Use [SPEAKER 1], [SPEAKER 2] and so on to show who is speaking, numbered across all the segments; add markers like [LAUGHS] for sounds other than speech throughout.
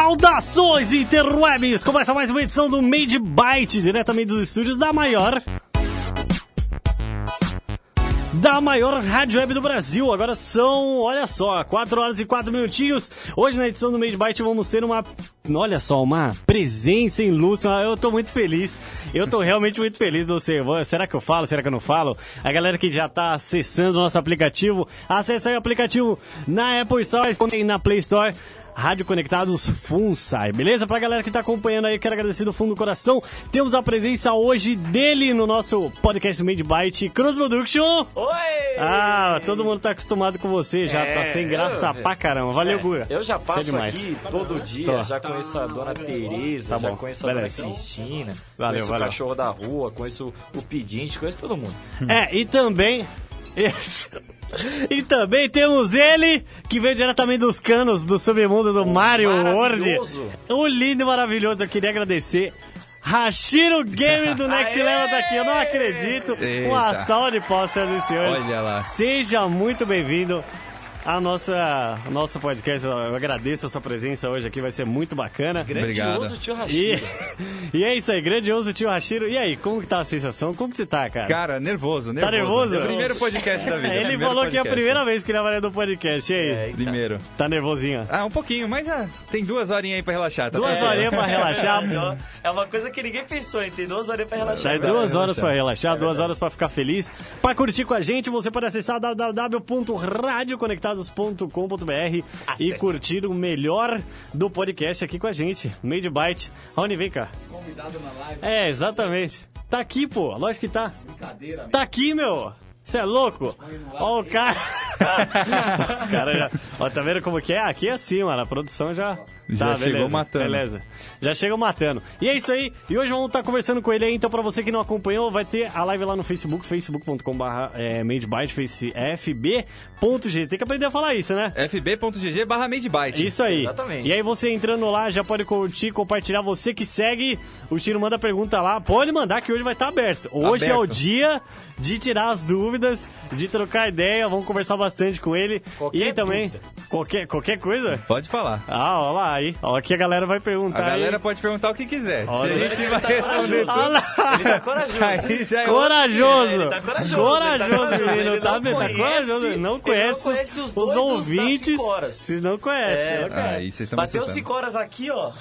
[SPEAKER 1] Saudações interwebs! Começa mais uma edição do Made Byte, diretamente dos estúdios da maior. Da maior rádio web do Brasil. Agora são, olha só, 4 horas e 4 minutinhos. Hoje na edição do Made Byte vamos ter uma, olha só, uma presença ilustre. Eu tô muito feliz. Eu tô realmente muito feliz. Não sei, vou- será que eu falo? Será que eu não falo? A galera que já tá acessando o nosso aplicativo, acessa aí o aplicativo na Apple Store e na Play Store. Rádio Conectados FUNSAI, beleza? Pra galera que tá acompanhando aí, quero agradecer do fundo do coração. Temos a presença hoje dele no nosso podcast Made Byte Cruz Production.
[SPEAKER 2] Oi!
[SPEAKER 1] Ah, todo mundo tá acostumado com você já,
[SPEAKER 2] É,
[SPEAKER 1] tá sem graça
[SPEAKER 2] eu-
[SPEAKER 1] pra caramba. Valeu, Guga.
[SPEAKER 2] Eu já
[SPEAKER 1] Você é
[SPEAKER 2] passo
[SPEAKER 1] demais.
[SPEAKER 2] aqui todo dia,
[SPEAKER 1] Tô.
[SPEAKER 2] já conheço a dona Tereza,
[SPEAKER 1] Tá
[SPEAKER 2] já
[SPEAKER 1] bom,
[SPEAKER 2] conheço
[SPEAKER 1] beleza.
[SPEAKER 2] a dona Cristina,
[SPEAKER 1] Valeu,
[SPEAKER 2] conheço
[SPEAKER 1] valeu.
[SPEAKER 2] o cachorro da rua, conheço o pedinte, conheço todo mundo.
[SPEAKER 1] [LAUGHS] É, e também. [LAUGHS] E também temos ele, que veio diretamente dos canos do submundo do Mario World.
[SPEAKER 2] Oh, maravilhoso.
[SPEAKER 1] O lindo e maravilhoso, eu queria agradecer. Hashiro
[SPEAKER 2] [LAUGHS]
[SPEAKER 1] Game do Next
[SPEAKER 2] Aê!
[SPEAKER 1] Level tá aqui, eu não acredito. Uma
[SPEAKER 3] Eita.
[SPEAKER 1] salva de palmas, senhoras e senhores.
[SPEAKER 3] Olha lá.
[SPEAKER 1] Seja muito bem-vindo à nossa, ao nosso podcast. Eu agradeço a sua presença hoje aqui, vai ser muito bacana.
[SPEAKER 3] Obrigado.
[SPEAKER 2] Grandioso tio
[SPEAKER 1] E,
[SPEAKER 2] Rashida.
[SPEAKER 1] e é isso aí, grandioso tio Hashiro. E aí, como que tá a sensação? Como que você tá, cara?
[SPEAKER 3] Cara, nervoso, nervoso.
[SPEAKER 1] Tá nervoso?
[SPEAKER 3] É o primeiro podcast da vida.
[SPEAKER 1] É, Ele
[SPEAKER 3] primeiro
[SPEAKER 1] falou que é a
[SPEAKER 3] podcast. É,
[SPEAKER 1] primeira vez que ele avalia do podcast. E aí?
[SPEAKER 3] Primeiro.
[SPEAKER 1] Tá nervosinho?
[SPEAKER 3] Ah, um pouquinho, mas ah, tem duas horinhas aí pra relaxar. Tá
[SPEAKER 1] Duas
[SPEAKER 3] tranquilo.
[SPEAKER 1] horinhas
[SPEAKER 2] [LAUGHS]
[SPEAKER 1] pra relaxar.
[SPEAKER 2] É uma coisa que ninguém pensou, hein? Tem duas horas pra relaxar.
[SPEAKER 1] Tá, duas horas pra relaxar, duas horas pra ficar feliz. Pra curtir com a gente, você pode acessar www.radioconectados.com.br e
[SPEAKER 2] Acesse.
[SPEAKER 1] curtir o melhor do podcast aqui com a gente. Made Byte. Rony, vem cá.
[SPEAKER 4] convidado na live,
[SPEAKER 1] É, exatamente. Tá aqui, pô. Lógico que tá.
[SPEAKER 4] brincadeira,
[SPEAKER 1] Tá aqui, meu! Você é louco? Ó o
[SPEAKER 3] [LAUGHS]
[SPEAKER 1] cara. Os caras já. Ó, tá vendo como que é? Aqui é assim, mano. A produção já.
[SPEAKER 3] Já
[SPEAKER 1] tá,
[SPEAKER 3] chegou
[SPEAKER 1] beleza,
[SPEAKER 3] matando.
[SPEAKER 1] Beleza. Já chegou matando. E é isso aí. E hoje vamos estar conversando com ele aí. Então, pra você que não acompanhou, vai ter a live lá no Facebook, facebook.com.br é, madebyte, face fb.g. Tem que aprender a falar isso, né?
[SPEAKER 3] fb.gg barra madebyte.
[SPEAKER 1] Isso aí.
[SPEAKER 2] Exatamente.
[SPEAKER 1] E aí você entrando lá, já pode curtir, compartilhar. Você que segue, o Chiro manda pergunta lá. Pode mandar que hoje vai estar aberto.
[SPEAKER 2] Tá
[SPEAKER 1] Hoje
[SPEAKER 3] Aberto.
[SPEAKER 1] é o dia de tirar as dúvidas, de trocar ideia. Vamos conversar bastante com ele.
[SPEAKER 2] Qualquer
[SPEAKER 1] e aí também,
[SPEAKER 2] dúvida.
[SPEAKER 1] qualquer, qualquer coisa.
[SPEAKER 3] Pode falar.
[SPEAKER 1] Ah, ó lá aí. Ó, aqui a galera vai perguntar.
[SPEAKER 3] A galera
[SPEAKER 1] Tá aí.
[SPEAKER 3] pode perguntar o que quiser.
[SPEAKER 1] Olha. tá
[SPEAKER 3] Se a gente vai responder
[SPEAKER 1] Ó
[SPEAKER 3] tudo,
[SPEAKER 1] lá.
[SPEAKER 2] Ele tá corajoso.
[SPEAKER 3] aí já é outro-
[SPEAKER 1] Corajoso!
[SPEAKER 2] Ele tá corajoso, ele tá
[SPEAKER 1] Corajoso,
[SPEAKER 2] corajoso,
[SPEAKER 1] menino,
[SPEAKER 2] ele
[SPEAKER 1] tá?
[SPEAKER 2] não
[SPEAKER 1] Ele tá
[SPEAKER 2] conhece-
[SPEAKER 1] corajoso. Ele
[SPEAKER 2] ele
[SPEAKER 1] Não
[SPEAKER 2] não
[SPEAKER 1] conhece
[SPEAKER 2] conhece os
[SPEAKER 1] os
[SPEAKER 2] dois dos
[SPEAKER 1] ouvintes.
[SPEAKER 2] cinco horas.
[SPEAKER 1] Vocês não conhecem.
[SPEAKER 2] É.
[SPEAKER 1] não conhecem.
[SPEAKER 3] Aí vocês estão me
[SPEAKER 2] Bateu
[SPEAKER 3] assustando.
[SPEAKER 2] 5 horas aqui, ó.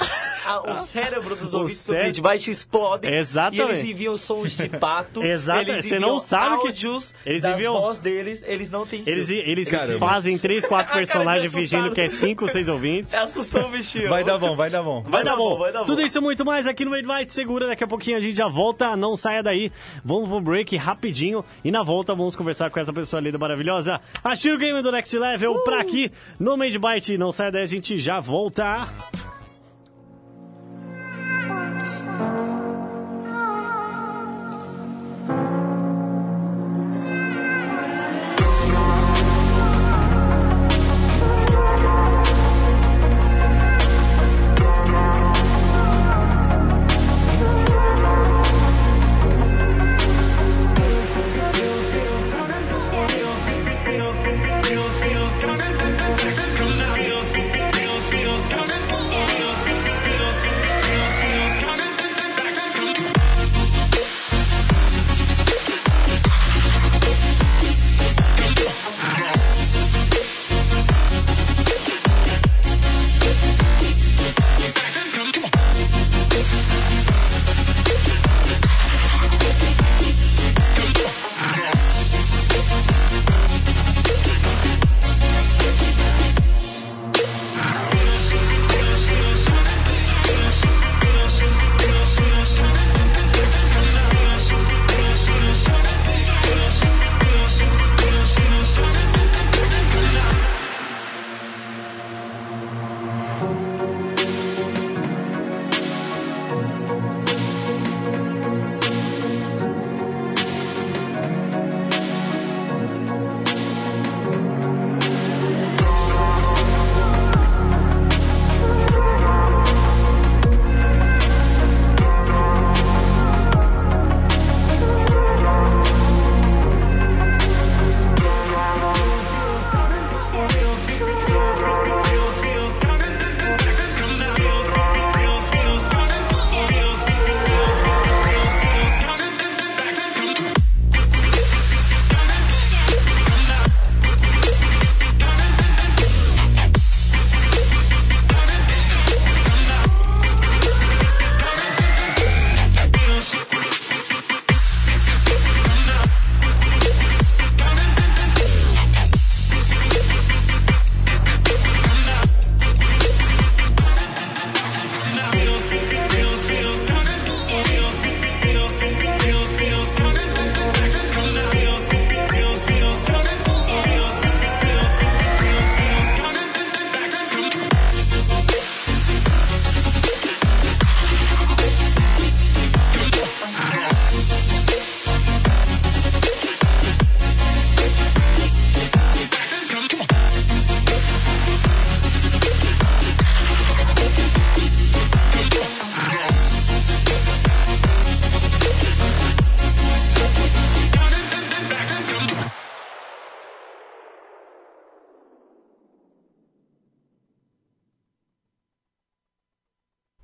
[SPEAKER 2] a- o cérebro dos
[SPEAKER 1] Ah, O
[SPEAKER 2] ouvintes
[SPEAKER 1] cé-
[SPEAKER 2] do Beat Byte explodem.
[SPEAKER 1] Exatamente.
[SPEAKER 2] E eles enviam sons de pato.
[SPEAKER 1] [LAUGHS] Exato,
[SPEAKER 2] eles
[SPEAKER 1] você
[SPEAKER 2] enviam
[SPEAKER 1] não sabe o que-
[SPEAKER 2] áudios
[SPEAKER 1] eles
[SPEAKER 2] das
[SPEAKER 1] enviam-
[SPEAKER 2] vozes deles. Eles não têm...
[SPEAKER 1] Eles, eles
[SPEAKER 3] Caramba.
[SPEAKER 1] fazem três, quatro
[SPEAKER 2] A cara de
[SPEAKER 1] personagens
[SPEAKER 2] assustado. É,
[SPEAKER 1] fingindo que é cinco, seis [LAUGHS] ouvintes.
[SPEAKER 2] Assustou o bichinho.
[SPEAKER 3] Vai dar bom, vai dar bom.
[SPEAKER 2] tá
[SPEAKER 1] Vai dar bom, vai dar bom. Tudo isso e muito mais aqui no Midnight Segura. Daqui a pouquinho a gente já volta. Não saia daí. Vamos pro break rapidinho. E na volta vamos conversar com essa pessoa linda, maravilhosa. A Shiro Game do Next Level pra aqui no Midnight. Não saia daí, a gente já volta.
[SPEAKER 5] Yeah.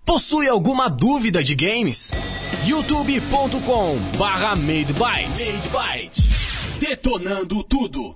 [SPEAKER 4] Possui alguma dúvida de games? youtube.com barra madebyte Detonando tudo.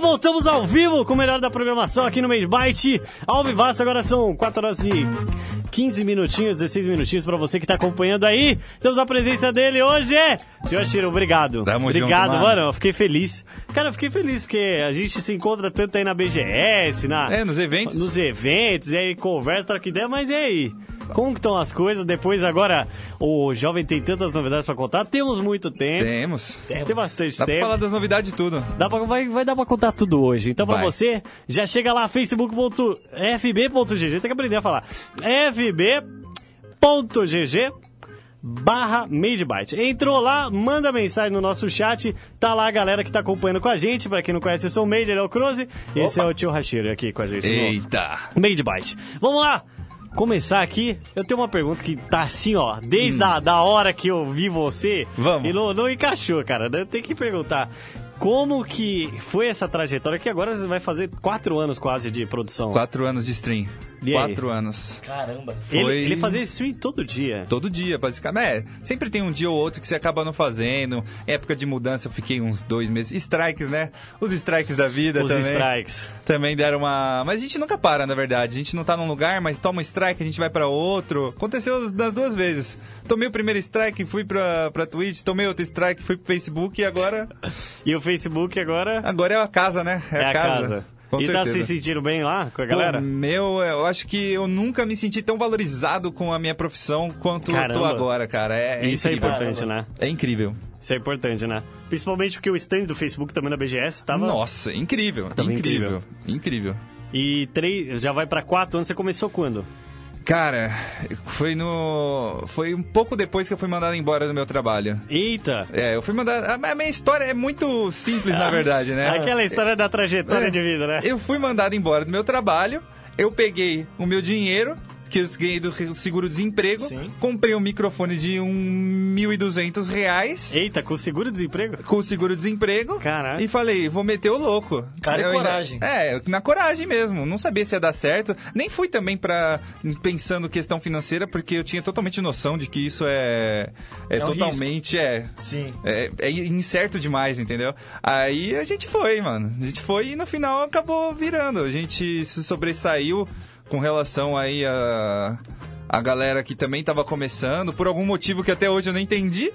[SPEAKER 1] voltamos ao vivo com o melhor da programação aqui no Made Byte. Ao vivaço, agora são 4 horas e 15 minutinhos, 16 minutinhos para você que tá acompanhando aí. Temos a presença dele hoje, é? senhor Chiro, obrigado.
[SPEAKER 3] Tamo
[SPEAKER 1] obrigado,
[SPEAKER 3] junto,
[SPEAKER 1] mano.
[SPEAKER 3] mano.
[SPEAKER 1] Eu fiquei feliz. Cara, eu fiquei feliz que a gente se encontra tanto aí na BGS, na...
[SPEAKER 3] É, nos eventos.
[SPEAKER 1] Nos eventos, e aí conversa, troca ideia, mas e aí? Como que estão as coisas? Depois agora, o jovem tem tantas novidades para contar. Temos muito tempo.
[SPEAKER 3] Temos.
[SPEAKER 1] Tem, bastante
[SPEAKER 3] Dá pra
[SPEAKER 1] tempo.
[SPEAKER 3] falar das novidades e tudo.
[SPEAKER 1] Dá pra- vai, vai dar pra contar tudo hoje. Então, pra
[SPEAKER 3] Vai.
[SPEAKER 1] você, já chega lá, facebook.fb.gg. Tem que aprender a falar. fb.gg barra Madebyte. Entrou lá, manda mensagem no nosso chat. Tá lá a galera que tá acompanhando com a gente. Pra quem não conhece, eu sou o Made, ele é o Croze. E esse é o tio Rashiro aqui com a gente. no
[SPEAKER 3] Eita.
[SPEAKER 1] Made Byte. Vamos lá! Começar aqui, eu tenho uma pergunta que tá assim, ó, desde a da hora que eu vi você
[SPEAKER 3] Hum. Vamos.
[SPEAKER 1] e não, não encaixou, cara. Eu tenho né? que perguntar. como que foi essa trajetória, que agora vai fazer quatro anos quase de produção.
[SPEAKER 3] Quatro anos de stream.
[SPEAKER 1] E aí?
[SPEAKER 3] Quatro anos.
[SPEAKER 2] Caramba.
[SPEAKER 1] Ele,
[SPEAKER 3] Foi-
[SPEAKER 1] ele fazia stream todo dia.
[SPEAKER 3] Todo dia, basicamente. É, sempre tem um dia ou outro que você acaba não fazendo. Época de mudança, eu fiquei uns dois meses. Strikes, né? Os strikes da vida
[SPEAKER 1] Os
[SPEAKER 3] também.
[SPEAKER 1] strikes.
[SPEAKER 3] Também deram uma. Mas a gente nunca para, na verdade. A gente não tá num lugar, mas toma um strike, a gente vai pra outro. Aconteceu das duas vezes. Tomei o primeiro strike, fui pra, pra Twitch, tomei outro strike, fui pro Facebook e agora.
[SPEAKER 1] E o Facebook agora
[SPEAKER 3] Agora é a casa, né?
[SPEAKER 1] é, a casa.
[SPEAKER 3] Com
[SPEAKER 1] e tá
[SPEAKER 3] certeza.
[SPEAKER 1] se sentindo bem lá com a
[SPEAKER 3] Pô,
[SPEAKER 1] galera?
[SPEAKER 3] meu, eu acho que eu nunca me senti tão valorizado com a minha profissão quanto eu tô
[SPEAKER 1] Caramba.
[SPEAKER 3] agora, cara. É, é
[SPEAKER 1] Isso é
[SPEAKER 3] incrível.
[SPEAKER 1] importante, né?
[SPEAKER 3] É incrível.
[SPEAKER 1] Isso é importante, né? Principalmente porque o stand do Facebook também na BGS tava.
[SPEAKER 3] Nossa, incrível.
[SPEAKER 1] Tava
[SPEAKER 3] incrível. Incrível.
[SPEAKER 1] E três, já vai pra quatro anos. Você começou quando?
[SPEAKER 3] Cara, foi no. Foi um pouco depois que eu fui mandado embora do meu trabalho.
[SPEAKER 1] Eita!
[SPEAKER 3] É, eu fui mandado. A minha história é muito simples, na verdade, né?
[SPEAKER 1] Ah, Aquela história da trajetória de vida, né?
[SPEAKER 3] Eu fui mandado embora do meu trabalho, eu peguei o meu dinheiro, que eu ganhei do re- seguro-desemprego,
[SPEAKER 2] Sim.
[SPEAKER 3] comprei um microfone de um 1.200 reais.
[SPEAKER 1] Eita, com seguro-desemprego?
[SPEAKER 3] Com o seguro-desemprego.
[SPEAKER 1] Caraca.
[SPEAKER 3] E falei, vou meter o louco.
[SPEAKER 2] Cara, e
[SPEAKER 3] Eu ainda-
[SPEAKER 2] coragem.
[SPEAKER 3] É, na coragem mesmo. Não sabia se ia dar certo. Nem fui também pra. pensando questão financeira, porque eu tinha totalmente noção de que isso é. É,
[SPEAKER 2] É um
[SPEAKER 3] totalmente. É,
[SPEAKER 2] Sim.
[SPEAKER 3] é, é incerto demais, entendeu? Aí a gente foi, mano. A gente foi e no final acabou virando. A gente se sobressaiu com relação aí a. A galera que também tava começando, por algum motivo que até hoje eu não
[SPEAKER 1] [LAUGHS]
[SPEAKER 3] entendi,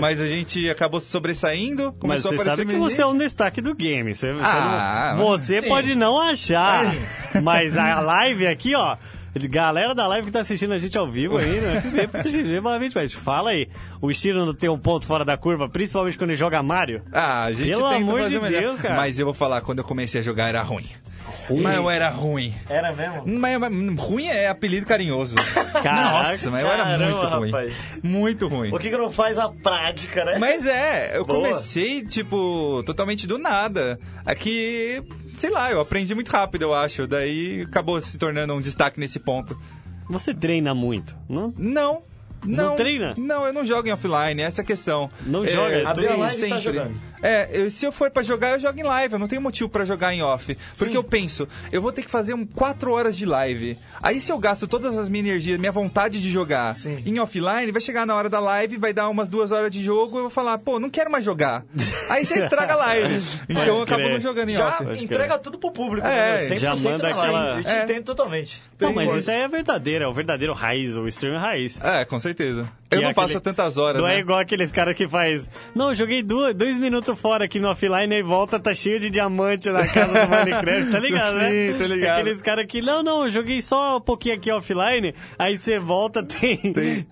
[SPEAKER 3] mas a gente acabou se sobressaindo.
[SPEAKER 1] Mas
[SPEAKER 3] Começou
[SPEAKER 1] você
[SPEAKER 3] a aparecer
[SPEAKER 1] sabe que
[SPEAKER 3] mais
[SPEAKER 1] você é
[SPEAKER 3] gente.
[SPEAKER 1] um destaque do game. Você, você
[SPEAKER 3] Ah,
[SPEAKER 1] não- você
[SPEAKER 2] sim.
[SPEAKER 1] pode não achar, mas a live aqui, ó. Galera da live que tá assistindo a gente ao vivo aí né? no FB.GG, maravilha. Mas fala aí, o estilo não tem um ponto fora da curva, principalmente quando ele joga Mario?
[SPEAKER 3] Ah, a gente
[SPEAKER 1] Pelo
[SPEAKER 3] tenta
[SPEAKER 1] amor
[SPEAKER 3] fazer
[SPEAKER 1] de
[SPEAKER 3] o melhor.
[SPEAKER 1] Deus, cara.
[SPEAKER 3] Mas eu vou falar, quando eu comecei a jogar era ruim. Mas eu era ruim.
[SPEAKER 2] Era mesmo?
[SPEAKER 3] Mas, mas ruim é apelido carinhoso.
[SPEAKER 1] [LAUGHS] Caraca,
[SPEAKER 3] Nossa, mas eu era
[SPEAKER 2] caramba,
[SPEAKER 3] muito ruim.
[SPEAKER 2] rapaz.
[SPEAKER 3] Muito ruim.
[SPEAKER 2] O que que não faz a prática, né?
[SPEAKER 3] Mas é, eu
[SPEAKER 2] Boa.
[SPEAKER 3] comecei, tipo, totalmente do nada. Aqui, sei lá, eu aprendi muito rápido, eu acho. Daí acabou se tornando um destaque nesse ponto.
[SPEAKER 1] Você treina muito, não?
[SPEAKER 3] Não. Não,
[SPEAKER 1] Não treina?
[SPEAKER 3] Não, eu não jogo em offline, essa é a questão.
[SPEAKER 1] Não
[SPEAKER 3] É,
[SPEAKER 1] joga,
[SPEAKER 3] eu
[SPEAKER 1] abriu a
[SPEAKER 3] desde
[SPEAKER 2] live e tá jogando.
[SPEAKER 3] É, eu- se eu for pra jogar, eu jogo em live, eu não tenho motivo pra jogar em off. Porque eu penso, eu vou ter que fazer um 4 horas de live. Aí se eu gasto todas as minhas energias, minha vontade de jogar
[SPEAKER 2] Sim.
[SPEAKER 3] em offline, vai chegar na hora da live, vai dar umas duas horas de jogo, eu vou falar, pô, não quero mais
[SPEAKER 1] [LAUGHS]
[SPEAKER 3] jogar. Aí já estraga a live. então eu acabo
[SPEAKER 1] crer.
[SPEAKER 3] não jogando em
[SPEAKER 2] Já
[SPEAKER 3] off.
[SPEAKER 1] Pode
[SPEAKER 2] entrega tudo pro público,
[SPEAKER 3] É,
[SPEAKER 2] entendeu? 100%
[SPEAKER 1] já manda
[SPEAKER 2] na live.
[SPEAKER 1] aquela-
[SPEAKER 2] Eu te
[SPEAKER 3] É.
[SPEAKER 2] entendo totalmente.
[SPEAKER 1] Não, mas isso aí é verdadeiro, é o verdadeiro raiz, o streamer raiz.
[SPEAKER 3] É, com certeza. Eu
[SPEAKER 1] E
[SPEAKER 3] não
[SPEAKER 1] aquele-
[SPEAKER 3] faço tantas horas,
[SPEAKER 1] Não
[SPEAKER 3] né?
[SPEAKER 1] é igual aqueles caras que faz. Não, eu joguei duas, dois minutos fora aqui no offline e volta, tá cheio de diamante na casa do Minecraft, tá ligado, né?
[SPEAKER 3] [LAUGHS] Sim, tô ligado.
[SPEAKER 1] Aqueles caras que, não, não, eu joguei só um pouquinho aqui offline, aí você volta, [LAUGHS] tem,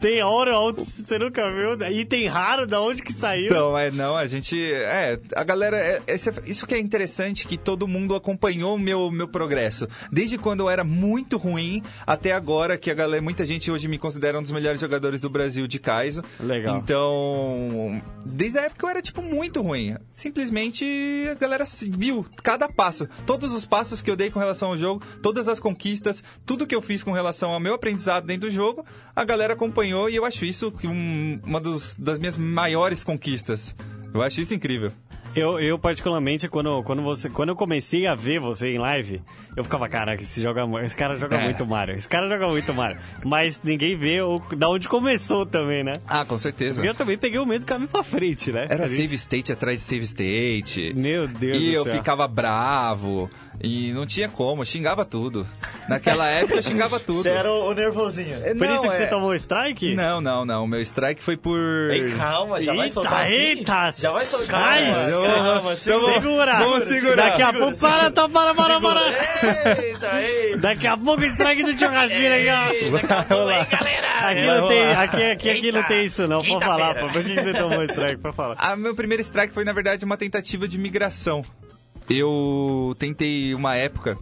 [SPEAKER 1] tem. ouro alto, você nunca viu, e tem raro, da onde que saiu.
[SPEAKER 3] Então, é, não, a gente. É, a galera. é, esse é- isso que é interessante que todo mundo acompanhou o meu, meu progresso. Desde quando eu era muito ruim até agora, que a galera. Muita gente hoje me considera um dos melhores jogadores do Brasil de Kaizo.
[SPEAKER 1] Legal.
[SPEAKER 3] Então. Desde a época eu era, tipo, muito ruim. Simplesmente a galera se- viu cada passo. Todos os passos que eu dei com relação ao jogo, todas as conquistas, tudo que eu fiz com relação ao meu aprendizado dentro do jogo, a galera acompanhou e eu acho isso que um- uma dos- das minhas maiores conquistas. Eu acho isso incrível.
[SPEAKER 1] Eu, eu particularmente, quando, quando, você, quando eu comecei a ver você em live, eu ficava, caraca, esse, joga, mu- esse cara joga
[SPEAKER 3] É.
[SPEAKER 1] muito Mario, esse cara joga muito Mario. Mas ninguém vê o, da onde começou também, né?
[SPEAKER 3] Ah, com certeza.
[SPEAKER 1] Porque eu também peguei o meio do caminho pra frente, né?
[SPEAKER 3] Era
[SPEAKER 1] A gente-
[SPEAKER 3] save state atrás de save state.
[SPEAKER 1] Meu Deus
[SPEAKER 3] E
[SPEAKER 1] do
[SPEAKER 3] eu
[SPEAKER 1] céu.
[SPEAKER 3] ficava bravo. E não tinha como, eu xingava tudo. Naquela época eu xingava tudo.
[SPEAKER 2] Você era o o nervosinho.
[SPEAKER 3] É,
[SPEAKER 1] Por isso
[SPEAKER 3] não,
[SPEAKER 1] que você
[SPEAKER 3] é-
[SPEAKER 1] tomou o strike?
[SPEAKER 3] Não, não, não. Meu strike foi por.
[SPEAKER 2] Ei, calma, já vai
[SPEAKER 1] Eita,
[SPEAKER 2] soltar assim?
[SPEAKER 1] eita!
[SPEAKER 2] Já vai soltar. né?
[SPEAKER 1] Ai,
[SPEAKER 2] Calma,
[SPEAKER 1] eu-
[SPEAKER 2] calma,
[SPEAKER 1] Então
[SPEAKER 2] segura.
[SPEAKER 1] Segura!
[SPEAKER 3] vamos segurar.
[SPEAKER 1] Daqui a
[SPEAKER 2] Segura,
[SPEAKER 1] pouco.
[SPEAKER 2] segura.
[SPEAKER 1] Para, tá, para, para, para!
[SPEAKER 2] Eita, eita.
[SPEAKER 1] Daqui a pouco o strike do
[SPEAKER 2] É,
[SPEAKER 1] Churrasquinho, hein, ó.
[SPEAKER 2] Eita, acabou, hein, galera?
[SPEAKER 1] Aqui não tem, aqui, aqui, aqui
[SPEAKER 2] Eita.
[SPEAKER 1] não tem isso, não. Pode falar, pô.
[SPEAKER 2] Quinta-feira.
[SPEAKER 1] Por que que você tomou o strike? Pode falar.
[SPEAKER 3] A Ah, meu primeiro strike foi, na verdade, uma tentativa de migração. Eu tentei uma época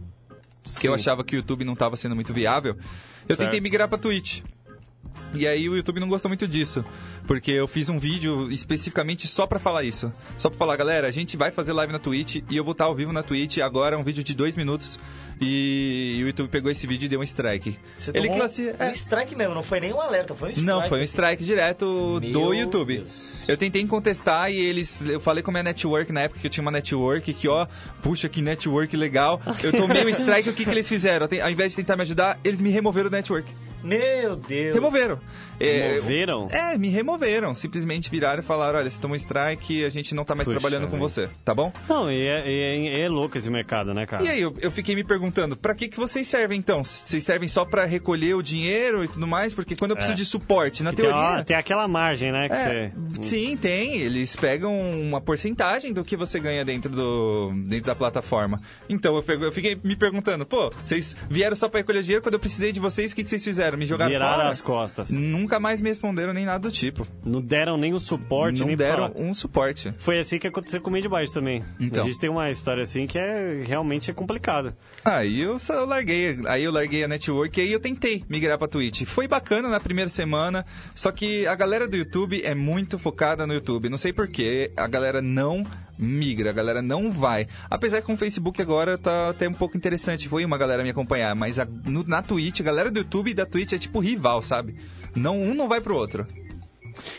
[SPEAKER 3] que eu achava que o YouTube não estava sendo muito viável. Eu
[SPEAKER 1] Certo.
[SPEAKER 3] tentei migrar pra Twitch. E aí o YouTube não gostou muito disso, porque eu fiz um vídeo especificamente só pra falar isso. Só pra falar, galera, a gente vai fazer live na Twitch e eu vou estar ao vivo na Twitch agora, um vídeo de dois minutos. E, o YouTube pegou esse vídeo e deu um strike.
[SPEAKER 2] Você
[SPEAKER 3] Ele
[SPEAKER 2] tomou
[SPEAKER 3] classi...
[SPEAKER 2] um
[SPEAKER 3] é.
[SPEAKER 2] strike mesmo, não foi nem um alerta, foi um strike.
[SPEAKER 3] Não, foi um strike direto do
[SPEAKER 2] Meu
[SPEAKER 3] YouTube.
[SPEAKER 2] Deus.
[SPEAKER 3] Eu tentei contestar e eles. Eu falei com a minha network na época que eu tinha uma network, que ó, puxa que network legal. Eu tomei um strike, o que, que eles fizeram? Tem- Ao invés de tentar me ajudar, eles me removeram da network.
[SPEAKER 1] um
[SPEAKER 2] Meu Deus.
[SPEAKER 3] Removeram. É,
[SPEAKER 1] Moveram?
[SPEAKER 3] é, me removeram. Simplesmente viraram e falaram: olha, você tomou um strike, a gente não tá mais
[SPEAKER 1] Puxa
[SPEAKER 3] trabalhando com
[SPEAKER 1] vida.
[SPEAKER 3] você, tá bom?
[SPEAKER 1] Não, e é, e é- e é louco esse mercado, né,
[SPEAKER 2] Ah.
[SPEAKER 1] cara?
[SPEAKER 3] E aí, eu, eu fiquei me perguntando, pra que, que vocês servem então? Vocês servem só pra recolher o dinheiro e tudo mais? Porque quando eu preciso
[SPEAKER 2] É.
[SPEAKER 3] de suporte, na
[SPEAKER 1] Que tem,
[SPEAKER 3] teoria.
[SPEAKER 1] uma- tem aquela margem, né? Que
[SPEAKER 3] É,
[SPEAKER 1] você.
[SPEAKER 3] Sim, tem. Eles pegam uma porcentagem do que você ganha dentro, do, dentro da plataforma. Então eu, pego- eu fiquei me perguntando, pô, vocês vieram só pra recolher dinheiro quando eu precisei de vocês, o que, que vocês fizeram? Me jogaram
[SPEAKER 1] Viraram
[SPEAKER 3] fora?
[SPEAKER 1] as costas.
[SPEAKER 3] Nunca mais me responderam nem nada do tipo.
[SPEAKER 1] Não deram nem o suporte,
[SPEAKER 3] Não
[SPEAKER 1] nem
[SPEAKER 3] deram
[SPEAKER 1] pra falar.
[SPEAKER 3] um suporte.
[SPEAKER 1] Foi assim que aconteceu com o Made Baixo também.
[SPEAKER 3] Então.
[SPEAKER 1] A gente tem uma história assim que é realmente é complicada.
[SPEAKER 3] Aí eu só larguei, aí eu larguei a network e aí eu tentei migrar pra Twitch. Foi bacana na primeira semana, só que a galera do YouTube é muito focada no YouTube. Não sei porquê, a galera não migra, a galera não vai. Apesar que com o Facebook agora tá até um pouco interessante, foi uma galera me acompanhar, mas a- no- na Twitch, a galera do YouTube e da Twitch é tipo rival, sabe? Não, um não vai pro outro.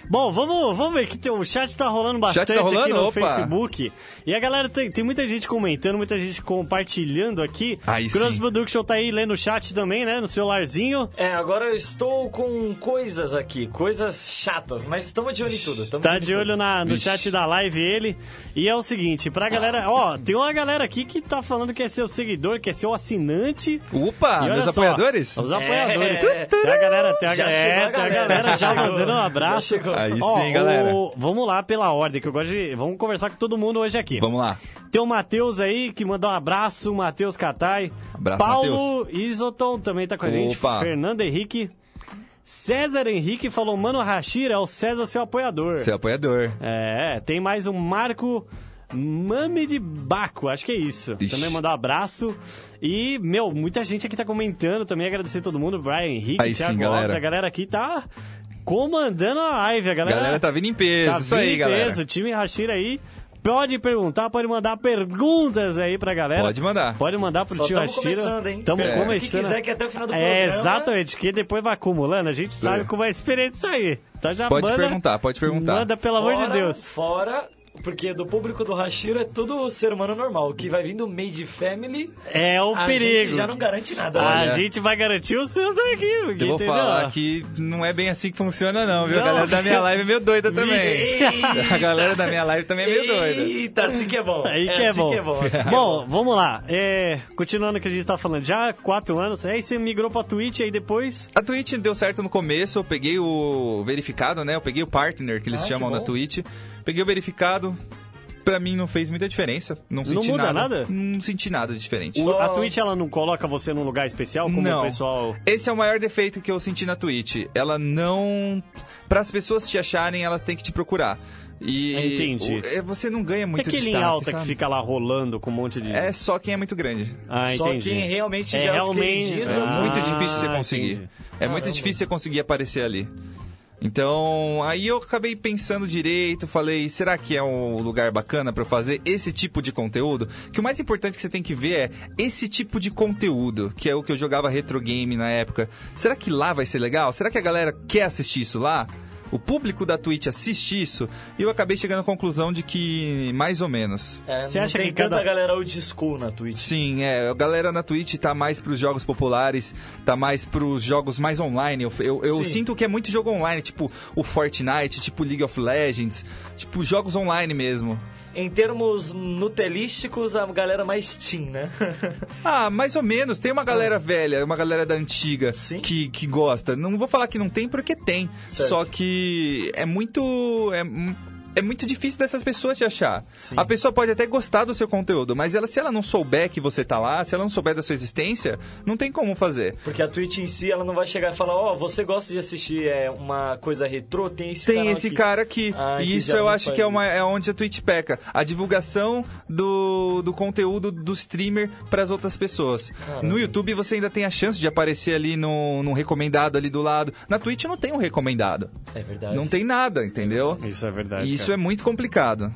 [SPEAKER 1] Bom, vamos, vamos ver que tem, o chat tá rolando bastante
[SPEAKER 3] tá rolando?
[SPEAKER 1] aqui no
[SPEAKER 3] Opa!
[SPEAKER 1] Facebook. E a galera tem, tem muita gente comentando, muita gente compartilhando aqui.
[SPEAKER 3] Aí
[SPEAKER 1] Cross
[SPEAKER 3] sim.
[SPEAKER 1] Production tá aí lendo o chat também, né? No celularzinho.
[SPEAKER 2] É, agora eu estou com coisas aqui, coisas chatas, mas estamos de olho em tudo. tamo
[SPEAKER 1] Tá de olho
[SPEAKER 2] tudo.
[SPEAKER 1] na, no chat da live ele. E é o seguinte, pra galera, ó, tem uma galera aqui que tá falando que é seu seguidor, que é seu assinante.
[SPEAKER 3] Opa,
[SPEAKER 1] E olha
[SPEAKER 3] meus
[SPEAKER 1] só,
[SPEAKER 3] apoiadores?
[SPEAKER 1] Os apoiadores.
[SPEAKER 2] É.
[SPEAKER 1] Tem a galera, tem a,
[SPEAKER 2] Já
[SPEAKER 1] é,
[SPEAKER 2] chegou a
[SPEAKER 1] tem a
[SPEAKER 2] galera.
[SPEAKER 1] galera já
[SPEAKER 2] Chegou.
[SPEAKER 1] mandando um abraço.
[SPEAKER 2] Já chegou.
[SPEAKER 3] Aí
[SPEAKER 1] Ó,
[SPEAKER 3] sim, galera.
[SPEAKER 1] o- vamos lá pela ordem, que eu gosto de. Vamos conversar com todo mundo hoje aqui.
[SPEAKER 3] Vamos lá.
[SPEAKER 1] Tem o Matheus aí, que mandou um abraço, Matheus Catai.
[SPEAKER 3] Abraço,
[SPEAKER 1] Paulo Isoton também tá com a gente.
[SPEAKER 3] Opa.
[SPEAKER 1] Fernando Henrique. César Henrique falou, mano, Rashir é o César seu apoiador.
[SPEAKER 3] Seu apoiador.
[SPEAKER 1] É, tem mais um Marco Mame de Baco, acho que é isso.
[SPEAKER 3] Ixi.
[SPEAKER 1] Também mandar um abraço. E, meu, muita gente aqui tá comentando também, agradecer todo mundo, Brian Henrique,
[SPEAKER 3] Aí sim,
[SPEAKER 1] Thiago
[SPEAKER 3] galera.
[SPEAKER 1] Alves, a galera aqui tá comandando a live, a
[SPEAKER 3] A
[SPEAKER 1] galera.
[SPEAKER 3] galera tá vindo em peso,
[SPEAKER 1] tá
[SPEAKER 3] isso aí,
[SPEAKER 1] vindo
[SPEAKER 3] galera.
[SPEAKER 1] peso, time Rashira aí. Pode perguntar, pode mandar perguntas aí pra galera.
[SPEAKER 3] Pode mandar. É.
[SPEAKER 1] Pode mandar pro
[SPEAKER 2] Só
[SPEAKER 1] tio
[SPEAKER 2] tamo
[SPEAKER 1] Rashira.
[SPEAKER 2] começando, hein?
[SPEAKER 1] Tamo
[SPEAKER 2] Pergunta o que
[SPEAKER 1] começando.
[SPEAKER 2] quiser, que até o final do
[SPEAKER 1] É,
[SPEAKER 2] programa-
[SPEAKER 1] exatamente, que depois vai acumulando, a gente sabe
[SPEAKER 3] É.
[SPEAKER 1] como é a experiência aí. Então já
[SPEAKER 3] Pode
[SPEAKER 1] manda-
[SPEAKER 3] perguntar, pode perguntar.
[SPEAKER 1] Manda, pelo amor de
[SPEAKER 2] Fora-
[SPEAKER 1] Deus.
[SPEAKER 2] Fora, porque do público do Hashiro é todo ser humano normal. O que vai vindo made family,
[SPEAKER 1] É o
[SPEAKER 2] a
[SPEAKER 1] perigo. Ah,
[SPEAKER 2] gente já não garante nada. né?
[SPEAKER 1] A
[SPEAKER 3] Olha.
[SPEAKER 1] gente vai garantir os seus aqui,
[SPEAKER 3] Eu vou
[SPEAKER 1] entendeu?
[SPEAKER 3] falar que não é bem assim que funciona, não, viu?
[SPEAKER 1] Não.
[SPEAKER 3] A galera da minha live é meio doida também.
[SPEAKER 2] Eita,
[SPEAKER 3] [LAUGHS] A galera da minha live também é meio doida.
[SPEAKER 2] Eita, assim que é bom.
[SPEAKER 1] Aí que
[SPEAKER 2] É
[SPEAKER 1] é,
[SPEAKER 2] assim
[SPEAKER 1] bom.
[SPEAKER 2] que é bom. assim que é
[SPEAKER 1] Bom, vamos lá. É, continuando o que a gente tá falando, já há quatro anos, aí você migrou pra Twitch, aí depois.
[SPEAKER 3] A Twitch deu certo no começo, eu peguei o verificado, né? Eu peguei o partner, que eles
[SPEAKER 2] Ah, que
[SPEAKER 3] chamam na
[SPEAKER 2] bom.
[SPEAKER 3] Twitch. Peguei o verificado, pra mim não fez muita diferença. Não senti
[SPEAKER 1] muda nada?
[SPEAKER 3] Não senti nada de diferente.
[SPEAKER 1] O- a Twitch ela não coloca você num lugar especial, como
[SPEAKER 3] não.
[SPEAKER 1] o pessoal.
[SPEAKER 3] Esse é o maior defeito que eu senti na Twitch. Ela não. Para as pessoas te acharem, elas têm que te procurar. E
[SPEAKER 1] Entendi.
[SPEAKER 3] o- é, Você não ganha muito
[SPEAKER 1] é aquele em
[SPEAKER 3] destaque,
[SPEAKER 1] alta que
[SPEAKER 3] sabe?
[SPEAKER 1] fica lá rolando com um monte de.
[SPEAKER 3] É só quem é muito grande.
[SPEAKER 1] [LAUGHS] Ah,
[SPEAKER 2] Só
[SPEAKER 1] entendi.
[SPEAKER 2] quem realmente
[SPEAKER 1] é
[SPEAKER 2] já é os
[SPEAKER 1] realmente
[SPEAKER 2] queridinhos, né?
[SPEAKER 1] Ah,
[SPEAKER 3] muito difícil você conseguir.
[SPEAKER 1] entendi.
[SPEAKER 3] É muito difícil você conseguir aparecer ali. Então, aí eu acabei pensando direito, falei, será que é um lugar bacana pra eu fazer esse tipo de conteúdo? Que o mais importante que você tem que ver é esse tipo de conteúdo, que é o que eu jogava retro game na época. Será que lá vai ser legal? Será que a galera quer assistir isso lá? O público da Twitch assiste isso? E eu acabei chegando à conclusão de que mais ou menos.
[SPEAKER 2] É,
[SPEAKER 1] Você
[SPEAKER 2] não
[SPEAKER 1] acha
[SPEAKER 2] tem
[SPEAKER 1] que cada-
[SPEAKER 2] tanta galera old school na Twitch?
[SPEAKER 3] Sim, é. A galera na Twitch tá mais pros jogos populares, tá mais pros jogos mais online. Eu, eu, eu
[SPEAKER 2] Sim.
[SPEAKER 3] sinto que é muito jogo online, tipo o Fortnite, tipo League of Legends, tipo jogos online mesmo.
[SPEAKER 2] Em termos nutelísticos, a galera mais teen, né? [LAUGHS]
[SPEAKER 3] Ah, mais ou menos. Tem uma galera velha, uma galera da antiga
[SPEAKER 2] É. Sim.
[SPEAKER 3] que, que gosta. Não vou falar que não tem, porque tem.
[SPEAKER 2] Certo.
[SPEAKER 3] Só que é muito. É, é muito difícil dessas pessoas te achar. A pessoa pode até gostar do seu conteúdo, mas ela, se ela não souber que você tá lá, se ela não souber da sua existência, não tem como fazer.
[SPEAKER 2] Porque a Twitch em si, ela não vai chegar e falar, ó, você gosta de assistir é, uma coisa retrô, tem esse
[SPEAKER 3] Tem
[SPEAKER 2] canal
[SPEAKER 3] esse
[SPEAKER 2] Tá aqui.
[SPEAKER 3] cara aqui.
[SPEAKER 2] Ah,
[SPEAKER 3] e
[SPEAKER 2] que
[SPEAKER 3] isso
[SPEAKER 2] já
[SPEAKER 3] eu
[SPEAKER 2] não
[SPEAKER 3] acho
[SPEAKER 2] faz
[SPEAKER 3] que é,
[SPEAKER 2] isso.
[SPEAKER 3] uma, é onde a Twitch peca. A divulgação do, do conteúdo do streamer para as outras pessoas. No YouTube você ainda tem a chance de aparecer ali num, num recomendado ali do lado. Na Twitch não tem um recomendado.
[SPEAKER 2] É verdade.
[SPEAKER 3] Não tem nada, entendeu?
[SPEAKER 1] Isso é verdade.
[SPEAKER 3] E isso
[SPEAKER 1] cara.
[SPEAKER 3] é muito complicado.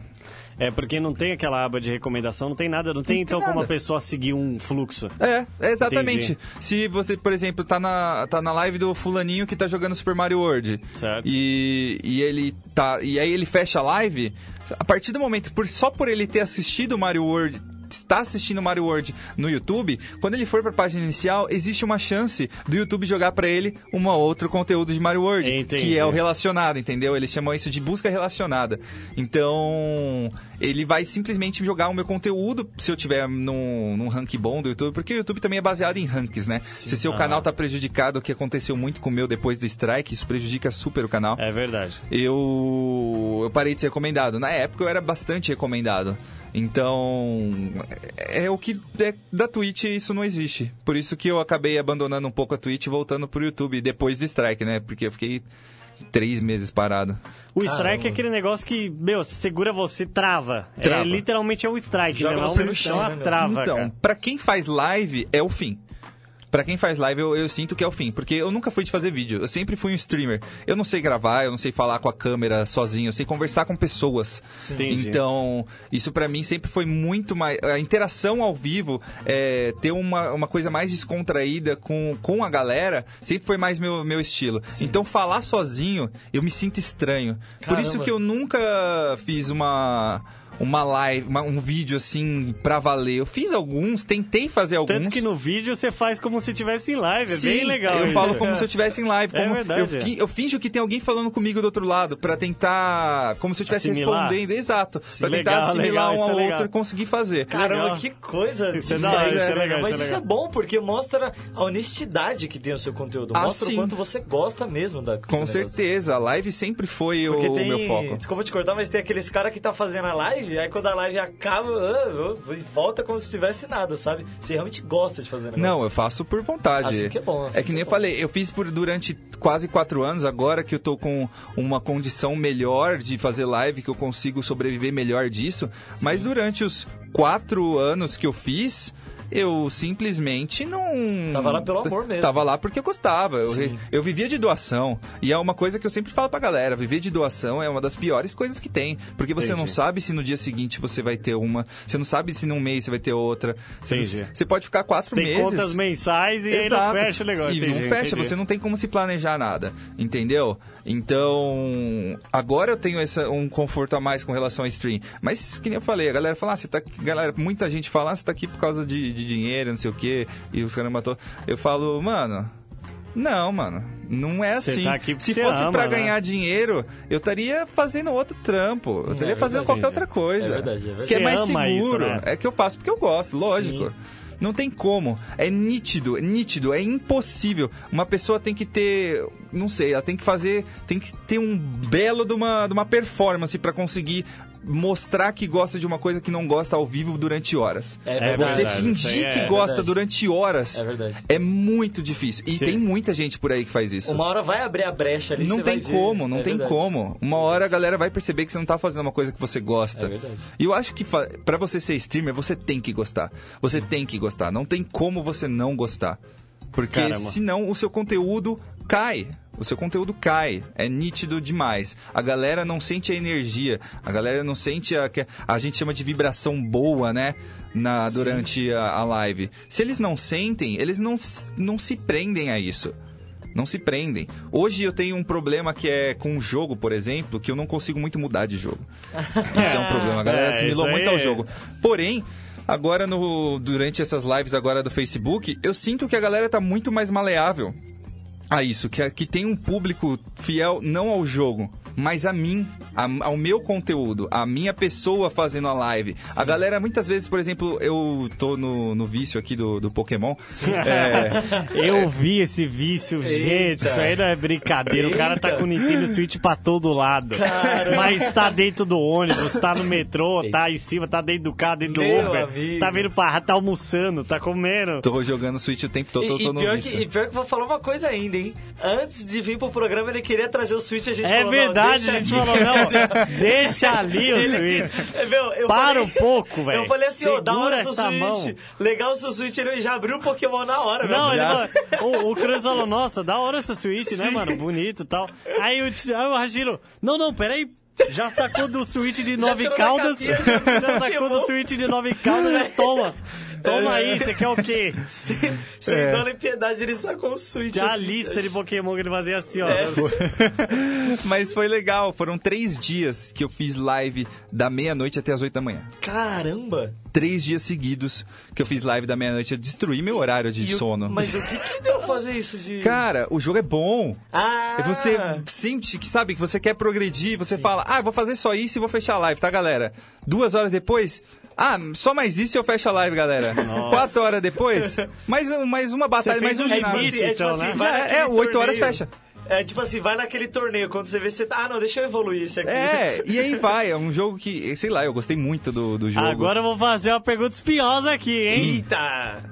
[SPEAKER 1] É porque não tem aquela aba de recomendação, não tem nada, não tem, então
[SPEAKER 3] nada.
[SPEAKER 1] como a pessoa seguir um fluxo.
[SPEAKER 3] É, é exatamente.
[SPEAKER 1] Entendi.
[SPEAKER 3] Se você, por exemplo, tá na, tá na live do fulaninho que tá jogando Super Mario World.
[SPEAKER 1] Certo.
[SPEAKER 3] E, e ele tá. E aí ele fecha a live. A partir do momento, por, só por ele ter assistido Mario World. Está assistindo Mario World no YouTube, quando ele for para a página inicial, existe uma chance do YouTube jogar para ele um outro conteúdo de Mario World,
[SPEAKER 1] Entendi.
[SPEAKER 3] que é o relacionado, entendeu? Eles chamam isso de busca relacionada. Então, ele vai simplesmente jogar o meu conteúdo se eu tiver num, num rank bom do YouTube, porque o YouTube também é baseado em ranks, né? se seu
[SPEAKER 1] Ah.
[SPEAKER 3] canal tá prejudicado, o que aconteceu muito com o meu depois do strike, isso prejudica super o canal.
[SPEAKER 1] É verdade.
[SPEAKER 3] Eu, eu parei de ser recomendado. Na época eu era bastante recomendado. Então, é é o que é da Twitch isso não existe. Por isso que eu acabei abandonando um pouco a Twitch e voltando pro YouTube depois do strike, né? Porque eu fiquei três meses parado.
[SPEAKER 1] O strike
[SPEAKER 2] Caramba.
[SPEAKER 1] é aquele negócio que, meu, segura você, trava. É,
[SPEAKER 3] Trava.
[SPEAKER 1] literalmente é um strike,
[SPEAKER 2] Joga
[SPEAKER 1] né? Não,
[SPEAKER 2] você no
[SPEAKER 1] não
[SPEAKER 2] chão,
[SPEAKER 1] é
[SPEAKER 2] né,
[SPEAKER 1] uma
[SPEAKER 2] meu?
[SPEAKER 1] trava,
[SPEAKER 3] Então,
[SPEAKER 1] cara.
[SPEAKER 3] pra quem faz live, é o fim. Pra quem faz live, eu, eu sinto que é o fim. Porque eu nunca fui de fazer vídeo. Eu sempre fui um streamer. Eu não sei gravar, eu não sei falar com a câmera sozinho. Eu sei conversar com pessoas.
[SPEAKER 1] Entendi.
[SPEAKER 3] Então, isso pra mim sempre foi muito mais... A interação ao vivo, é, ter uma, uma coisa mais descontraída com, com a galera, sempre foi mais meu, meu estilo. Então, falar sozinho, eu me sinto estranho. Por isso
[SPEAKER 2] Caramba.
[SPEAKER 3] que eu nunca fiz uma... Uma live, uma- um vídeo assim pra valer. Eu fiz alguns, tentei fazer alguns.
[SPEAKER 1] Tanto que no vídeo você faz como se estivesse em live, é
[SPEAKER 3] Sim,
[SPEAKER 1] bem legal
[SPEAKER 3] Eu
[SPEAKER 1] isso.
[SPEAKER 3] falo como se eu estivesse em live.
[SPEAKER 1] É
[SPEAKER 3] como-
[SPEAKER 1] verdade,
[SPEAKER 3] Eu, fi- eu finjo que tem alguém falando comigo do outro lado pra tentar. Como se eu estivesse
[SPEAKER 1] Assimilar?
[SPEAKER 3] respondendo. Exato. Pra tentar
[SPEAKER 1] legal,
[SPEAKER 3] assimilar
[SPEAKER 1] legal,
[SPEAKER 3] um
[SPEAKER 1] isso é
[SPEAKER 3] ao
[SPEAKER 1] legal.
[SPEAKER 3] outro e conseguir fazer.
[SPEAKER 2] Caramba,
[SPEAKER 1] legal.
[SPEAKER 2] que coisa.
[SPEAKER 1] Isso é da hora,
[SPEAKER 2] demais,
[SPEAKER 1] isso é
[SPEAKER 2] né?
[SPEAKER 1] legal,
[SPEAKER 2] Mas
[SPEAKER 1] isso
[SPEAKER 2] isso
[SPEAKER 1] é
[SPEAKER 2] é,
[SPEAKER 1] legal.
[SPEAKER 2] bom, porque mostra a honestidade que tem o seu conteúdo.
[SPEAKER 3] Ah,
[SPEAKER 2] Mostra
[SPEAKER 3] sim.
[SPEAKER 2] o quanto você gosta mesmo da do
[SPEAKER 3] Com
[SPEAKER 2] negócio.
[SPEAKER 3] certeza. A live sempre foi
[SPEAKER 2] Porque
[SPEAKER 3] o
[SPEAKER 2] tem,
[SPEAKER 3] meu foco.
[SPEAKER 2] desculpa te cortar, mas tem aqueles cara que tá fazendo a live, aí quando a live acaba, ah, e volta como se tivesse nada, sabe? Você realmente gosta de fazer negócio.
[SPEAKER 3] Não, eu faço por vontade.
[SPEAKER 2] Assim que é bom, assim
[SPEAKER 3] é que,
[SPEAKER 2] que
[SPEAKER 3] nem
[SPEAKER 2] é
[SPEAKER 3] eu
[SPEAKER 2] bom.
[SPEAKER 3] falei, eu fiz por durante quase quatro anos, agora que eu tô com uma condição melhor de fazer live, que eu consigo sobreviver melhor disso. Mas durante os quatro anos que eu fiz. Eu simplesmente não.
[SPEAKER 2] Tava lá pelo amor mesmo.
[SPEAKER 3] Tava lá porque eu gostava. Eu, re- eu vivia de doação. E é uma coisa que eu sempre falo pra galera: viver de doação é uma das piores coisas que tem. Porque você não
[SPEAKER 1] Entendi.
[SPEAKER 3] sabe se no dia seguinte você vai ter uma. Você não sabe se num mês você vai ter outra. Você,
[SPEAKER 1] Entendi.
[SPEAKER 3] você pode ficar quatro
[SPEAKER 1] Tem
[SPEAKER 3] meses.
[SPEAKER 1] contas mensais e aí não
[SPEAKER 3] Exato.
[SPEAKER 1] fecha o negócio.
[SPEAKER 3] E
[SPEAKER 1] entendi,
[SPEAKER 3] não fecha,
[SPEAKER 1] entendi.
[SPEAKER 3] você não tem como se planejar nada, entendeu? Então, agora eu tenho essa, um conforto a mais com relação a stream. Mas, que nem eu falei, a galera fala, ah, você tá aqui, galera, muita gente fala, ah, você tá aqui por causa de, de dinheiro, não sei o quê, e os caras matou. Eu falo, mano. Não, mano, não é
[SPEAKER 1] Você
[SPEAKER 3] assim.
[SPEAKER 1] tá aqui porque
[SPEAKER 3] Se
[SPEAKER 1] você
[SPEAKER 3] fosse
[SPEAKER 1] ama,
[SPEAKER 3] pra
[SPEAKER 1] né?
[SPEAKER 3] ganhar dinheiro, eu estaria fazendo outro trampo. Eu estaria fazendo qualquer outra coisa.
[SPEAKER 2] É verdade, é verdade.
[SPEAKER 3] Que é
[SPEAKER 1] Você
[SPEAKER 3] mais
[SPEAKER 1] ama
[SPEAKER 3] seguro.
[SPEAKER 1] isso, né?
[SPEAKER 3] É que eu faço porque eu gosto, lógico.
[SPEAKER 2] Sim.
[SPEAKER 3] Não tem como. É nítido, é nítido, é impossível. Uma pessoa tem que ter, não sei, ela tem que fazer, tem que ter um belo de uma, de uma performance pra conseguir mostrar que gosta de uma coisa que não gosta ao vivo durante horas.
[SPEAKER 2] É
[SPEAKER 3] Você
[SPEAKER 2] verdade,
[SPEAKER 1] isso aí
[SPEAKER 3] fingir
[SPEAKER 1] é
[SPEAKER 3] que gosta
[SPEAKER 2] verdade.
[SPEAKER 3] durante horas
[SPEAKER 2] É verdade.
[SPEAKER 3] é muito difícil. E
[SPEAKER 1] Sim.
[SPEAKER 3] tem muita gente por aí que faz isso.
[SPEAKER 2] Uma hora vai abrir a brecha ali,
[SPEAKER 3] Não
[SPEAKER 2] você
[SPEAKER 3] tem
[SPEAKER 2] vai ver.
[SPEAKER 3] como, não
[SPEAKER 2] É
[SPEAKER 3] tem
[SPEAKER 2] verdade.
[SPEAKER 3] como. Uma hora a galera vai perceber que você não tá fazendo uma coisa que você gosta.
[SPEAKER 2] É verdade.
[SPEAKER 3] E eu acho que fa- pra você ser streamer, você tem que gostar. Você tem que gostar. Não tem como você não gostar. Porque
[SPEAKER 1] Caramba.
[SPEAKER 3] senão o seu conteúdo cai. O seu conteúdo cai, é nítido demais. A galera não sente a energia, a galera não sente a que a gente chama de vibração boa, né? Na, durante a, a live. Se eles não sentem, eles não, s- não se prendem a isso. Não se prendem. Hoje eu tenho um problema que é com o jogo, por exemplo, que eu não consigo muito mudar de jogo. Isso é um problema. A galera
[SPEAKER 1] É,
[SPEAKER 3] assimilou
[SPEAKER 1] isso
[SPEAKER 3] muito ao
[SPEAKER 1] aí é.
[SPEAKER 3] jogo. Porém, agora no durante essas lives agora do Facebook, eu sinto que a galera tá muito mais maleável a isso, que, que tem um público fiel não ao jogo, mas a mim, a- ao meu conteúdo, a minha pessoa fazendo a live. A galera, muitas vezes, por exemplo, eu tô no, no vício aqui do, do Pokémon. É,
[SPEAKER 2] [LAUGHS]
[SPEAKER 1] Eu vi esse vício, gente.
[SPEAKER 2] Eita.
[SPEAKER 1] Isso aí não é brincadeira. O cara tá
[SPEAKER 2] Eita.
[SPEAKER 1] com o Nintendo Switch pra todo lado. Mas tá dentro do ônibus, tá no metrô, tá em cima, tá dentro do carro, dentro do
[SPEAKER 2] Meu
[SPEAKER 1] Uber.
[SPEAKER 2] amigo.
[SPEAKER 1] Tá vindo pra tá almoçando, tá comendo.
[SPEAKER 3] tô jogando Switch o tempo todo, tô,
[SPEAKER 2] E,
[SPEAKER 3] tô
[SPEAKER 2] e
[SPEAKER 3] no
[SPEAKER 2] pior que,
[SPEAKER 3] vício.
[SPEAKER 2] e pior que vou falar uma coisa ainda, hein? Antes de vir pro programa, ele queria trazer o Switch, a gente
[SPEAKER 1] É
[SPEAKER 2] falou, "Não,
[SPEAKER 1] verdade,
[SPEAKER 2] deixa
[SPEAKER 1] a gente
[SPEAKER 2] aqui." [LAUGHS]
[SPEAKER 1] falou, não, deixa ali o Switch.
[SPEAKER 2] É, meu, eu
[SPEAKER 1] Para
[SPEAKER 2] falei-
[SPEAKER 1] um pouco, velho.
[SPEAKER 2] [LAUGHS] Eu falei assim, ô, da hora seu
[SPEAKER 1] Segura
[SPEAKER 2] Switch.
[SPEAKER 1] essa
[SPEAKER 2] Legal o seu Switch, ele já abriu o Pokémon na hora, meu.
[SPEAKER 1] Não, ele
[SPEAKER 2] já.
[SPEAKER 1] falou, o, o Cruz falou, nossa, da hora essa Switch, né, mano? Bonito e tal. Aí o, Tsi- aí o Hajiro, não, não, peraí. Já sacou do Switch de nove
[SPEAKER 2] tirou da
[SPEAKER 1] caldas?
[SPEAKER 2] capinha,
[SPEAKER 1] [LAUGHS]
[SPEAKER 2] já-
[SPEAKER 1] já,
[SPEAKER 2] já
[SPEAKER 1] sacou do
[SPEAKER 2] queimou.
[SPEAKER 1] Switch de nove caldas, né? Toma. Toma
[SPEAKER 2] É.
[SPEAKER 1] aí, você quer o
[SPEAKER 2] [LAUGHS]
[SPEAKER 1] quê?
[SPEAKER 2] Sem, [LAUGHS] sem
[SPEAKER 3] É.
[SPEAKER 2] dó nem piedade, ele sacou o Switch.
[SPEAKER 1] Já a
[SPEAKER 2] assim,
[SPEAKER 1] lista de Pokémon que ele fazia assim, ó.
[SPEAKER 2] [LAUGHS] É,
[SPEAKER 3] Mas foi legal, foram três dias que eu fiz live da meia-noite até as oito da manhã.
[SPEAKER 2] Caramba!
[SPEAKER 3] Três dias seguidos que eu fiz live da meia-noite, eu destruí meu horário de
[SPEAKER 2] E o-
[SPEAKER 3] sono.
[SPEAKER 2] mas o que que deu fazer isso de...
[SPEAKER 3] Cara, o jogo é bom.
[SPEAKER 2] ah,
[SPEAKER 3] E Você sente que sabe que você quer progredir, você fala, ah, eu vou fazer só isso e vou fechar a live, tá, galera? Duas horas depois. Ah, só mais isso e eu fecho a live, galera. Quatro horas depois, mais, um- mais uma batalha, mais
[SPEAKER 1] fez
[SPEAKER 3] um
[SPEAKER 1] um
[SPEAKER 2] é tipo
[SPEAKER 1] limite,
[SPEAKER 3] ginásio.
[SPEAKER 2] assim, é tipo
[SPEAKER 1] então, né?
[SPEAKER 2] assim, vai
[SPEAKER 3] Já É,
[SPEAKER 2] naquele
[SPEAKER 3] é, oito horas
[SPEAKER 2] torneio.
[SPEAKER 3] fecha.
[SPEAKER 2] É tipo assim, vai naquele torneio, quando você vê, você tá... Ah, não, deixa eu evoluir isso aqui.
[SPEAKER 3] É, e aí vai, é um jogo que, sei lá, eu gostei muito do, do jogo.
[SPEAKER 1] Agora eu vou fazer uma pergunta espinhosa aqui, hein?
[SPEAKER 2] Eita!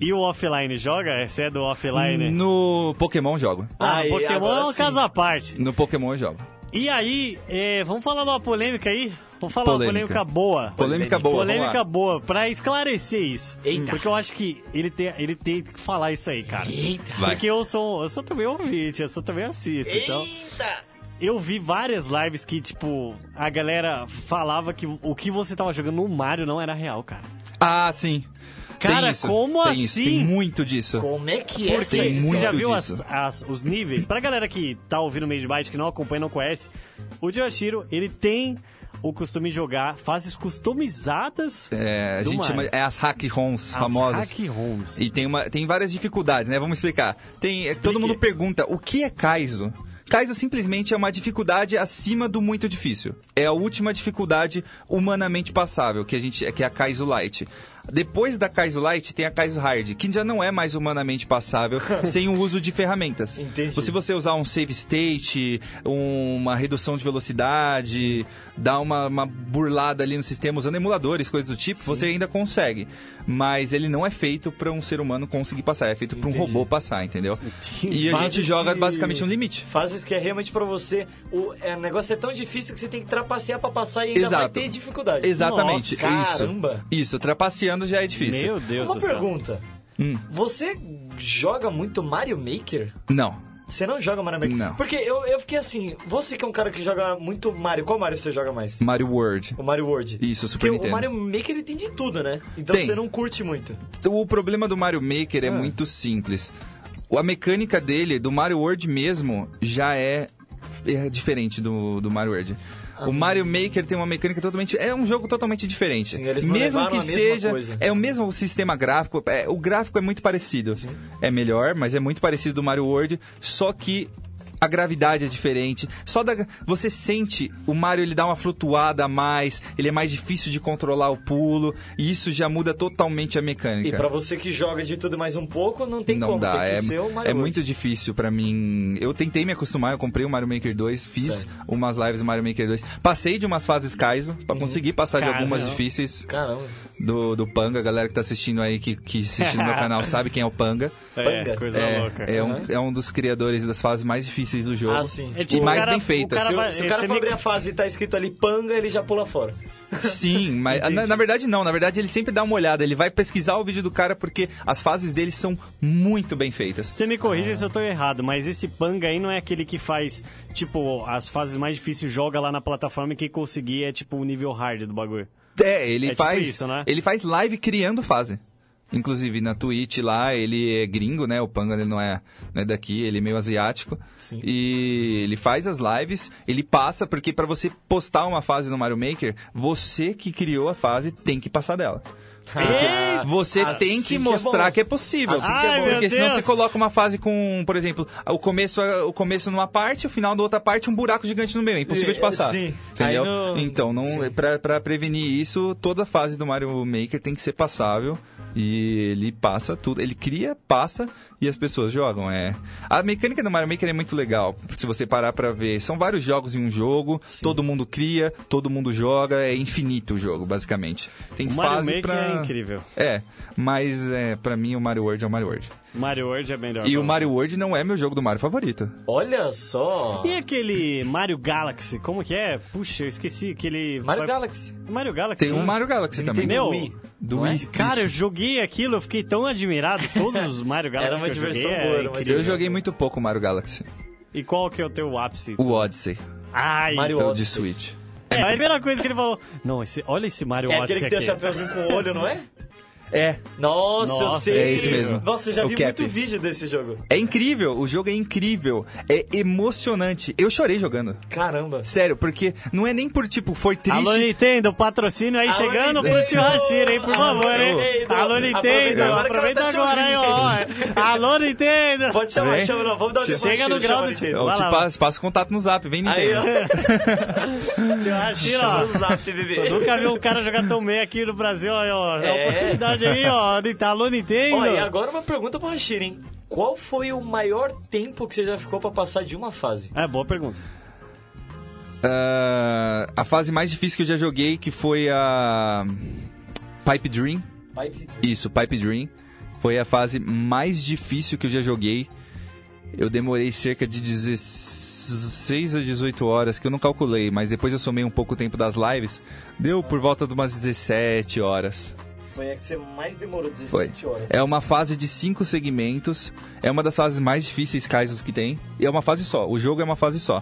[SPEAKER 1] E o offline joga? Você é do offline?
[SPEAKER 3] No Pokémon eu jogo.
[SPEAKER 2] Hum.
[SPEAKER 1] Ah,
[SPEAKER 2] Aí,
[SPEAKER 1] Pokémon
[SPEAKER 2] agora
[SPEAKER 1] é um
[SPEAKER 2] sim.
[SPEAKER 1] caso à parte.
[SPEAKER 3] No Pokémon eu jogo.
[SPEAKER 1] E aí, é, vamos falar de uma polêmica aí? Vamos falar de uma
[SPEAKER 3] Polêmica.
[SPEAKER 1] polêmica boa.
[SPEAKER 3] Polêmica boa, vamos
[SPEAKER 1] Polêmica
[SPEAKER 3] lá.
[SPEAKER 1] boa, pra esclarecer isso.
[SPEAKER 2] Eita.
[SPEAKER 1] Porque eu acho que ele tem, ele tem que falar isso aí, cara.
[SPEAKER 2] Eita!
[SPEAKER 3] Vai.
[SPEAKER 1] Porque eu sou, eu sou também ouvinte, eu sou também assisto, então...
[SPEAKER 2] Eita!
[SPEAKER 1] Eu vi várias lives que, tipo, a galera falava que o que você tava jogando no Mario não era real, cara.
[SPEAKER 3] Ah, sim.
[SPEAKER 1] Cara,
[SPEAKER 3] tem isso,
[SPEAKER 1] como
[SPEAKER 3] tem Isso, tem
[SPEAKER 1] assim?
[SPEAKER 3] muito disso.
[SPEAKER 2] Como é que é
[SPEAKER 1] Porque
[SPEAKER 3] Tem
[SPEAKER 1] você
[SPEAKER 3] muito
[SPEAKER 1] já viu as-
[SPEAKER 3] disso.
[SPEAKER 1] as- os níveis? Pra galera que tá ouvindo o Made Byte, que não acompanha, não conhece, o Yoshiro, ele tem o costume de jogar fases customizadas
[SPEAKER 3] É, a
[SPEAKER 1] do
[SPEAKER 3] gente
[SPEAKER 1] Mario.
[SPEAKER 3] chama, é as hack ROMs
[SPEAKER 1] As
[SPEAKER 3] famosas. É
[SPEAKER 1] hack ROMs.
[SPEAKER 3] E tem, uma, tem várias dificuldades, né? Vamos explicar. Tem, é, todo mundo pergunta, o que é Kaizo? Kaizo simplesmente é uma dificuldade acima do muito difícil. É a última dificuldade humanamente passável, que a gente que é a Kaizo Light. Depois da Kaizo Light tem a Kaizo Hard, que já não é mais humanamente passável sem o uso de ferramentas.
[SPEAKER 2] Entendi.
[SPEAKER 3] Se você usar um save state, uma redução de velocidade, dar uma, uma burlada ali no sistema usando emuladores, coisas do tipo, você ainda consegue. Mas ele não é feito pra um ser humano conseguir passar, é feito pra um robô passar, entendeu? E a gente
[SPEAKER 2] Fases
[SPEAKER 3] joga
[SPEAKER 2] que-
[SPEAKER 3] basicamente um limite.
[SPEAKER 2] Fases que é realmente pra você. O, é, o negócio é tão difícil que você tem que trapacear pra passar e ainda vai
[SPEAKER 3] Exato.
[SPEAKER 2] ter dificuldade.
[SPEAKER 3] Exatamente,
[SPEAKER 2] Nossa,
[SPEAKER 3] isso.
[SPEAKER 2] Caramba!
[SPEAKER 3] Isso, trapaceando já é difícil.
[SPEAKER 1] Meu Deus
[SPEAKER 2] Uma
[SPEAKER 1] do céu.
[SPEAKER 2] pergunta.
[SPEAKER 3] Hum.
[SPEAKER 2] Você joga muito Mario Maker?
[SPEAKER 3] Não.
[SPEAKER 2] Você não joga Mario Maker?
[SPEAKER 3] Não.
[SPEAKER 2] Porque eu, eu fiquei assim, você que é um cara que joga muito Mario, qual Mario você joga mais?
[SPEAKER 3] Mario World.
[SPEAKER 2] O Mario World.
[SPEAKER 3] Isso, Super
[SPEAKER 2] Porque o
[SPEAKER 3] Nintendo.
[SPEAKER 2] Mario Maker ele tem de tudo, né? Então
[SPEAKER 3] Tem.
[SPEAKER 2] você não curte muito.
[SPEAKER 3] Então, O problema do Mario Maker é
[SPEAKER 2] Ah.
[SPEAKER 3] muito simples. O- A mecânica dele, do Mario World mesmo, já é, é diferente do, do Mario World.
[SPEAKER 2] Ah.
[SPEAKER 3] O Mario Maker tem uma mecânica totalmente. É um jogo totalmente diferente.
[SPEAKER 2] Sim, eles não
[SPEAKER 3] Mesmo
[SPEAKER 2] levaram
[SPEAKER 3] que
[SPEAKER 2] a mesma
[SPEAKER 3] seja.
[SPEAKER 2] coisa.
[SPEAKER 3] É o mesmo sistema gráfico. é, o gráfico é muito parecido. É melhor, mas é muito parecido do Mario World. Só que a gravidade é diferente. Só da, você sente o Mario ele dá uma flutuada a mais. Ele é mais difícil de controlar o pulo. E isso já muda totalmente a mecânica.
[SPEAKER 2] E pra você que joga de tudo mais um pouco, não tem
[SPEAKER 3] não
[SPEAKER 2] como.
[SPEAKER 3] dá,
[SPEAKER 2] tem que
[SPEAKER 3] é,
[SPEAKER 2] ser o Mario
[SPEAKER 3] é
[SPEAKER 2] World.
[SPEAKER 3] muito difícil pra mim. Eu tentei me acostumar, eu comprei o Mario Maker 2, fiz
[SPEAKER 2] Certo.
[SPEAKER 3] umas lives do Mario Maker 2. Passei de umas fases Kaizo pra
[SPEAKER 2] Uhum.
[SPEAKER 3] conseguir passar de
[SPEAKER 1] Caramba.
[SPEAKER 3] algumas difíceis
[SPEAKER 2] Caramba.
[SPEAKER 3] do, do Panga. A galera que tá assistindo aí, que, que assiste no meu canal, sabe quem é o Panga.
[SPEAKER 1] É,
[SPEAKER 2] Panga.
[SPEAKER 1] coisa
[SPEAKER 3] é,
[SPEAKER 1] louca.
[SPEAKER 3] é um,
[SPEAKER 2] Uhum.
[SPEAKER 3] é um dos criadores das fases mais difíceis do jogo.
[SPEAKER 2] Ah, sim.
[SPEAKER 1] É
[SPEAKER 3] e
[SPEAKER 1] tipo,
[SPEAKER 3] mais
[SPEAKER 1] o cara-
[SPEAKER 3] bem
[SPEAKER 1] o
[SPEAKER 3] feitas.
[SPEAKER 1] cara
[SPEAKER 2] Se,
[SPEAKER 1] vai-
[SPEAKER 2] o- se o cara
[SPEAKER 1] você
[SPEAKER 2] for
[SPEAKER 1] me-
[SPEAKER 2] abrir a fase e tá escrito ali panga, ele já pula fora.
[SPEAKER 3] [LAUGHS] Sim, mas na, na verdade não. Na verdade ele sempre dá uma olhada. Ele vai pesquisar o vídeo do cara porque as fases dele são muito bem feitas.
[SPEAKER 1] Você me corrige
[SPEAKER 3] Ah.
[SPEAKER 1] se eu tô errado, mas esse panga aí não é aquele que faz, tipo, as fases mais difíceis, joga lá na plataforma e quem conseguir é, tipo, o nível hard do bagulho.
[SPEAKER 3] É, ele
[SPEAKER 1] É tipo
[SPEAKER 3] faz.
[SPEAKER 1] isso, né?
[SPEAKER 3] Ele faz live criando fase. Inclusive na Twitch lá, ele é gringo, né? O Panga ele não é, não é daqui, ele é meio asiático.
[SPEAKER 2] Sim.
[SPEAKER 3] E ele faz as lives, ele passa, porque pra você postar uma fase no Mario Maker, você que criou a fase tem que passar dela.
[SPEAKER 2] Ah,
[SPEAKER 3] Você
[SPEAKER 2] assim
[SPEAKER 3] tem
[SPEAKER 2] que
[SPEAKER 3] que
[SPEAKER 2] é
[SPEAKER 3] mostrar
[SPEAKER 2] bom.
[SPEAKER 3] que é possível.
[SPEAKER 2] Assim que
[SPEAKER 1] é Ai, bom. meu
[SPEAKER 3] porque senão
[SPEAKER 1] Deus.
[SPEAKER 3] você coloca uma fase com, por exemplo, o começo, o começo numa parte, o final na outra parte, um buraco gigante no meio. É impossível de passar.
[SPEAKER 2] Sim.
[SPEAKER 3] Entendeu?
[SPEAKER 2] Aí não-
[SPEAKER 3] Então, não, pra, pra prevenir isso, toda fase do Mario Maker tem que ser passável. E ele passa tudo, ele cria, passa e as pessoas jogam. É. A mecânica do Mario Maker é muito legal. Se você parar pra ver, são vários jogos em um jogo, todo mundo cria, todo mundo joga, é infinito o jogo, basicamente. Tem
[SPEAKER 1] O Mario
[SPEAKER 3] fase
[SPEAKER 1] Maker
[SPEAKER 3] pra...
[SPEAKER 1] é incrível.
[SPEAKER 3] É, mas é, pra mim o Mario World é o Mario World.
[SPEAKER 1] Mario World é melhor.
[SPEAKER 3] E
[SPEAKER 1] pra
[SPEAKER 3] o Mario World não é meu jogo do Mario favorito.
[SPEAKER 2] Olha só.
[SPEAKER 1] você. E aquele Mario Galaxy? Como que é? Puxa, eu esqueci aquele.
[SPEAKER 2] Mario
[SPEAKER 1] vai-
[SPEAKER 2] Galaxy.
[SPEAKER 1] Mario Galaxy.
[SPEAKER 3] Tem o Mario Galaxy também.
[SPEAKER 1] Meu,
[SPEAKER 2] Wii.
[SPEAKER 3] do
[SPEAKER 2] não é?
[SPEAKER 3] Wii.
[SPEAKER 1] Cara, eu joguei aquilo, eu fiquei tão admirado. Todos
[SPEAKER 2] [LAUGHS]
[SPEAKER 1] os Mario Galaxy
[SPEAKER 2] Era uma
[SPEAKER 1] que eu
[SPEAKER 2] diversão
[SPEAKER 1] joguei,
[SPEAKER 2] boa,
[SPEAKER 1] é
[SPEAKER 2] era uma
[SPEAKER 1] incrível.
[SPEAKER 3] Eu joguei muito pouco Mario Galaxy.
[SPEAKER 1] E qual que é o teu ápice?
[SPEAKER 3] O Odyssey,
[SPEAKER 1] Ai,
[SPEAKER 2] Mario
[SPEAKER 3] que é o de
[SPEAKER 2] Odyssey.
[SPEAKER 3] Switch.
[SPEAKER 1] é a primeira coisa que ele falou. Não, esse, olha esse Mario
[SPEAKER 2] É aquele
[SPEAKER 1] Odyssey
[SPEAKER 2] que tem o
[SPEAKER 1] aqui.
[SPEAKER 2] chapéuzinho com o olho, não
[SPEAKER 1] [LAUGHS]
[SPEAKER 2] é?
[SPEAKER 3] É,
[SPEAKER 2] Nossa, eu
[SPEAKER 1] Nossa,
[SPEAKER 2] sei.
[SPEAKER 1] é
[SPEAKER 3] esse mesmo.
[SPEAKER 2] Nossa, eu já
[SPEAKER 3] O
[SPEAKER 2] vi
[SPEAKER 3] Cap.
[SPEAKER 2] muito vídeo desse jogo.
[SPEAKER 3] é incrível, o jogo é incrível, é emocionante. Eu chorei jogando.
[SPEAKER 2] Caramba.
[SPEAKER 3] Sério, porque não é nem por tipo, foi triste.
[SPEAKER 1] Alô, Nintendo, patrocínio aí
[SPEAKER 2] Alô,
[SPEAKER 1] chegando pro
[SPEAKER 2] Nintendo!
[SPEAKER 1] tio Hashira, hein, por
[SPEAKER 2] Alô,
[SPEAKER 1] favor, hein?
[SPEAKER 2] Nintendo!
[SPEAKER 1] Alô, Nintendo,
[SPEAKER 2] Aproveita agora que
[SPEAKER 1] aproveita
[SPEAKER 2] ela tá te
[SPEAKER 1] agora, hein, ó. Alô, Nintendo!
[SPEAKER 2] Pode chamar,
[SPEAKER 3] Vem.
[SPEAKER 2] chama, não. Vamos dar uma de
[SPEAKER 1] Chega
[SPEAKER 2] Tiro,
[SPEAKER 1] no grau
[SPEAKER 2] chama
[SPEAKER 1] do
[SPEAKER 2] de
[SPEAKER 1] Tiro.
[SPEAKER 3] Eu
[SPEAKER 1] Vai
[SPEAKER 3] te
[SPEAKER 1] lá.
[SPEAKER 3] passo, passo tipo, contato no zap, vem
[SPEAKER 2] Aí,
[SPEAKER 3] Nintendo.
[SPEAKER 2] ó.
[SPEAKER 1] Tio Hashira,
[SPEAKER 2] Chama
[SPEAKER 1] ó.
[SPEAKER 2] no zap,
[SPEAKER 1] Eu
[SPEAKER 2] bebê.
[SPEAKER 1] nunca vi um cara jogar tão bem aqui no Brasil, ó, ó. É
[SPEAKER 2] É.
[SPEAKER 1] a oportunidade aí, ó. Nintendo, Alô, Nintendo!
[SPEAKER 2] Ó, e agora uma pergunta pro Hashira, hein? Qual foi o maior tempo que você já ficou pra passar de uma fase?
[SPEAKER 1] É, boa pergunta.
[SPEAKER 3] Ah, a fase mais difícil que eu já joguei, que foi a Pipe Dream.
[SPEAKER 2] Vai, Vitor.
[SPEAKER 3] Isso, Pipe Dream. Foi a fase mais difícil que eu já joguei. Eu demorei cerca de 16 a 18 horas, que eu não calculei, mas depois eu somei um pouco o tempo das lives. Deu por volta de umas 17 horas.
[SPEAKER 2] Foi a que você mais demorou,
[SPEAKER 3] Foi.
[SPEAKER 2] 17
[SPEAKER 3] É uma fase de cinco segmentos. É uma das fases mais difíceis Kaisers que tem. E é uma fase só. O jogo é uma fase só.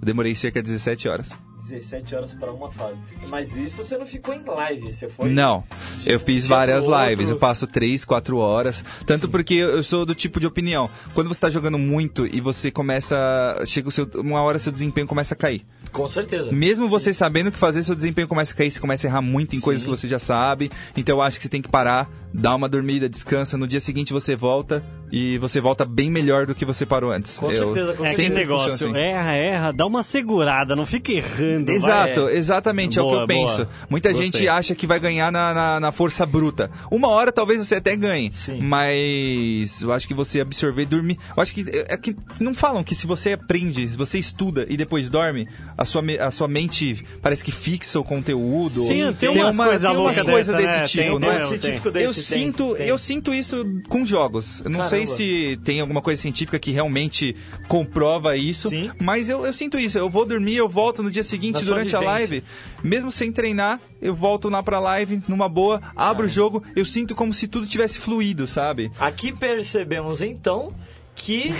[SPEAKER 3] Eu demorei cerca de 17 horas.
[SPEAKER 2] 17 horas para uma fase. Mas isso você não ficou em live, você foi.
[SPEAKER 3] Não, eu fiz várias
[SPEAKER 2] pro outro.
[SPEAKER 3] lives, eu faço três, quatro horas. Tanto porque eu sou do tipo de opinião. Quando você tá jogando muito e você começa. Chega o seu, uma hora seu desempenho começa a cair.
[SPEAKER 2] Com certeza.
[SPEAKER 3] Mesmo você sabendo o que fazer, seu desempenho começa a cair, você começa a errar muito em coisas que você já sabe. Então eu acho que você tem que parar, dar uma dormida, descansa. No dia seguinte você volta e você volta bem melhor do que você parou antes.
[SPEAKER 2] Com
[SPEAKER 3] Eu
[SPEAKER 2] certeza, com
[SPEAKER 1] É aquele
[SPEAKER 2] Sempre
[SPEAKER 1] negócio,
[SPEAKER 3] funciona assim.
[SPEAKER 1] erra, erra, dá uma segurada, não fica errando. vai.
[SPEAKER 3] Exato, exatamente, é
[SPEAKER 1] Boa,
[SPEAKER 3] o que eu
[SPEAKER 1] boa.
[SPEAKER 3] penso. Muita
[SPEAKER 1] Gostei.
[SPEAKER 3] gente acha que vai ganhar na, na, na força bruta. Uma hora talvez você até ganhe.
[SPEAKER 2] Sim.
[SPEAKER 3] Mas eu acho que você absorver, dormir. Eu acho que. É que não falam que se você aprende, se você estuda e depois dorme, a sua, me- a sua mente parece que fixa o conteúdo.
[SPEAKER 1] Sim, tem umas coisa
[SPEAKER 3] tem umas
[SPEAKER 1] louca
[SPEAKER 3] coisas
[SPEAKER 1] dessa, né?
[SPEAKER 3] desse
[SPEAKER 1] Tem,
[SPEAKER 3] tipo,
[SPEAKER 1] tem
[SPEAKER 3] não é?
[SPEAKER 1] mesmo.
[SPEAKER 2] científico
[SPEAKER 3] Eu
[SPEAKER 2] desse, tem,
[SPEAKER 3] sinto,
[SPEAKER 2] tem.
[SPEAKER 3] eu sinto isso com jogos. Eu não sei
[SPEAKER 2] Caramba.
[SPEAKER 3] se tem alguma coisa científica que realmente comprova isso,
[SPEAKER 2] Sim.
[SPEAKER 3] mas eu, eu sinto isso. Eu vou dormir, eu volto no dia
[SPEAKER 2] Na
[SPEAKER 3] seguinte
[SPEAKER 2] sua
[SPEAKER 3] durante a
[SPEAKER 2] vivência.
[SPEAKER 3] live, mesmo sem treinar, eu volto lá pra live numa boa, abro o jogo, eu sinto como se tudo tivesse fluído, sabe?
[SPEAKER 2] Aqui percebemos então
[SPEAKER 3] [LAUGHS]
[SPEAKER 2] que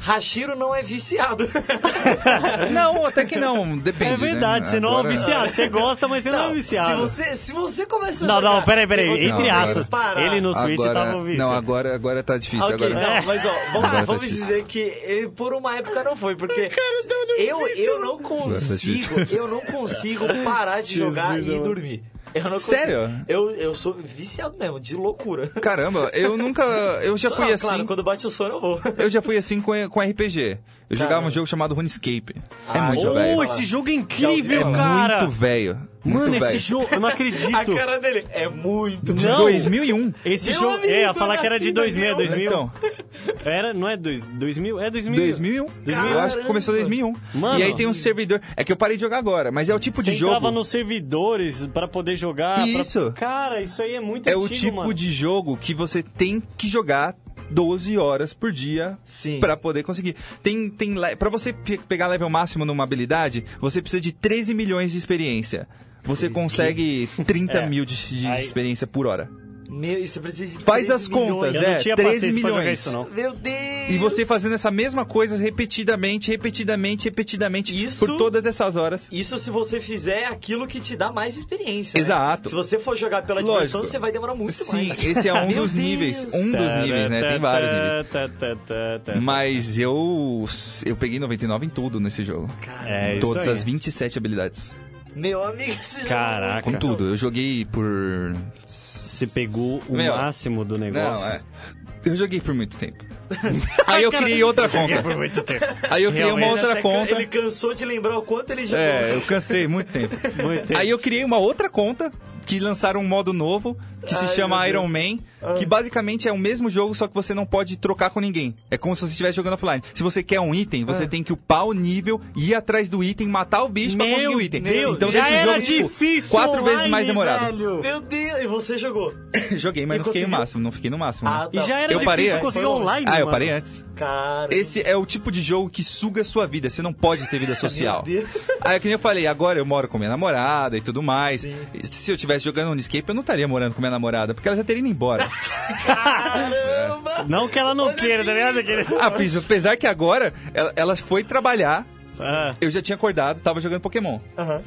[SPEAKER 2] Hashiro não é viciado.
[SPEAKER 3] não, até que
[SPEAKER 1] [LAUGHS]
[SPEAKER 3] não, depende.
[SPEAKER 1] É verdade,
[SPEAKER 3] né?
[SPEAKER 1] você não é um
[SPEAKER 3] Agora-
[SPEAKER 1] viciado. Você gosta, mas você não, é um viciado.
[SPEAKER 2] Se você, se você começa a
[SPEAKER 1] Não,
[SPEAKER 2] jogar,
[SPEAKER 1] não, peraí, peraí.
[SPEAKER 2] e você
[SPEAKER 1] Entre
[SPEAKER 3] Não,
[SPEAKER 1] aspas,
[SPEAKER 2] parar-
[SPEAKER 1] ele no Switch
[SPEAKER 3] agora,
[SPEAKER 1] tava um É. vício.
[SPEAKER 3] Não, agora, agora tá difícil.
[SPEAKER 2] Ok,
[SPEAKER 3] agora...
[SPEAKER 2] não, mas ó, vamos,
[SPEAKER 3] Agora tá
[SPEAKER 2] vamos
[SPEAKER 3] difícil.
[SPEAKER 2] dizer que eh, por uma época não foi, porque
[SPEAKER 1] tá
[SPEAKER 2] eu, eu não consigo,
[SPEAKER 3] tá difícil.
[SPEAKER 2] eu não consigo parar de jogar e
[SPEAKER 1] Jesus, mano.
[SPEAKER 2] dormir. Eu não consigo.
[SPEAKER 3] Sério?
[SPEAKER 2] Eu, eu sou viciado mesmo, de loucura.
[SPEAKER 3] Caramba, eu nunca. Eu
[SPEAKER 1] [LAUGHS]
[SPEAKER 3] já
[SPEAKER 2] Só-
[SPEAKER 3] fui
[SPEAKER 2] ah,
[SPEAKER 3] assim.
[SPEAKER 2] Claro, quando bate o sono eu vou.
[SPEAKER 3] Eu já fui assim com, com RPG. Eu jogava
[SPEAKER 2] Caramba.
[SPEAKER 3] um jogo chamado RuneScape. é
[SPEAKER 2] Ah,
[SPEAKER 3] muito
[SPEAKER 2] ô,
[SPEAKER 3] velho.
[SPEAKER 1] Oh,
[SPEAKER 2] velho.
[SPEAKER 1] esse jogo é
[SPEAKER 3] É
[SPEAKER 1] incrível,
[SPEAKER 2] meu
[SPEAKER 1] cara.
[SPEAKER 3] muito velho. Muito
[SPEAKER 1] Mano,
[SPEAKER 3] velho.
[SPEAKER 1] esse jogo, eu não
[SPEAKER 2] A
[SPEAKER 1] acredito.
[SPEAKER 2] cara dele é muito.
[SPEAKER 3] De
[SPEAKER 1] Não.
[SPEAKER 3] 2001.
[SPEAKER 1] Esse
[SPEAKER 2] Meu
[SPEAKER 1] jogo,
[SPEAKER 2] amigo, assim,
[SPEAKER 1] é, ia
[SPEAKER 2] eu
[SPEAKER 1] falar que era
[SPEAKER 2] nasci
[SPEAKER 1] de
[SPEAKER 2] em
[SPEAKER 1] 2000, 2000.
[SPEAKER 2] 2000.
[SPEAKER 3] Então,
[SPEAKER 1] Era, não é dois- 2000, é 2000.
[SPEAKER 3] 2001. Eu acho que começou em 2001.
[SPEAKER 1] Mano.
[SPEAKER 3] E aí tem um servidor. É que eu parei de jogar agora, mas é o tipo
[SPEAKER 1] Você
[SPEAKER 3] de
[SPEAKER 1] entrava
[SPEAKER 3] jogo.
[SPEAKER 1] nos servidores pra poder jogar. pra-
[SPEAKER 3] Isso.
[SPEAKER 1] Cara, isso aí é muito
[SPEAKER 3] É o
[SPEAKER 1] antigo,
[SPEAKER 3] tipo
[SPEAKER 1] mano.
[SPEAKER 3] de jogo que você tem que jogar 12 horas por dia
[SPEAKER 2] Sim.
[SPEAKER 3] pra poder conseguir. Tem, tem le- pra você pe- pegar level máximo numa habilidade, você precisa de 13 milhões de experiência. Você consegue 30
[SPEAKER 1] É.
[SPEAKER 3] mil de- de
[SPEAKER 1] Aí-
[SPEAKER 3] experiência por hora.
[SPEAKER 2] Meu, isso precisa de
[SPEAKER 3] Faz
[SPEAKER 2] 13
[SPEAKER 3] as contas,
[SPEAKER 1] Eu
[SPEAKER 2] milhões.
[SPEAKER 1] não
[SPEAKER 3] é,
[SPEAKER 1] tinha
[SPEAKER 3] 13
[SPEAKER 1] paciência pra jogar
[SPEAKER 3] milhões.
[SPEAKER 1] isso, não.
[SPEAKER 2] Meu Deus.
[SPEAKER 3] E você fazendo essa mesma coisa repetidamente, repetidamente, repetidamente
[SPEAKER 2] Isso-
[SPEAKER 3] por todas essas horas.
[SPEAKER 2] Isso se você fizer aquilo que te dá mais experiência. né?
[SPEAKER 3] Exato.
[SPEAKER 2] Se você for jogar pela
[SPEAKER 3] Lógico.
[SPEAKER 2] diversão, você vai demorar muito
[SPEAKER 3] Sim,
[SPEAKER 2] mais.
[SPEAKER 3] esse é um
[SPEAKER 2] [LAUGHS] Meu
[SPEAKER 3] dos
[SPEAKER 2] Deus.
[SPEAKER 3] níveis, um dos níveis, né? Tem vários níveis.
[SPEAKER 1] Tá, níveis.
[SPEAKER 3] Mas eu eu peguei 99 em tudo nesse jogo.
[SPEAKER 1] É, isso
[SPEAKER 3] Todas
[SPEAKER 1] aí.
[SPEAKER 3] as 27 habilidades.
[SPEAKER 2] Meu amigo, esse jogo-
[SPEAKER 1] Caraca.
[SPEAKER 3] Com tudo. Eu joguei por
[SPEAKER 1] você pegou o
[SPEAKER 3] Meu.
[SPEAKER 1] máximo do negócio. [LAUGHS]
[SPEAKER 3] Não, é. Eu joguei por muito tempo. Aí eu criei outra
[SPEAKER 1] Fiquei
[SPEAKER 3] conta.
[SPEAKER 1] por muito tempo.
[SPEAKER 3] Aí eu criei uma
[SPEAKER 1] Realmente,
[SPEAKER 3] outra
[SPEAKER 2] Até que
[SPEAKER 3] conta.
[SPEAKER 2] Ele cansou de lembrar o quanto ele jogou.
[SPEAKER 3] É, eu cansei muito tempo.
[SPEAKER 1] Muito tempo.
[SPEAKER 3] Aí eu criei uma outra conta que lançaram um modo novo que se
[SPEAKER 2] Ai,
[SPEAKER 3] chama
[SPEAKER 2] meu
[SPEAKER 3] Iron Man,
[SPEAKER 1] Ah.
[SPEAKER 3] que basicamente é o mesmo jogo, só que você não pode trocar com ninguém. É como se você estivesse jogando offline. Se você quer um item,
[SPEAKER 1] Ah.
[SPEAKER 3] você tem que upar o nível, ir atrás do item, matar o bicho pra
[SPEAKER 1] Meu
[SPEAKER 3] conseguir o item.
[SPEAKER 1] Deus,
[SPEAKER 3] então
[SPEAKER 1] já
[SPEAKER 3] deixa o
[SPEAKER 1] era
[SPEAKER 3] jogo tipo,
[SPEAKER 1] difícil
[SPEAKER 3] quatro vezes
[SPEAKER 1] online,
[SPEAKER 3] mais demorado.
[SPEAKER 1] velho.
[SPEAKER 2] Meu Deus, e você jogou.
[SPEAKER 3] [LAUGHS] Joguei, mas
[SPEAKER 2] E
[SPEAKER 3] não fiquei no
[SPEAKER 2] conseguiu?
[SPEAKER 3] máximo, não fiquei no máximo.
[SPEAKER 2] Ah,
[SPEAKER 3] né?
[SPEAKER 1] E já era
[SPEAKER 3] Eu
[SPEAKER 1] difícil
[SPEAKER 3] parei antes.
[SPEAKER 1] conseguir
[SPEAKER 2] Foi longe.
[SPEAKER 1] online,
[SPEAKER 3] Ah, eu
[SPEAKER 1] mano.
[SPEAKER 3] parei antes.
[SPEAKER 2] Cara.
[SPEAKER 3] Esse é o tipo de jogo que suga a sua vida. Você não pode
[SPEAKER 1] [LAUGHS]
[SPEAKER 3] ter vida social.
[SPEAKER 2] Meu Deus.
[SPEAKER 3] Aí, que nem eu falei, agora eu moro com minha namorada e tudo mais. Se eu tivesse jogando Uniscape, eu não estaria morando com minha namorada, porque ela já teria ido embora.
[SPEAKER 2] Caramba!
[SPEAKER 1] É. Não que ela não queira, tá ligado? Querido?
[SPEAKER 3] Ah, pois, apesar que agora ela, ela foi trabalhar,
[SPEAKER 1] Ah.
[SPEAKER 3] eu já tinha acordado, tava jogando Pokémon.
[SPEAKER 2] Aham.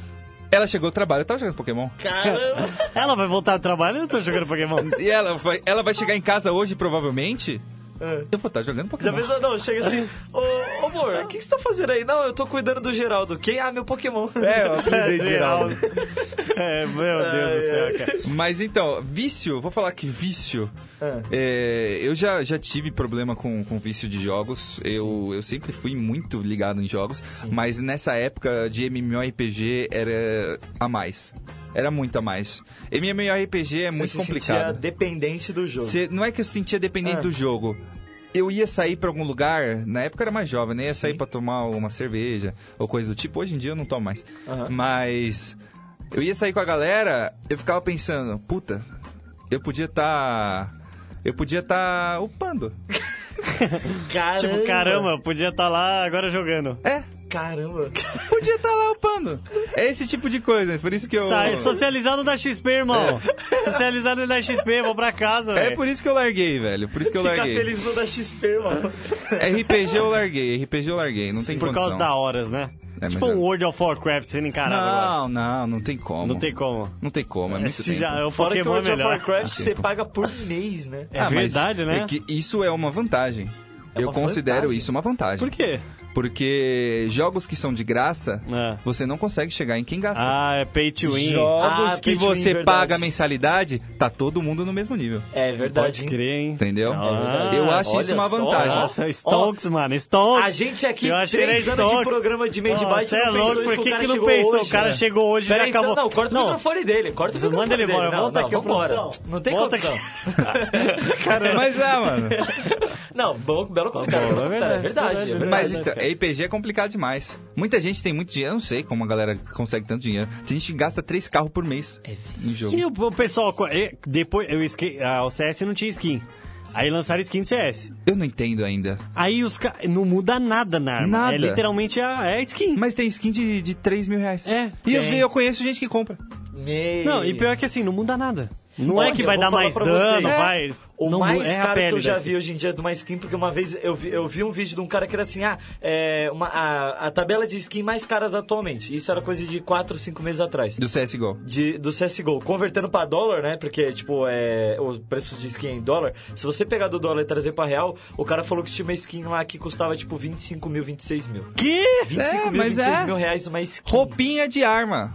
[SPEAKER 3] Ela chegou ao trabalho, eu tava jogando Pokémon.
[SPEAKER 2] Caramba!
[SPEAKER 1] [LAUGHS] Ela vai voltar ao trabalho? Eu tô jogando Pokémon.
[SPEAKER 3] [LAUGHS] E ela vai, ela vai chegar em casa hoje, provavelmente.
[SPEAKER 2] Ah.
[SPEAKER 3] Eu vou estar jogando
[SPEAKER 2] Já
[SPEAKER 3] Pokémon.
[SPEAKER 2] pensou, não, chega assim, ô, ô amor,
[SPEAKER 1] É.
[SPEAKER 2] o que, que você tá fazendo aí? Não, eu tô cuidando do Geraldo. Quem? Ah, meu Pokémon.
[SPEAKER 3] É, eu apelidei de Geraldo.
[SPEAKER 1] É, meu Deus do céu, cara. Tipo,
[SPEAKER 3] Mas então, vício, vou falar que vício.
[SPEAKER 2] Ah.
[SPEAKER 3] É, eu já, já tive problema com, com vício de jogos. Eu, eu sempre fui muito ligado em jogos, mas nessa época de MMORPG era a mais. Era muito a mais. MMORPG é
[SPEAKER 2] [LAUGHS] Você
[SPEAKER 3] muito
[SPEAKER 2] se sentia
[SPEAKER 3] complicado.
[SPEAKER 2] dependente do jogo.
[SPEAKER 3] Você- não é que eu sentia dependente
[SPEAKER 2] Ah.
[SPEAKER 3] do jogo. Eu ia sair pra algum lugar, na época eu era mais jovem, né? Ia sair pra tomar uma cerveja ou coisa do tipo. Hoje em dia eu não tomo mais.
[SPEAKER 2] Aham.
[SPEAKER 3] Mas eu ia sair com a galera, eu ficava pensando, puta, eu podia estar. Eu podia estar upando.
[SPEAKER 2] Caramba!
[SPEAKER 1] Tipo, caramba, eu podia estar lá agora jogando.
[SPEAKER 3] É,
[SPEAKER 2] Caramba!
[SPEAKER 3] podia estar lá upando. É esse tipo de coisa, por isso que eu.
[SPEAKER 1] Sai, socializar não dá XP, irmão. Socializar não dá XP, vou pra casa,
[SPEAKER 3] É
[SPEAKER 1] velho.
[SPEAKER 3] por isso que eu larguei, velho. Por isso que eu
[SPEAKER 2] Ficar
[SPEAKER 3] larguei.
[SPEAKER 2] feliz não dá XP, mano.
[SPEAKER 1] É.
[SPEAKER 3] RPG eu larguei, RPG eu larguei, não tem
[SPEAKER 1] Por
[SPEAKER 3] condição.
[SPEAKER 1] causa da horas, né?
[SPEAKER 3] É,
[SPEAKER 1] tipo
[SPEAKER 3] mas
[SPEAKER 1] um
[SPEAKER 3] é-
[SPEAKER 1] World of Warcraft sendo encarado agora.
[SPEAKER 3] Não, não, não tem como.
[SPEAKER 1] Não tem como.
[SPEAKER 3] Não tem como, é muito
[SPEAKER 1] Esse
[SPEAKER 3] tempo.
[SPEAKER 1] já, o
[SPEAKER 2] Fora que o
[SPEAKER 1] Pokémon é
[SPEAKER 2] World of
[SPEAKER 1] melhor. tipo,
[SPEAKER 2] Warcraft
[SPEAKER 3] Assim,
[SPEAKER 2] você
[SPEAKER 3] pô.
[SPEAKER 2] paga por mês, né?
[SPEAKER 1] É
[SPEAKER 3] Ah, mas
[SPEAKER 1] verdade, né?
[SPEAKER 3] é que isso é uma vantagem.
[SPEAKER 2] É
[SPEAKER 3] eu
[SPEAKER 2] uma
[SPEAKER 3] considero
[SPEAKER 2] vantagem.
[SPEAKER 3] isso uma vantagem.
[SPEAKER 1] Por quê?
[SPEAKER 3] Porque jogos que são de graça,
[SPEAKER 1] É.
[SPEAKER 3] você não consegue chegar em quem gasta.
[SPEAKER 1] Ah, é pay to win.
[SPEAKER 3] Jogos
[SPEAKER 2] Ah,
[SPEAKER 3] que
[SPEAKER 2] pay to win,
[SPEAKER 3] você
[SPEAKER 2] verdade.
[SPEAKER 3] paga a mensalidade, tá todo mundo no mesmo nível.
[SPEAKER 2] É
[SPEAKER 1] Pode
[SPEAKER 2] verdade. hein?
[SPEAKER 1] crer, hein?
[SPEAKER 3] Entendeu?
[SPEAKER 1] Ah,
[SPEAKER 3] eu acho isso
[SPEAKER 2] olha
[SPEAKER 3] uma
[SPEAKER 2] só.
[SPEAKER 3] vantagem.
[SPEAKER 1] Nossa, Stonks, mano, Stonks.
[SPEAKER 2] A gente aqui,
[SPEAKER 1] Eu achei
[SPEAKER 2] três
[SPEAKER 1] era
[SPEAKER 2] anos de
[SPEAKER 1] Stonks.
[SPEAKER 2] programa de Made
[SPEAKER 1] Nossa,
[SPEAKER 2] Byte,
[SPEAKER 1] é
[SPEAKER 2] não pensou
[SPEAKER 1] louco,
[SPEAKER 2] isso
[SPEAKER 1] por
[SPEAKER 2] que o
[SPEAKER 1] que,
[SPEAKER 2] cara
[SPEAKER 1] que não
[SPEAKER 2] chegou
[SPEAKER 1] pensou?
[SPEAKER 2] hoje,
[SPEAKER 1] o cara
[SPEAKER 2] né?
[SPEAKER 1] chegou hoje e já
[SPEAKER 2] Pera aí, então,
[SPEAKER 1] acabou.
[SPEAKER 2] não, corta o microfone dele. Corta o microfone
[SPEAKER 1] Manda ele
[SPEAKER 2] dele.
[SPEAKER 1] embora,
[SPEAKER 2] não,
[SPEAKER 1] volta
[SPEAKER 2] não,
[SPEAKER 1] aqui, ô,
[SPEAKER 2] vambora.
[SPEAKER 1] produção.
[SPEAKER 2] Não tem
[SPEAKER 1] Volta
[SPEAKER 2] condição.
[SPEAKER 3] Mas é,
[SPEAKER 1] [LAUGHS]
[SPEAKER 3] mano.
[SPEAKER 2] Não, bom, belo comentário.
[SPEAKER 1] Bom, é verdade,
[SPEAKER 2] é verdade.
[SPEAKER 1] verdade,
[SPEAKER 2] é verdade.
[SPEAKER 3] Mas
[SPEAKER 1] né,
[SPEAKER 3] então,
[SPEAKER 1] cara?
[SPEAKER 3] RPG é complicado demais. Muita gente tem muito dinheiro. Eu não sei como a galera consegue tanto dinheiro. Tem gente que gasta três carros por mês
[SPEAKER 1] É
[SPEAKER 3] em jogo.
[SPEAKER 1] E o o pessoal, co- e- depois, eu esque- ah, o CS não tinha skin. Aí lançaram skin de CS.
[SPEAKER 3] Eu não entendo ainda.
[SPEAKER 1] Aí os ca... não muda nada na arma.
[SPEAKER 3] Nada.
[SPEAKER 1] É literalmente a, é a skin.
[SPEAKER 3] Mas tem skin de, de 3 mil reais.
[SPEAKER 1] É,
[SPEAKER 3] E eu,
[SPEAKER 1] tem.
[SPEAKER 3] vi- eu conheço gente que compra.
[SPEAKER 2] Meu-
[SPEAKER 1] então, Não, e pior que assim, não muda nada. Não
[SPEAKER 2] Olha,
[SPEAKER 1] é que
[SPEAKER 2] eu
[SPEAKER 1] vai
[SPEAKER 2] vou
[SPEAKER 1] dar
[SPEAKER 2] falar
[SPEAKER 1] mais
[SPEAKER 2] pra
[SPEAKER 1] dano,
[SPEAKER 2] vocês. É
[SPEAKER 1] vai.
[SPEAKER 2] O
[SPEAKER 1] não,
[SPEAKER 2] mais
[SPEAKER 1] é a
[SPEAKER 2] caro
[SPEAKER 1] pele
[SPEAKER 2] que eu já
[SPEAKER 1] da skin.
[SPEAKER 2] vi hoje em dia de uma skin, porque uma vez eu vi, eu vi um vídeo de um cara que era assim, ah, é uma, a, a tabela de skin mais caras atualmente. Isso era coisa de 4, 5 meses atrás.
[SPEAKER 3] Do CSGO.
[SPEAKER 2] de, do CSGO, convertendo pra dólar, né? Porque, tipo, é, o preço de skin é em dólar. Se você pegar do dólar e trazer pra real, o cara falou que tinha uma skin lá que custava, tipo, 25 mil, 26 mil.
[SPEAKER 1] Que?
[SPEAKER 2] 25 mil,
[SPEAKER 3] mas
[SPEAKER 2] 26
[SPEAKER 3] é.
[SPEAKER 2] mil reais uma skin.
[SPEAKER 3] Roupinha de [LAUGHS] arma.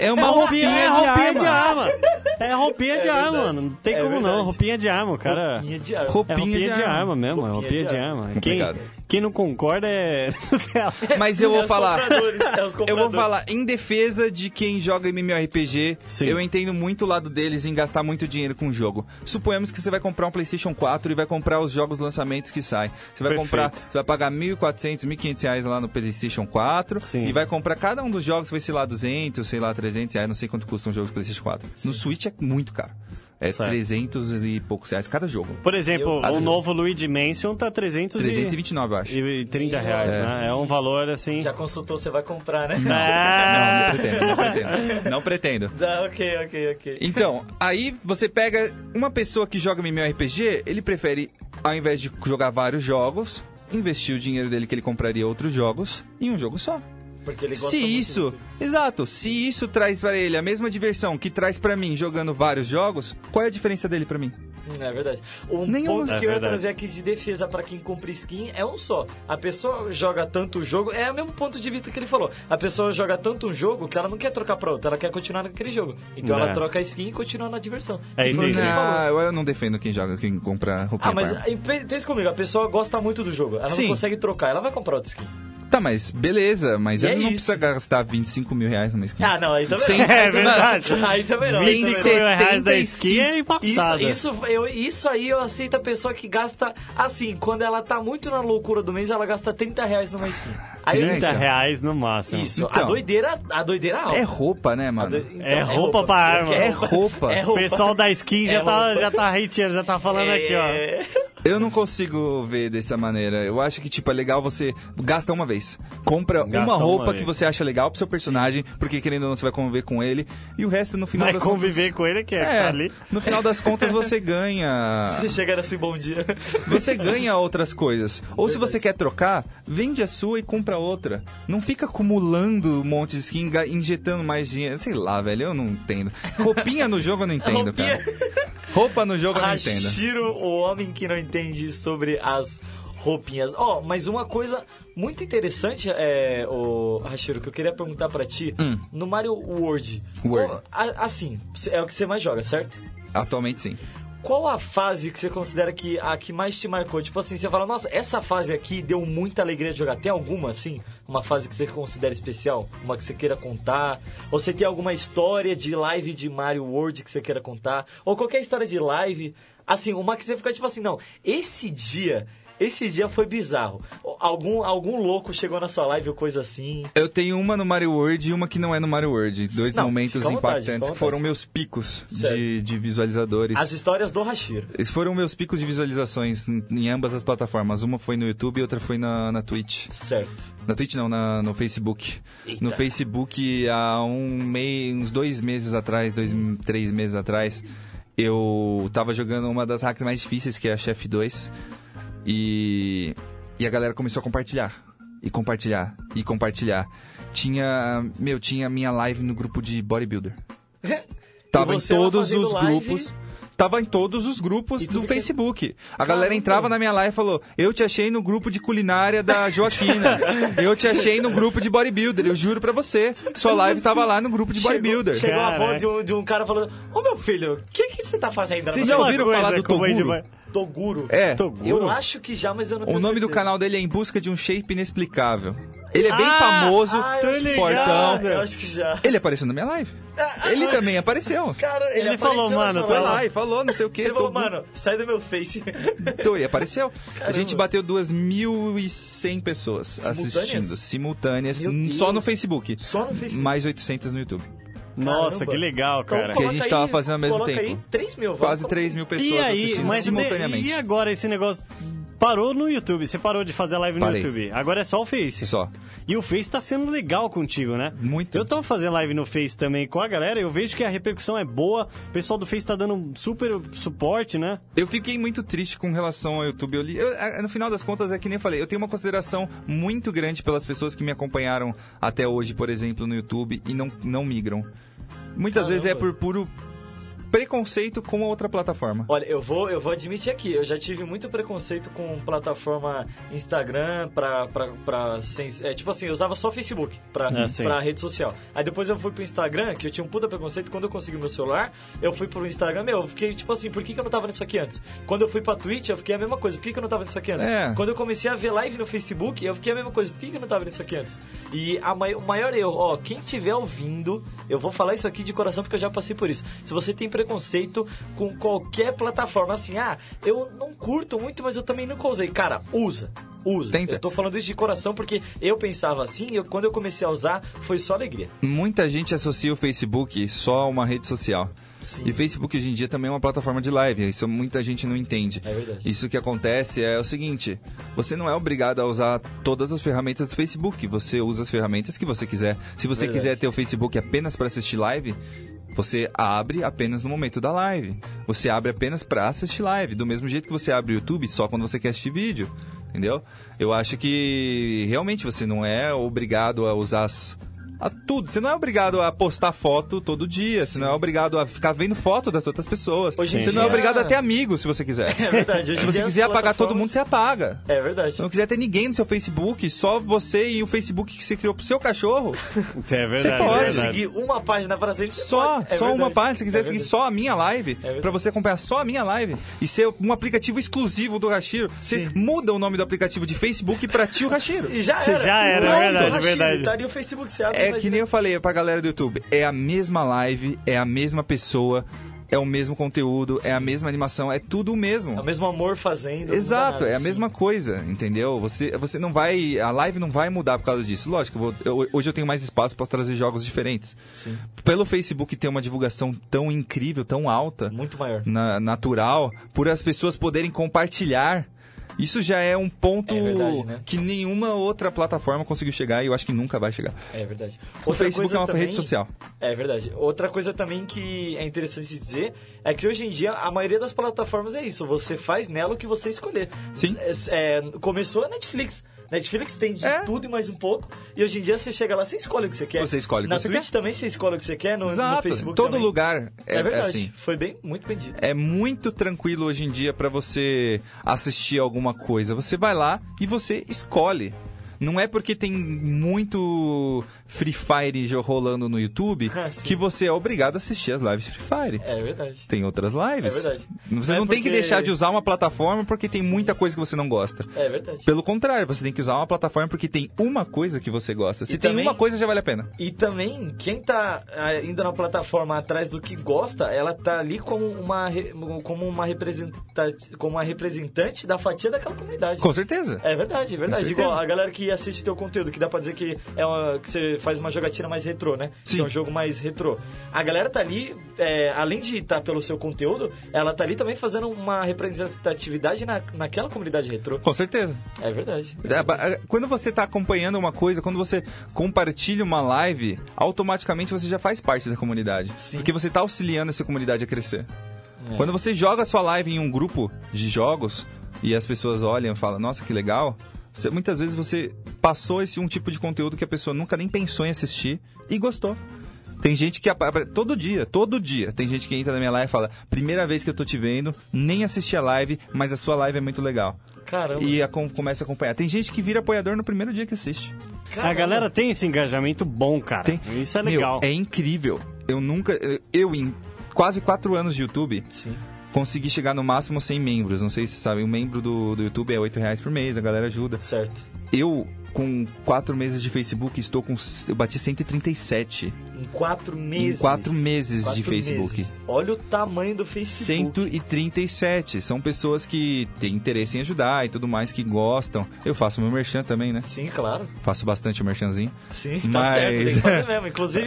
[SPEAKER 3] é uma
[SPEAKER 1] É roupinha,
[SPEAKER 3] roupinha,
[SPEAKER 1] é roupinha
[SPEAKER 3] de,
[SPEAKER 1] de
[SPEAKER 3] arma.
[SPEAKER 1] arma. É roupinha de arma,
[SPEAKER 2] verdade.
[SPEAKER 1] mano. Não tem
[SPEAKER 2] É
[SPEAKER 1] como não.
[SPEAKER 2] verdade.
[SPEAKER 1] Roupinha de arma, o cara.
[SPEAKER 2] Roupinha de arma.
[SPEAKER 1] É roupinha, de, arma, mesmo, é roupinha de arma. Quem,
[SPEAKER 3] Complicado.
[SPEAKER 1] quem não concorda é. [LAUGHS]
[SPEAKER 3] Mas eu
[SPEAKER 2] É
[SPEAKER 3] vou
[SPEAKER 2] os
[SPEAKER 3] falar.
[SPEAKER 2] compradores, é
[SPEAKER 3] [LAUGHS]
[SPEAKER 2] os
[SPEAKER 3] Eu vou
[SPEAKER 2] compradores.
[SPEAKER 3] falar em defesa de quem joga MMORPG.
[SPEAKER 1] Sim.
[SPEAKER 3] Eu entendo muito o lado deles em gastar muito dinheiro com o jogo. Suponhamos que você vai comprar um PlayStation 4 e vai comprar os jogos lançamentos que saem. Você vai
[SPEAKER 1] Perfeito.
[SPEAKER 3] comprar, você vai pagar 1.400, 1.500 reais lá no PlayStation 4
[SPEAKER 1] Sim.
[SPEAKER 3] e vai comprar cada um dos jogos vai ser lá 200, sei lá 300 reais, não sei quanto custa um jogo do PlayStation 4. No Switch é muito caro. É
[SPEAKER 1] Certo.
[SPEAKER 3] 300 e poucos reais cada jogo.
[SPEAKER 1] Por exemplo,
[SPEAKER 3] Eu-
[SPEAKER 1] o novo Luigi Mansion tá 300 e...
[SPEAKER 3] 329, eu acho.
[SPEAKER 1] e 30 reais,
[SPEAKER 3] É.
[SPEAKER 1] né? É um valor assim.
[SPEAKER 2] Já consultou, você vai comprar, né?
[SPEAKER 1] Ah,
[SPEAKER 3] Não, não pretendo, não pretendo. Não pretendo.
[SPEAKER 2] [LAUGHS] Dá, ok, ok, ok.
[SPEAKER 3] Então, aí você pega uma pessoa que joga MMORPG, ele prefere, ao invés de jogar vários jogos, investir o dinheiro dele que ele compraria outros jogos em um jogo só.
[SPEAKER 2] Porque ele gosta
[SPEAKER 3] Se
[SPEAKER 2] muito
[SPEAKER 3] isso,
[SPEAKER 2] do-
[SPEAKER 3] exato, se isso traz pra ele a mesma diversão que traz pra mim jogando vários jogos, qual é a diferença dele pra mim?
[SPEAKER 2] Hum, É verdade. Um
[SPEAKER 3] Nenhuma.
[SPEAKER 2] ponto
[SPEAKER 1] É
[SPEAKER 2] que eu ia
[SPEAKER 1] verdade.
[SPEAKER 2] trazer aqui de defesa pra quem compra skin é um só. A pessoa joga tanto o jogo, é o mesmo ponto de vista que ele falou. A pessoa joga tanto um jogo que ela não quer trocar pra outro, ela quer continuar naquele jogo. Então
[SPEAKER 1] É.
[SPEAKER 2] ela troca a skin e continua na diversão.
[SPEAKER 1] É,
[SPEAKER 2] Foi o que
[SPEAKER 1] entendi.
[SPEAKER 2] ele falou.
[SPEAKER 3] Ah, eu não defendo quem joga, quem compra roupinha
[SPEAKER 2] Ah, mas
[SPEAKER 3] pra arma.
[SPEAKER 2] aí, pe- pensa comigo, a pessoa gosta muito do jogo, ela
[SPEAKER 3] Sim.
[SPEAKER 2] não consegue trocar, ela vai comprar outra skin.
[SPEAKER 3] Tá, mas beleza, mas
[SPEAKER 2] E
[SPEAKER 3] ele
[SPEAKER 2] é
[SPEAKER 3] não
[SPEAKER 2] isso.
[SPEAKER 3] precisa gastar 25 mil reais numa skin.
[SPEAKER 2] Ah, não, aí também
[SPEAKER 3] Sim,
[SPEAKER 2] não.
[SPEAKER 1] é verdade.
[SPEAKER 2] Aí também não. aí
[SPEAKER 1] 25
[SPEAKER 2] também não.
[SPEAKER 1] mil reais da skin é
[SPEAKER 2] Isso,
[SPEAKER 1] embaçada.
[SPEAKER 2] isso, eu, isso aí eu aceito a pessoa que gasta assim, quando ela tá muito na loucura do mês, ela gasta 30 reais numa skin. Aí
[SPEAKER 1] 30
[SPEAKER 3] então.
[SPEAKER 1] reais no máximo.
[SPEAKER 2] É, Isso, a
[SPEAKER 3] Então.
[SPEAKER 2] doideira, a doideira alta.
[SPEAKER 3] É roupa, né,
[SPEAKER 2] A
[SPEAKER 3] mano?
[SPEAKER 2] doi- então,
[SPEAKER 1] É roupa pra arma.
[SPEAKER 2] porque
[SPEAKER 3] É roupa.
[SPEAKER 2] É
[SPEAKER 1] O
[SPEAKER 2] roupa.
[SPEAKER 1] pessoal da skin já,
[SPEAKER 2] É
[SPEAKER 1] tá,
[SPEAKER 2] roupa.
[SPEAKER 1] já tá hateando, já tá falando aqui, ó.
[SPEAKER 2] É. [LAUGHS]
[SPEAKER 3] Eu não consigo ver dessa maneira. Eu acho que, tipo, é legal você gasta uma vez. Compra
[SPEAKER 1] Gasta
[SPEAKER 3] uma roupa
[SPEAKER 1] uma
[SPEAKER 3] que
[SPEAKER 1] vez.
[SPEAKER 3] você acha legal pro seu personagem, porque querendo ou não, você vai conviver com ele. E o resto, no final
[SPEAKER 1] Vai
[SPEAKER 3] das
[SPEAKER 1] conviver com ele que é,
[SPEAKER 3] contas...
[SPEAKER 1] tá
[SPEAKER 3] É,
[SPEAKER 1] ali.
[SPEAKER 3] no final das contas você
[SPEAKER 1] [LAUGHS]
[SPEAKER 3] ganha.
[SPEAKER 2] Chegar assim, bom dia.
[SPEAKER 3] Você ganha outras coisas. Ou se você quer trocar, vende a sua e compra outra. Não fica acumulando um monte de skin, ga- injetando mais dinheiro. Sei lá, velho, eu não entendo. Roupinha no jogo eu não
[SPEAKER 1] [LAUGHS]
[SPEAKER 3] entendo, cara. Roupa no jogo [LAUGHS] eu não entendo.
[SPEAKER 2] Hashiro, o homem que não entende sobre as roupinhas. Ó, mas uma coisa muito interessante é o Hashiro que eu queria perguntar pra ti, no Mario World.
[SPEAKER 3] Hum. World.
[SPEAKER 2] qual- a- assim, é o que você mais joga, certo?
[SPEAKER 3] Atualmente sim.
[SPEAKER 2] Qual a fase que você considera que a que mais te marcou? Tipo assim, você fala, nossa, essa fase aqui deu muita alegria de jogar. Tem alguma, assim? Uma fase que você considera especial? Uma que você queira contar? Ou você tem alguma história de live de Mario World que você queira contar? Ou qualquer história de live? Assim, uma que você fica tipo assim, não, esse dia, esse dia foi bizarro. Algum, algum louco chegou na sua live ou coisa assim.
[SPEAKER 3] Eu tenho uma no Mario World e uma que não é no Mario World. Dois
[SPEAKER 2] Não,
[SPEAKER 3] momentos
[SPEAKER 2] fica à vontade,
[SPEAKER 3] impactantes
[SPEAKER 2] fica à
[SPEAKER 3] que foram meus picos de,
[SPEAKER 2] Certo.
[SPEAKER 3] de visualizadores.
[SPEAKER 2] As histórias do Hashiro.
[SPEAKER 3] Esses Foram meus picos de visualizações em- em ambas as plataformas. Uma foi no YouTube e outra foi na, na Twitch.
[SPEAKER 2] Certo.
[SPEAKER 3] Na Twitch não, na- no Facebook.
[SPEAKER 2] Eita.
[SPEAKER 3] No Facebook, há um mei, uns dois meses atrás, dois, três meses atrás, eu tava jogando uma das hacks mais difíceis, que é a Chef 2. E, e a galera começou a compartilhar. E compartilhar. E compartilhar. Tinha. Meu, tinha minha live no grupo de
[SPEAKER 2] [LAUGHS]
[SPEAKER 3] bodybuilder. Tava
[SPEAKER 2] E
[SPEAKER 3] em
[SPEAKER 2] você lá
[SPEAKER 3] todos
[SPEAKER 2] fazendo
[SPEAKER 3] os
[SPEAKER 2] live?
[SPEAKER 3] grupos. Tava em todos os grupos
[SPEAKER 2] E
[SPEAKER 3] do
[SPEAKER 2] tudo que-
[SPEAKER 3] Facebook. A
[SPEAKER 2] Caramba.
[SPEAKER 3] galera entrava na minha live e falou: Eu te achei no grupo de culinária da
[SPEAKER 2] [LAUGHS]
[SPEAKER 3] Joaquina. eu te achei no grupo de bodybuilder. Eu juro pra você. Sua live tava lá no grupo de bodybuilder.
[SPEAKER 2] Chegou a avó
[SPEAKER 1] Caraca.
[SPEAKER 2] de um, de um cara falando: Ô meu filho, o que, que você tá fazendo?
[SPEAKER 3] Vocês já
[SPEAKER 1] Uma
[SPEAKER 3] ouviram
[SPEAKER 1] coisa
[SPEAKER 3] falar do
[SPEAKER 1] como é de-
[SPEAKER 3] Toguro?
[SPEAKER 2] Toguro.
[SPEAKER 3] É.
[SPEAKER 1] Toguro?
[SPEAKER 2] Eu acho que já, mas eu não
[SPEAKER 3] O
[SPEAKER 2] tenho
[SPEAKER 3] nome do
[SPEAKER 2] certeza.
[SPEAKER 3] canal dele é Em Busca de um Shape Inexplicável. Ele é bem
[SPEAKER 1] Ah,
[SPEAKER 3] famoso,
[SPEAKER 2] ah, eu
[SPEAKER 1] tô
[SPEAKER 3] portão.
[SPEAKER 1] ligado.
[SPEAKER 2] Eu acho que já.
[SPEAKER 3] Ele apareceu na minha live.
[SPEAKER 2] Ah,
[SPEAKER 3] É, Ele também apareceu.
[SPEAKER 2] Cara, ele,
[SPEAKER 1] Ele falou,
[SPEAKER 2] apareceu na
[SPEAKER 1] mano,
[SPEAKER 2] sua
[SPEAKER 3] Foi
[SPEAKER 1] tá
[SPEAKER 2] live.
[SPEAKER 3] lá e falou, não sei o que.
[SPEAKER 2] Ele falou, mano, sai do meu face.
[SPEAKER 3] Então, e apareceu. A gente
[SPEAKER 2] Caramba.
[SPEAKER 3] bateu 2.100 pessoas
[SPEAKER 2] Simultâneas?
[SPEAKER 3] assistindo, simultâneas,
[SPEAKER 2] Meu
[SPEAKER 3] n- só
[SPEAKER 2] Deus.
[SPEAKER 3] no Facebook.
[SPEAKER 2] Só no Facebook.
[SPEAKER 3] Mais 800 no YouTube.
[SPEAKER 1] Nossa,
[SPEAKER 2] Caramba.
[SPEAKER 1] que legal,
[SPEAKER 2] Então,
[SPEAKER 1] cara.
[SPEAKER 3] Que a
[SPEAKER 2] coloca
[SPEAKER 3] gente tava
[SPEAKER 2] aí-
[SPEAKER 3] fazendo ao mesmo
[SPEAKER 2] coloca
[SPEAKER 3] tempo.
[SPEAKER 2] Aí 3 mil,
[SPEAKER 3] Quase 3 mil pessoas
[SPEAKER 1] E aí,
[SPEAKER 3] assistindo
[SPEAKER 1] mas de-
[SPEAKER 3] simultaneamente.
[SPEAKER 1] e agora esse negócio parou no YouTube? Você parou de fazer live no
[SPEAKER 3] Parei.
[SPEAKER 1] YouTube. Agora é só o Face.
[SPEAKER 3] Só.
[SPEAKER 1] E o Face tá sendo legal contigo, né?
[SPEAKER 3] Muito.
[SPEAKER 1] Eu tava fazendo live no Face também com a galera, eu vejo que a repercussão é boa. O pessoal do Face tá dando um super suporte, né?
[SPEAKER 3] Eu fiquei muito triste com relação ao YouTube. Eu li- eu- a- no final das contas, é que nem eu falei, eu tenho uma consideração muito grande pelas pessoas que me acompanharam até hoje, por exemplo, no YouTube e não, não migram. Muitas
[SPEAKER 2] Caramba.
[SPEAKER 3] vezes é por puro preconceito com a outra plataforma.
[SPEAKER 2] Olha, eu vou, eu vou admitir aqui, eu já tive muito preconceito com plataforma Instagram pra. pra, pra sem- é, tipo assim, eu usava só Facebook pra,
[SPEAKER 3] Ah,
[SPEAKER 1] É, sim.
[SPEAKER 2] pra rede social. Aí depois eu fui pro Instagram, que eu tinha um puta preconceito. Quando eu consegui meu celular, eu fui pro Instagram, meu, eu fiquei tipo assim, por que, que eu não tava nisso aqui antes? Quando eu fui pra Twitch, eu fiquei a mesma coisa, por que, que eu não tava nisso aqui antes?
[SPEAKER 3] É.
[SPEAKER 2] Quando eu comecei a ver live no Facebook, eu fiquei a mesma coisa, por que, que eu não tava nisso aqui antes? E a mai- o maior erro, ó, quem estiver ouvindo, eu vou falar isso aqui de coração porque eu já passei por isso. Se você tem preconceito com qualquer plataforma, assim, ah, eu não curto muito, mas eu também nunca usei. Cara, usa. Usa.
[SPEAKER 3] Tenta.
[SPEAKER 2] Eu tô falando isso de coração porque eu pensava assim e eu- quando eu comecei a usar foi só alegria.
[SPEAKER 3] Muita gente associa o Facebook só a uma rede social.
[SPEAKER 2] Sim.
[SPEAKER 3] E Facebook hoje em dia também é uma plataforma de live, isso muita gente não entende.
[SPEAKER 2] É verdade.
[SPEAKER 3] Isso que acontece é o seguinte: você não é obrigado a usar todas as ferramentas do Facebook, você usa as ferramentas que você quiser. Se você
[SPEAKER 2] Verdade.
[SPEAKER 3] quiser ter o Facebook apenas para assistir live, você abre apenas no momento da live. Você abre apenas para assistir live, do mesmo jeito que você abre o YouTube só quando você quer assistir vídeo. entendeu? Eu acho que realmente você não é obrigado a usar as- a tudo. Você não é obrigado a postar foto todo dia. Você não é obrigado a ficar vendo foto das outras pessoas.
[SPEAKER 2] Hoje em
[SPEAKER 3] você não é
[SPEAKER 2] dia-
[SPEAKER 3] obrigado a ter amigos se você quiser.
[SPEAKER 2] É verdade. hoje
[SPEAKER 3] se
[SPEAKER 2] em
[SPEAKER 3] você
[SPEAKER 2] dia as
[SPEAKER 3] quiser apagar todo
[SPEAKER 2] plataformas-
[SPEAKER 3] mundo, você apaga.
[SPEAKER 2] É
[SPEAKER 3] Se
[SPEAKER 2] verdade.
[SPEAKER 3] não quiser ter ninguém no seu Facebook, só você e o Facebook que você criou pro seu
[SPEAKER 2] [LAUGHS]
[SPEAKER 3] cachorro,
[SPEAKER 1] É verdade.
[SPEAKER 3] pode
[SPEAKER 1] é
[SPEAKER 2] Quiser
[SPEAKER 1] verdade.
[SPEAKER 2] seguir uma página pra sempre. você
[SPEAKER 3] só,
[SPEAKER 2] pode. É
[SPEAKER 3] só uma
[SPEAKER 2] verdade.
[SPEAKER 3] página. Se quiser
[SPEAKER 2] É
[SPEAKER 3] seguir
[SPEAKER 2] verdade. É
[SPEAKER 3] só a minha live,
[SPEAKER 2] verdade.
[SPEAKER 3] pra você acompanhar só a minha live e ser um aplicativo exclusivo do Rashiro, você muda o nome do aplicativo de Facebook pra tio Rashiro.
[SPEAKER 2] E já
[SPEAKER 1] Você
[SPEAKER 2] era.
[SPEAKER 1] já era, é
[SPEAKER 2] Pronto,
[SPEAKER 1] verdade, é
[SPEAKER 2] Rashid,
[SPEAKER 1] verdade.
[SPEAKER 2] Estaria o Facebook, você abre,
[SPEAKER 3] É
[SPEAKER 2] [LAUGHS] imagina.
[SPEAKER 3] que nem eu falei pra galera do YouTube, é a mesma live, é a mesma pessoa, é o mesmo conteúdo, é a mesma animação, é tudo o
[SPEAKER 2] É o
[SPEAKER 3] mesmo.
[SPEAKER 2] mesmo amor fazendo. assim.
[SPEAKER 3] Exato, é a
[SPEAKER 2] mesma
[SPEAKER 3] mesma coisa, entendeu? Você, você não vai. A live não vai mudar por causa disso. Lógico, eu vou- eu- hoje eu tenho mais espaço pra trazer jogos diferentes.
[SPEAKER 2] Sim.
[SPEAKER 3] Pelo Facebook ter uma divulgação tão incrível, tão alta,
[SPEAKER 2] Muito maior.
[SPEAKER 3] na- natural, por as pessoas poderem compartilhar. Isso já é um ponto
[SPEAKER 2] É verdade, né?
[SPEAKER 3] que nenhuma outra plataforma conseguiu chegar e eu acho que nunca vai chegar.
[SPEAKER 2] É verdade.
[SPEAKER 3] O Facebook é uma rede social.
[SPEAKER 2] É verdade. Outra coisa também que é interessante dizer é que hoje em dia a maioria das plataformas é isso. Você faz nela o que você escolher.
[SPEAKER 3] Sim.
[SPEAKER 2] É, é, começou a Netflix. Netflix tem de
[SPEAKER 3] É.
[SPEAKER 2] tudo e mais um pouco. E hoje em dia você chega lá, você escolhe o que você quer.
[SPEAKER 3] Você escolhe o que
[SPEAKER 2] Na
[SPEAKER 3] você
[SPEAKER 2] Twitch também você escolhe o que você quer. No, no
[SPEAKER 3] Exato.
[SPEAKER 2] Facebook
[SPEAKER 3] Todo
[SPEAKER 2] também.
[SPEAKER 3] lugar é,
[SPEAKER 2] É,
[SPEAKER 3] é
[SPEAKER 2] verdade.
[SPEAKER 3] assim.
[SPEAKER 2] Foi bem, muito bem dito.
[SPEAKER 3] É muito tranquilo hoje em dia pra você assistir alguma coisa. Você vai lá e você escolhe. Não é porque tem muito Free Fire jo- rolando no YouTube
[SPEAKER 2] [LAUGHS] Ah, sim.
[SPEAKER 3] que você é obrigado a assistir as lives Free Fire.
[SPEAKER 2] É verdade.
[SPEAKER 3] Tem outras lives.
[SPEAKER 2] É verdade.
[SPEAKER 3] Você
[SPEAKER 2] É
[SPEAKER 3] não tem que
[SPEAKER 2] porque-
[SPEAKER 3] deixar de usar uma plataforma porque tem muita coisa que você não gosta.
[SPEAKER 2] É verdade.
[SPEAKER 3] Pelo contrário, você tem que usar uma plataforma porque tem uma coisa que você gosta. Se
[SPEAKER 2] E
[SPEAKER 3] tem
[SPEAKER 2] também-
[SPEAKER 3] uma coisa, já vale a pena.
[SPEAKER 2] E também, quem tá ainda na plataforma atrás do que gosta, ela tá ali como uma, re- como uma, representante, como uma representante da fatia daquela comunidade.
[SPEAKER 3] Com certeza.
[SPEAKER 2] É verdade, é verdade.
[SPEAKER 3] Com
[SPEAKER 2] Igual
[SPEAKER 3] certeza.
[SPEAKER 2] a galera que assiste teu conteúdo, que dá pra dizer que, é uma- que você faz uma jogatina mais retrô, né?
[SPEAKER 3] Sim.
[SPEAKER 2] Que é um jogo mais retrô. A galera tá ali, é, além de estar pelo seu conteúdo, ela tá ali também fazendo uma representatividade na, naquela comunidade retrô.
[SPEAKER 3] Com certeza.
[SPEAKER 2] É verdade.
[SPEAKER 3] É, ba- é, Quando você tá acompanhando uma coisa, quando você compartilha uma live, automaticamente você já faz parte da comunidade.
[SPEAKER 2] Sim.
[SPEAKER 3] Porque você tá auxiliando essa comunidade a crescer. Quando você joga a sua live em um grupo de jogos e as pessoas olham e falam, nossa, que legal. Você, muitas vezes você passou esse um tipo de conteúdo que a pessoa nunca nem pensou em assistir e gostou. Tem gente que apa- apare- todo dia, todo dia, tem gente que entra na minha live e fala: "Primeira vez que eu tô te vendo, nem assisti a live, mas a sua live é muito legal".
[SPEAKER 2] Caramba.
[SPEAKER 3] E a com- começa a acompanhar. Tem gente que vira apoiador no primeiro dia que assiste.
[SPEAKER 1] A galera tem esse engajamento bom, cara.
[SPEAKER 3] Tem-
[SPEAKER 2] Ah,
[SPEAKER 1] Isso é
[SPEAKER 3] Meu,
[SPEAKER 1] legal.
[SPEAKER 3] é incrível. Eu nunca. eu- Eu, em quase 4 anos de YouTube,
[SPEAKER 2] Sim.
[SPEAKER 3] consegui chegar no máximo 100 membros. Não sei se vocês sabem, um membro do, do YouTube é 8 reais por mês, a galera ajuda.
[SPEAKER 2] Certo.
[SPEAKER 3] Eu, com 4 meses de Facebook, estou com. Eu bati 137.
[SPEAKER 2] Em quatro meses.
[SPEAKER 3] Em 4 meses
[SPEAKER 2] Quatro
[SPEAKER 3] de Facebook.
[SPEAKER 2] meses. Olha o tamanho do Facebook.
[SPEAKER 3] 137. São pessoas que têm interesse em ajudar e tudo mais, que gostam. Eu faço meu merchan também, né?
[SPEAKER 2] Sim, claro.
[SPEAKER 3] Faço bastante o merchanzinho.
[SPEAKER 2] Sim, tá
[SPEAKER 3] Mas-
[SPEAKER 2] certo. Tem que fazer mesmo. Inclusive,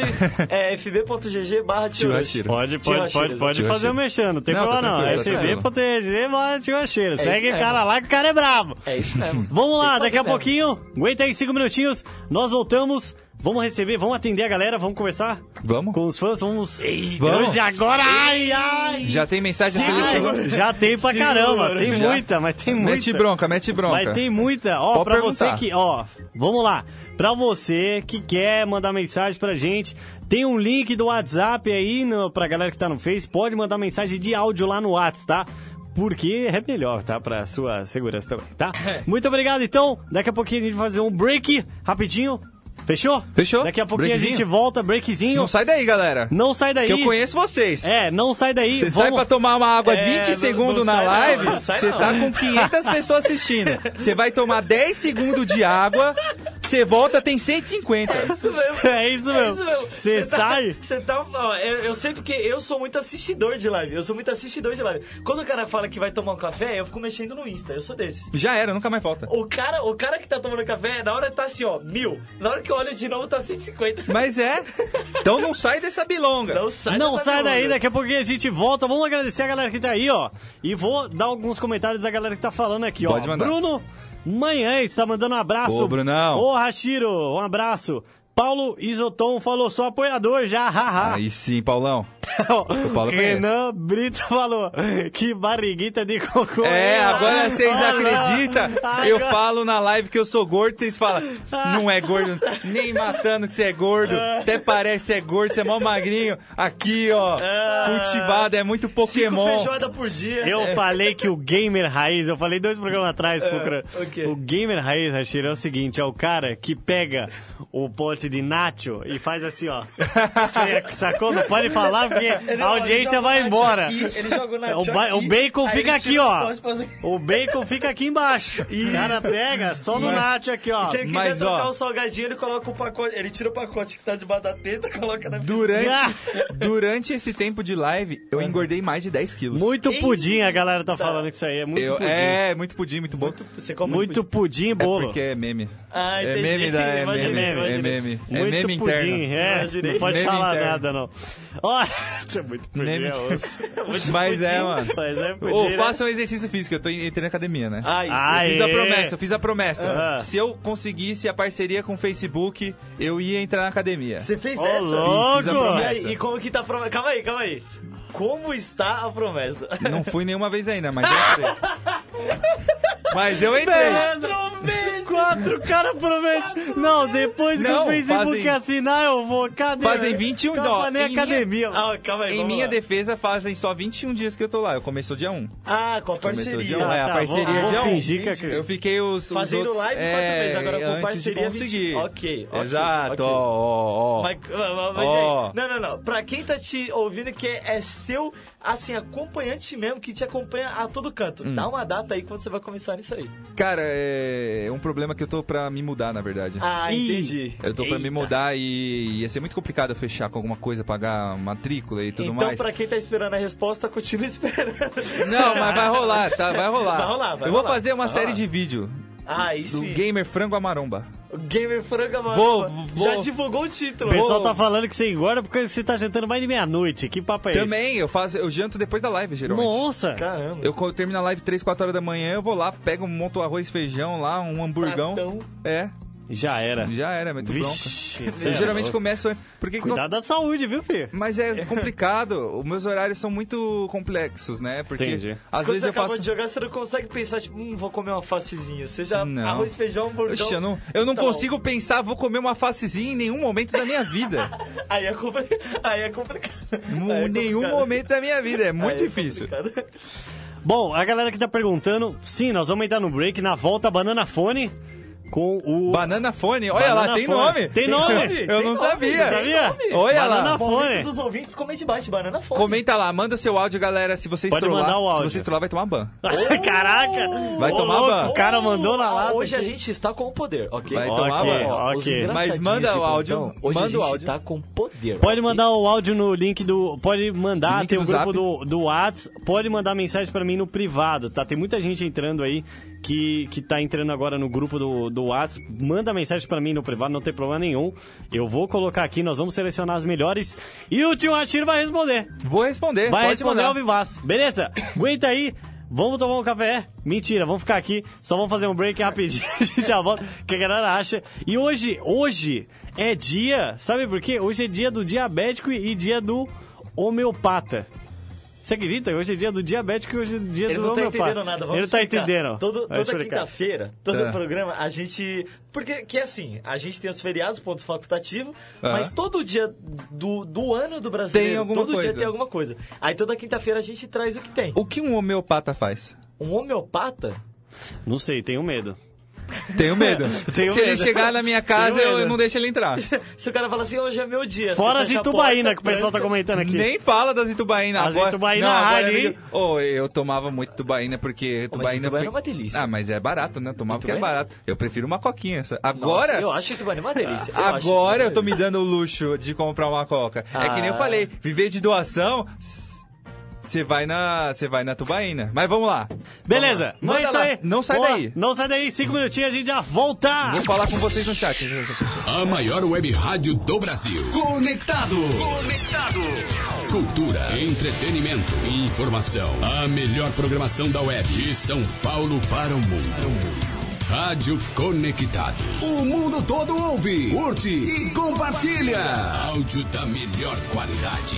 [SPEAKER 2] é fb.gg barra
[SPEAKER 3] Tio Hashiro.
[SPEAKER 1] Pode,
[SPEAKER 2] Tio
[SPEAKER 1] pode,
[SPEAKER 2] Hashiro,
[SPEAKER 1] pode, pode
[SPEAKER 3] Tio
[SPEAKER 1] fazer
[SPEAKER 3] Hashiro.
[SPEAKER 1] o mexendo, não tem
[SPEAKER 3] Não, tá
[SPEAKER 1] problema não.
[SPEAKER 3] tranquilo, tá
[SPEAKER 1] SB
[SPEAKER 3] tranquilo. É
[SPEAKER 1] proteger, mas é tio Cheiro. Segue
[SPEAKER 2] isso
[SPEAKER 1] o
[SPEAKER 2] aí.
[SPEAKER 1] cara lá que o cara é brabo.
[SPEAKER 2] É isso
[SPEAKER 1] [LAUGHS]
[SPEAKER 2] mesmo.
[SPEAKER 1] Vamos lá,
[SPEAKER 2] Tem que fazer
[SPEAKER 1] daqui a
[SPEAKER 2] mesmo.
[SPEAKER 1] pouquinho, aguenta aí cinco minutinhos, nós voltamos, vamos receber, vamos atender a galera, vamos conversar
[SPEAKER 3] [LAUGHS] Vamos?
[SPEAKER 1] com os fãs, vamos.
[SPEAKER 3] vamos.
[SPEAKER 1] Hoje agora, ai, ai!
[SPEAKER 3] Já tem mensagem selecionada.
[SPEAKER 1] Ai, já tem pra
[SPEAKER 2] Segura,
[SPEAKER 1] caramba, tem
[SPEAKER 3] já.
[SPEAKER 1] muita, mas tem muita.
[SPEAKER 3] Mete bronca, mete bronca.
[SPEAKER 1] Mas tem muita. Ó,
[SPEAKER 3] Pode
[SPEAKER 1] pra
[SPEAKER 3] perguntar.
[SPEAKER 1] você que. Ó, vamos lá. Pra você que quer mandar mensagem pra gente, tem um link do WhatsApp aí no, pra galera que tá no Face. Pode mandar mensagem de áudio lá no WhatsApp, tá? Porque é melhor, tá? Pra sua segurança também, tá?
[SPEAKER 3] É.
[SPEAKER 1] Muito obrigado, então. Daqui a pouquinho a gente vai fazer um break rapidinho. Fechou?
[SPEAKER 3] Fechou.
[SPEAKER 1] Daqui a pouquinho
[SPEAKER 3] Breakzinho.
[SPEAKER 1] a gente volta, breakzinho.
[SPEAKER 3] Não sai daí, galera.
[SPEAKER 1] Não sai
[SPEAKER 2] é
[SPEAKER 1] daí.
[SPEAKER 3] Que eu conheço vocês.
[SPEAKER 1] É, não sai daí.
[SPEAKER 3] Você
[SPEAKER 1] Vamos-
[SPEAKER 3] sai pra tomar uma água
[SPEAKER 2] É,
[SPEAKER 3] 20
[SPEAKER 2] não-
[SPEAKER 3] segundos
[SPEAKER 2] não
[SPEAKER 3] na
[SPEAKER 2] sai não,
[SPEAKER 3] live,
[SPEAKER 2] não sai
[SPEAKER 3] você
[SPEAKER 2] não.
[SPEAKER 3] tá com 500 pessoas assistindo. Você vai tomar 10 segundos de água, você volta, tem 150.
[SPEAKER 2] Isso mesmo.
[SPEAKER 1] [LAUGHS] É isso mesmo. Você
[SPEAKER 2] tá-
[SPEAKER 1] sai?
[SPEAKER 2] Você tá. ó, eu, eu sei porque eu sou muito assistidor de live. Eu sou muito assistidor de live. Quando o cara fala que vai tomar um café, eu fico mexendo no Insta. Eu sou desses.
[SPEAKER 3] Já era, nunca mais volta.
[SPEAKER 2] O cara, o cara que tá tomando café, na hora tá assim, ó, mil. Na hora que eu olho de novo, tá 150.
[SPEAKER 3] Mas é. Então não sai dessa bilonga.
[SPEAKER 2] Não [LAUGHS] sai
[SPEAKER 1] Não
[SPEAKER 2] dessa
[SPEAKER 1] sai daí,
[SPEAKER 2] onda.
[SPEAKER 1] daqui a pouquinho a gente volta. Vamos agradecer a galera que tá aí, ó. E vou dar alguns comentários da galera que tá falando aqui,
[SPEAKER 3] Pode
[SPEAKER 1] ó.
[SPEAKER 3] mandar.
[SPEAKER 1] Bruno Manhães tá mandando um abraço.
[SPEAKER 3] Ô, Brunão.
[SPEAKER 1] Ô, Hashiro, um abraço. Paulo Isoton falou, sou apoiador já, haha. [LAUGHS]
[SPEAKER 3] Aí sim, Paulão. o Paulo conhece.
[SPEAKER 1] Renan Brito falou, que barriguita de cocô.
[SPEAKER 3] É, agora vocês
[SPEAKER 1] Olha lá.
[SPEAKER 3] acreditam? Eu
[SPEAKER 1] Agora-
[SPEAKER 3] falo na live que eu sou gordo, vocês falam,
[SPEAKER 1] Ah.
[SPEAKER 3] não é gordo, nem matando que você é gordo, até parece que você é gordo, você é mó magrinho. Aqui, ó,
[SPEAKER 1] Ah.
[SPEAKER 3] cultivado, é muito Pokémon.
[SPEAKER 2] feijoada por dia. É.
[SPEAKER 1] Eu falei que o Gamer Raiz, eu falei dois programas atrás, Pucra.
[SPEAKER 2] ok.
[SPEAKER 1] O Gamer Raiz, Rashir, é o seguinte, é o cara que pega o pote de nacho e faz assim, ó. Cê- é, Sacou? Não pode falar porque a audiência vai embora.
[SPEAKER 2] ele joga o
[SPEAKER 1] É, O,
[SPEAKER 2] Nacho
[SPEAKER 1] ba- o
[SPEAKER 2] aqui,
[SPEAKER 1] bacon
[SPEAKER 2] aí
[SPEAKER 1] fica
[SPEAKER 2] ele
[SPEAKER 1] aqui,
[SPEAKER 2] tira o
[SPEAKER 1] ó.
[SPEAKER 2] pote pra fazer-
[SPEAKER 1] O bacon fica aqui embaixo. O cara pega só no nacho aqui, ó.
[SPEAKER 2] Se ele quiser
[SPEAKER 3] Ah, Mas,
[SPEAKER 2] trocar
[SPEAKER 3] ó-
[SPEAKER 2] o salgadinho, ele coloca o pacote. Ele tira o pacote que tá debaixo da teta, [LAUGHS] coloca na
[SPEAKER 1] Ah!
[SPEAKER 3] Durante, durante esse tempo de live, eu engordei mais de 10 quilos.
[SPEAKER 1] Muito pudim a galera tá falando que isso aí. É muito
[SPEAKER 3] Eu-
[SPEAKER 1] pudim.
[SPEAKER 3] é, muito pudim, muito bom.
[SPEAKER 2] Você come
[SPEAKER 1] Muito pudim e
[SPEAKER 3] É
[SPEAKER 1] bolo.
[SPEAKER 3] porque é meme.
[SPEAKER 2] Ah,
[SPEAKER 3] é
[SPEAKER 2] entendi.
[SPEAKER 3] meme, da, é
[SPEAKER 2] Imaginei,
[SPEAKER 3] meme, é
[SPEAKER 2] imaginei.
[SPEAKER 3] meme. É
[SPEAKER 1] muito
[SPEAKER 3] meme
[SPEAKER 1] pudim,
[SPEAKER 3] interno.
[SPEAKER 1] é.
[SPEAKER 2] Imaginei.
[SPEAKER 1] Não pode
[SPEAKER 3] Meme
[SPEAKER 1] falar
[SPEAKER 3] interno.
[SPEAKER 1] nada, não. Ó, [LAUGHS] isso é muito pudim,
[SPEAKER 3] Meme
[SPEAKER 1] é
[SPEAKER 3] interno.
[SPEAKER 1] osso.
[SPEAKER 3] Mas é, mano.
[SPEAKER 1] Mas é pudim,
[SPEAKER 3] Ô,
[SPEAKER 1] né?
[SPEAKER 3] faça um exercício físico, eu tô en- entrei na academia, né?
[SPEAKER 2] Ah, isso.
[SPEAKER 1] Ah,
[SPEAKER 3] Eu fiz a
[SPEAKER 1] Aê!
[SPEAKER 3] promessa, eu fiz a promessa.
[SPEAKER 2] Ah.
[SPEAKER 1] Aham.
[SPEAKER 3] Se eu conseguisse a parceria com o Facebook, eu ia entrar na academia.
[SPEAKER 2] Você fez
[SPEAKER 1] Ô,
[SPEAKER 2] dessa?
[SPEAKER 1] louco!
[SPEAKER 3] Fiz a
[SPEAKER 2] E,
[SPEAKER 3] promessa.
[SPEAKER 2] aí, e como que tá a promessa? Calma aí, calma aí. Como está a
[SPEAKER 1] [LAUGHS]
[SPEAKER 2] promessa?
[SPEAKER 3] Não fui nenhuma vez ainda, mas eu entrei.
[SPEAKER 2] [LAUGHS]
[SPEAKER 3] mas eu entrei.
[SPEAKER 1] Quatro, o cara promete. Não, depois
[SPEAKER 3] Não,
[SPEAKER 1] que o Facebook
[SPEAKER 3] fazem-
[SPEAKER 1] assinar, eu vou. Cadê?
[SPEAKER 3] Fazem 21
[SPEAKER 1] Calma,
[SPEAKER 3] dó.
[SPEAKER 1] nem
[SPEAKER 3] Em minha-
[SPEAKER 1] academia.
[SPEAKER 2] Ah, calma aí,
[SPEAKER 3] Em
[SPEAKER 2] vamos
[SPEAKER 3] minha
[SPEAKER 2] lá.
[SPEAKER 3] defesa, fazem só 21 dias que eu tô lá. Eu comecei dia 1.
[SPEAKER 2] Ah, com a
[SPEAKER 3] Começou dia
[SPEAKER 2] parceria.
[SPEAKER 3] 1. é,
[SPEAKER 1] Ah,
[SPEAKER 3] a
[SPEAKER 1] tá,
[SPEAKER 3] parceria
[SPEAKER 1] vou- vou
[SPEAKER 3] dia 1.
[SPEAKER 1] fingir que é-
[SPEAKER 3] Eu fiquei os, os
[SPEAKER 2] Fazendo
[SPEAKER 3] outros... É,
[SPEAKER 2] live quatro meses, agora com
[SPEAKER 3] antes de
[SPEAKER 2] parceria,
[SPEAKER 3] conseguir.
[SPEAKER 2] 20. Ok, ok,
[SPEAKER 3] Exato,
[SPEAKER 2] ok.
[SPEAKER 3] ó, ó, ó.
[SPEAKER 2] Mas, mas, mas
[SPEAKER 3] Ó.
[SPEAKER 2] aí, não, não, não. Pra quem tá te ouvindo, que é, é seu, assim, acompanhante mesmo, que te acompanha a todo canto.
[SPEAKER 3] Hum.
[SPEAKER 2] Dá uma data aí quando você vai começar nisso aí.
[SPEAKER 3] Cara, é é um problema que eu tô pra me mudar, na verdade.
[SPEAKER 2] Ah,
[SPEAKER 1] Ih,
[SPEAKER 2] entendi.
[SPEAKER 3] Eu tô pra me
[SPEAKER 2] Eita.
[SPEAKER 3] mudar e ia ser muito complicado eu fechar com alguma coisa, pagar matrícula e tudo
[SPEAKER 2] então,
[SPEAKER 3] mais.
[SPEAKER 2] pra quem tá esperando a resposta, continua [LAUGHS] esperando.
[SPEAKER 3] Não, mas vai rolar, tá?
[SPEAKER 2] [LAUGHS]
[SPEAKER 3] Vai rolar.
[SPEAKER 2] Vai rolar, vai
[SPEAKER 3] Eu vou
[SPEAKER 2] rolar,
[SPEAKER 3] fazer uma
[SPEAKER 2] vai
[SPEAKER 3] série
[SPEAKER 2] rolar.
[SPEAKER 3] de vídeo
[SPEAKER 2] Ah, isso.
[SPEAKER 3] do Gamer Frango Amaromba.
[SPEAKER 2] O Gamer Franga mano,
[SPEAKER 3] Vou, vou.
[SPEAKER 2] já divulgou o título.
[SPEAKER 1] O pessoal
[SPEAKER 2] Vou.
[SPEAKER 1] tá falando que você engorda porque você tá jantando mais de meia-noite. Que papo é esse?
[SPEAKER 3] Também, eu faço, eu janto depois da live, geralmente.
[SPEAKER 1] Nossa!
[SPEAKER 2] Caramba.
[SPEAKER 3] Eu co- termino a live 3, 4 horas da manhã, eu vou lá, pego, monto um arroz, feijão lá, um hamburgão.
[SPEAKER 2] Pratão.
[SPEAKER 3] É,
[SPEAKER 1] Já era.
[SPEAKER 3] já era, meto bronca.
[SPEAKER 1] Vixe, esse
[SPEAKER 3] Eu
[SPEAKER 1] é
[SPEAKER 3] geralmente
[SPEAKER 1] louco.
[SPEAKER 3] começo antes. Porque que eu-
[SPEAKER 1] Cuidado da saúde, viu, filho?
[SPEAKER 3] Mas
[SPEAKER 2] [LAUGHS]
[SPEAKER 3] é complicado, os meus horários são muito complexos, né? Porque
[SPEAKER 1] Entendi.
[SPEAKER 3] às
[SPEAKER 2] Quando
[SPEAKER 3] vezes
[SPEAKER 2] você
[SPEAKER 3] eu
[SPEAKER 2] acabou
[SPEAKER 3] faço.
[SPEAKER 2] de jogar, você não consegue pensar, tipo, hum, vou comer uma facezinha. Você já
[SPEAKER 3] Não.
[SPEAKER 2] arroz, feijão, hamburgão.
[SPEAKER 3] Oxe, eu não, eu não
[SPEAKER 2] Então,
[SPEAKER 3] consigo pensar, vou comer uma facezinha em nenhum momento da minha vida.
[SPEAKER 2] Aí é, compli... [LAUGHS] aí é complicado.
[SPEAKER 3] Em
[SPEAKER 2] Aí [LAUGHS] é
[SPEAKER 3] nenhum
[SPEAKER 2] complicado.
[SPEAKER 3] momento da minha vida, é muito
[SPEAKER 2] Aí [LAUGHS] é
[SPEAKER 3] difícil.
[SPEAKER 2] complicado.
[SPEAKER 1] Bom, a galera que tá perguntando, sim, nós vamos entrar no break. Na volta, Banana Fone com o.
[SPEAKER 3] Banana Fone, olha
[SPEAKER 1] Banana
[SPEAKER 3] lá, tem
[SPEAKER 1] Fone.
[SPEAKER 3] nome.
[SPEAKER 1] Tem nome?
[SPEAKER 3] [LAUGHS] Eu
[SPEAKER 2] Tem
[SPEAKER 3] não
[SPEAKER 2] nome,
[SPEAKER 3] sabia.
[SPEAKER 2] tem
[SPEAKER 1] sabia?
[SPEAKER 2] nome.
[SPEAKER 3] É, Olha
[SPEAKER 1] Banana
[SPEAKER 3] lá.
[SPEAKER 1] Tá Fone.
[SPEAKER 2] Momento dos ouvintes, comente embaixo, banana fone.
[SPEAKER 3] Comenta lá, manda seu áudio, galera. Se vocês
[SPEAKER 1] Pode
[SPEAKER 3] trollar,
[SPEAKER 1] mandar o áudio.
[SPEAKER 3] se vocês trollar, vai tomar ban.
[SPEAKER 1] [LAUGHS] Caraca!
[SPEAKER 3] Vai
[SPEAKER 1] Ô,
[SPEAKER 3] tomar
[SPEAKER 1] louco,
[SPEAKER 3] ban. é
[SPEAKER 1] O cara mandou na lata.
[SPEAKER 2] Hoje a
[SPEAKER 1] aqui.
[SPEAKER 2] gente está com o poder, ok?
[SPEAKER 3] Vai
[SPEAKER 1] Ok,
[SPEAKER 3] tomar ban.
[SPEAKER 1] ó,
[SPEAKER 2] Os
[SPEAKER 1] ok.
[SPEAKER 3] Mas
[SPEAKER 2] engraçadinhos
[SPEAKER 3] manda
[SPEAKER 2] de
[SPEAKER 3] o áudio,
[SPEAKER 2] plantão, Hoje
[SPEAKER 3] manda
[SPEAKER 2] a
[SPEAKER 3] o
[SPEAKER 2] gente
[SPEAKER 3] áudio.
[SPEAKER 2] tá com poder.
[SPEAKER 1] Pode
[SPEAKER 2] ok?
[SPEAKER 1] mandar o áudio no link do. Pode mandar,
[SPEAKER 3] Link
[SPEAKER 1] tem o
[SPEAKER 3] do
[SPEAKER 1] grupo
[SPEAKER 3] Zap.
[SPEAKER 1] do, do Whats, pode mandar mensagem pra mim no privado, tá? Tem muita gente entrando aí que, que tá entrando agora no grupo do, do Whats. Manda mensagem pra mim no privado, não tem problema nenhum. Eu vou colocar aqui, nós vamos selecionar as melhores e o tio Ashir vai responder.
[SPEAKER 3] Vou
[SPEAKER 2] [LAUGHS]
[SPEAKER 3] responder.
[SPEAKER 1] Vai
[SPEAKER 3] pode
[SPEAKER 1] responder
[SPEAKER 3] mandar.
[SPEAKER 1] ao vivaço. Beleza? Aguenta aí. Vamos tomar um café? Mentira, vamos ficar aqui. Só vamos fazer um break rapidinho. [LAUGHS] A gente já volta. O que a galera acha? E hoje, hoje é dia. Sabe por quê? Hoje é dia do diabético e dia do homeopata. Você acredita? Hoje é dia do diabético e hoje é dia
[SPEAKER 2] Ele
[SPEAKER 1] do
[SPEAKER 2] não tá
[SPEAKER 1] homeopata.
[SPEAKER 2] entendendo nada, vamos
[SPEAKER 1] Ele não tá
[SPEAKER 2] explicar.
[SPEAKER 1] entendendo.
[SPEAKER 2] Todo,
[SPEAKER 1] Vai
[SPEAKER 2] toda
[SPEAKER 1] explicar.
[SPEAKER 2] quinta-feira, todo
[SPEAKER 3] Tá.
[SPEAKER 2] programa, a gente... Porque, que é assim, a gente tem os feriados, ponto facultativo,
[SPEAKER 3] Aham.
[SPEAKER 2] mas todo dia do, do ano do brasileiro,
[SPEAKER 3] Tem alguma
[SPEAKER 2] todo dia
[SPEAKER 3] coisa.
[SPEAKER 2] tem alguma coisa. Aí toda quinta-feira a gente traz o que tem.
[SPEAKER 3] O que um homeopata faz?
[SPEAKER 2] Um homeopata...
[SPEAKER 1] Não sei, tenho medo.
[SPEAKER 3] Tenho medo.
[SPEAKER 1] [LAUGHS] Tenho
[SPEAKER 3] Se ele
[SPEAKER 1] medo.
[SPEAKER 3] chegar na minha casa,
[SPEAKER 1] Tenho
[SPEAKER 3] eu,
[SPEAKER 1] medo.
[SPEAKER 3] não deixo ele entrar.
[SPEAKER 1] [LAUGHS]
[SPEAKER 2] Se o cara fala assim, hoje é meu dia.
[SPEAKER 1] Fora
[SPEAKER 2] você
[SPEAKER 1] de
[SPEAKER 2] fecha a
[SPEAKER 1] Tubaína,
[SPEAKER 2] porta,
[SPEAKER 1] que o pessoal tá
[SPEAKER 2] tranca.
[SPEAKER 1] comentando aqui.
[SPEAKER 3] Nem fala das Itubaína.
[SPEAKER 1] As
[SPEAKER 3] agora...
[SPEAKER 1] Itubaína
[SPEAKER 3] não, agora
[SPEAKER 1] rádio,
[SPEAKER 3] é
[SPEAKER 1] hein?
[SPEAKER 3] melhor. Ô, eu tomava muito Itubaína, porque Itubaína...
[SPEAKER 2] Itubaína é uma delícia.
[SPEAKER 3] Ah, mas é barato, né? Eu Tomava porque é
[SPEAKER 2] Itubaína?
[SPEAKER 3] barato. Eu prefiro uma coquinha. só-
[SPEAKER 2] Nossa,
[SPEAKER 3] Agora...
[SPEAKER 2] eu acho que vai uma delícia. Eu acho
[SPEAKER 3] Agora eu
[SPEAKER 2] Itubaína
[SPEAKER 3] tô me dando o luxo de comprar uma coca. É que nem eu
[SPEAKER 2] Ah.
[SPEAKER 3] falei, viver de doação... Você vai na, você vai na Tubaína. Mas vamos lá.
[SPEAKER 1] Beleza,
[SPEAKER 3] Vamos lá.
[SPEAKER 1] mas é
[SPEAKER 3] Manda
[SPEAKER 1] isso
[SPEAKER 3] lá.
[SPEAKER 1] aí.
[SPEAKER 3] Não sai
[SPEAKER 1] Boa,
[SPEAKER 3] daí.
[SPEAKER 1] Não sai daí, cinco minutinhos a gente já volta.
[SPEAKER 3] Vou falar com vocês no chat.
[SPEAKER 5] A maior web rádio do Brasil. Conectado. Conectado. Cultura, entretenimento, informação. A melhor programação da web de São Paulo para o mundo. Rádio Conectado. O mundo todo ouve, curte e compartilha. Áudio da melhor qualidade.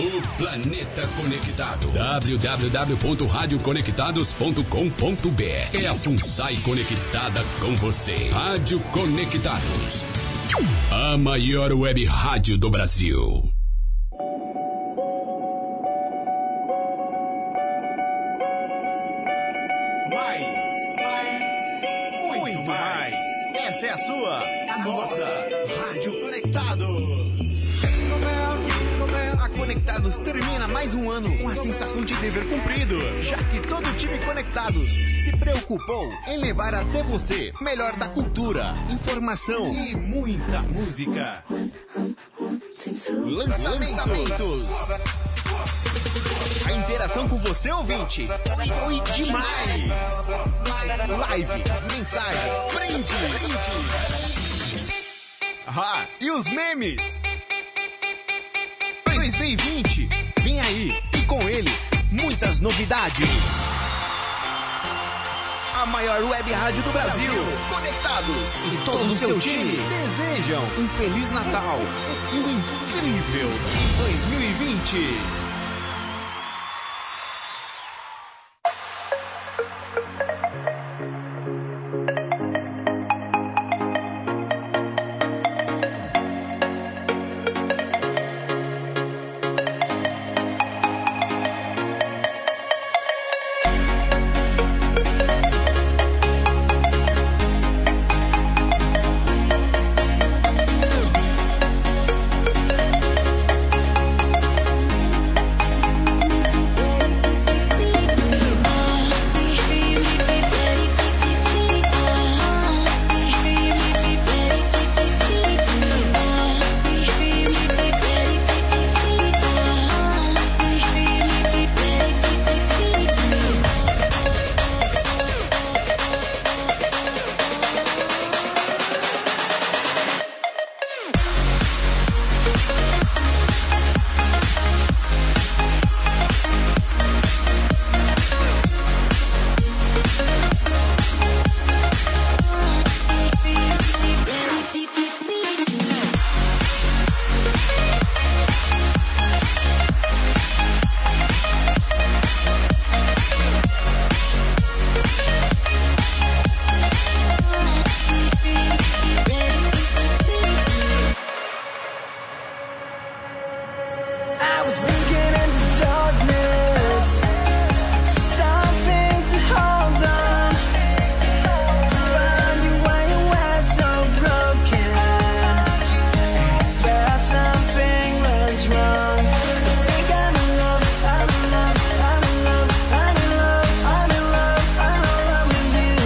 [SPEAKER 5] O Planeta Conectado. www.radioconectados.com.br É a FUNSAI conectada com você. Rádio Conectados. A maior web rádio do Brasil.
[SPEAKER 6] Mais, mais, muito mais. Essa é a sua, a nossa Rádio Conectados. A Conectados termina mais um ano com a sensação de dever cumprido, já que todo o time Conectados se preocupou em levar até você melhor da cultura, informação e muita música. Lançamentos. A interação com você, ouvinte, foi, foi demais! Lives, mensagem, frente, Ah, e os memes? 2020, vem aí e com ele, muitas novidades! A maior web rádio do Brasil, conectados e todo o seu time desejam um Feliz Natal e um incrível 2020!
[SPEAKER 7] I was digging into darkness, something to hold on. Found you when you were so broken, felt something was wrong. I think I'm in love, I'm in love, I'm in love, I'm in love, I'm in love, I'm in love with you.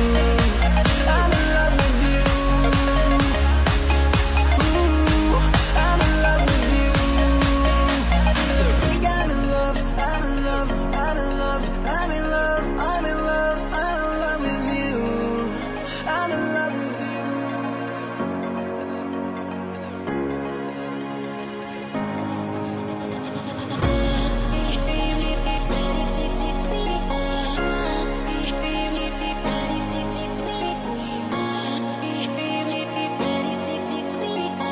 [SPEAKER 7] I'm in love with you. Ooh, I'm in love with you. I think I'm in love, I'm in love, I'm in love, I'm in love, I'm in love, I'm in love with you. I'm in love with you.
[SPEAKER 8] Thank you.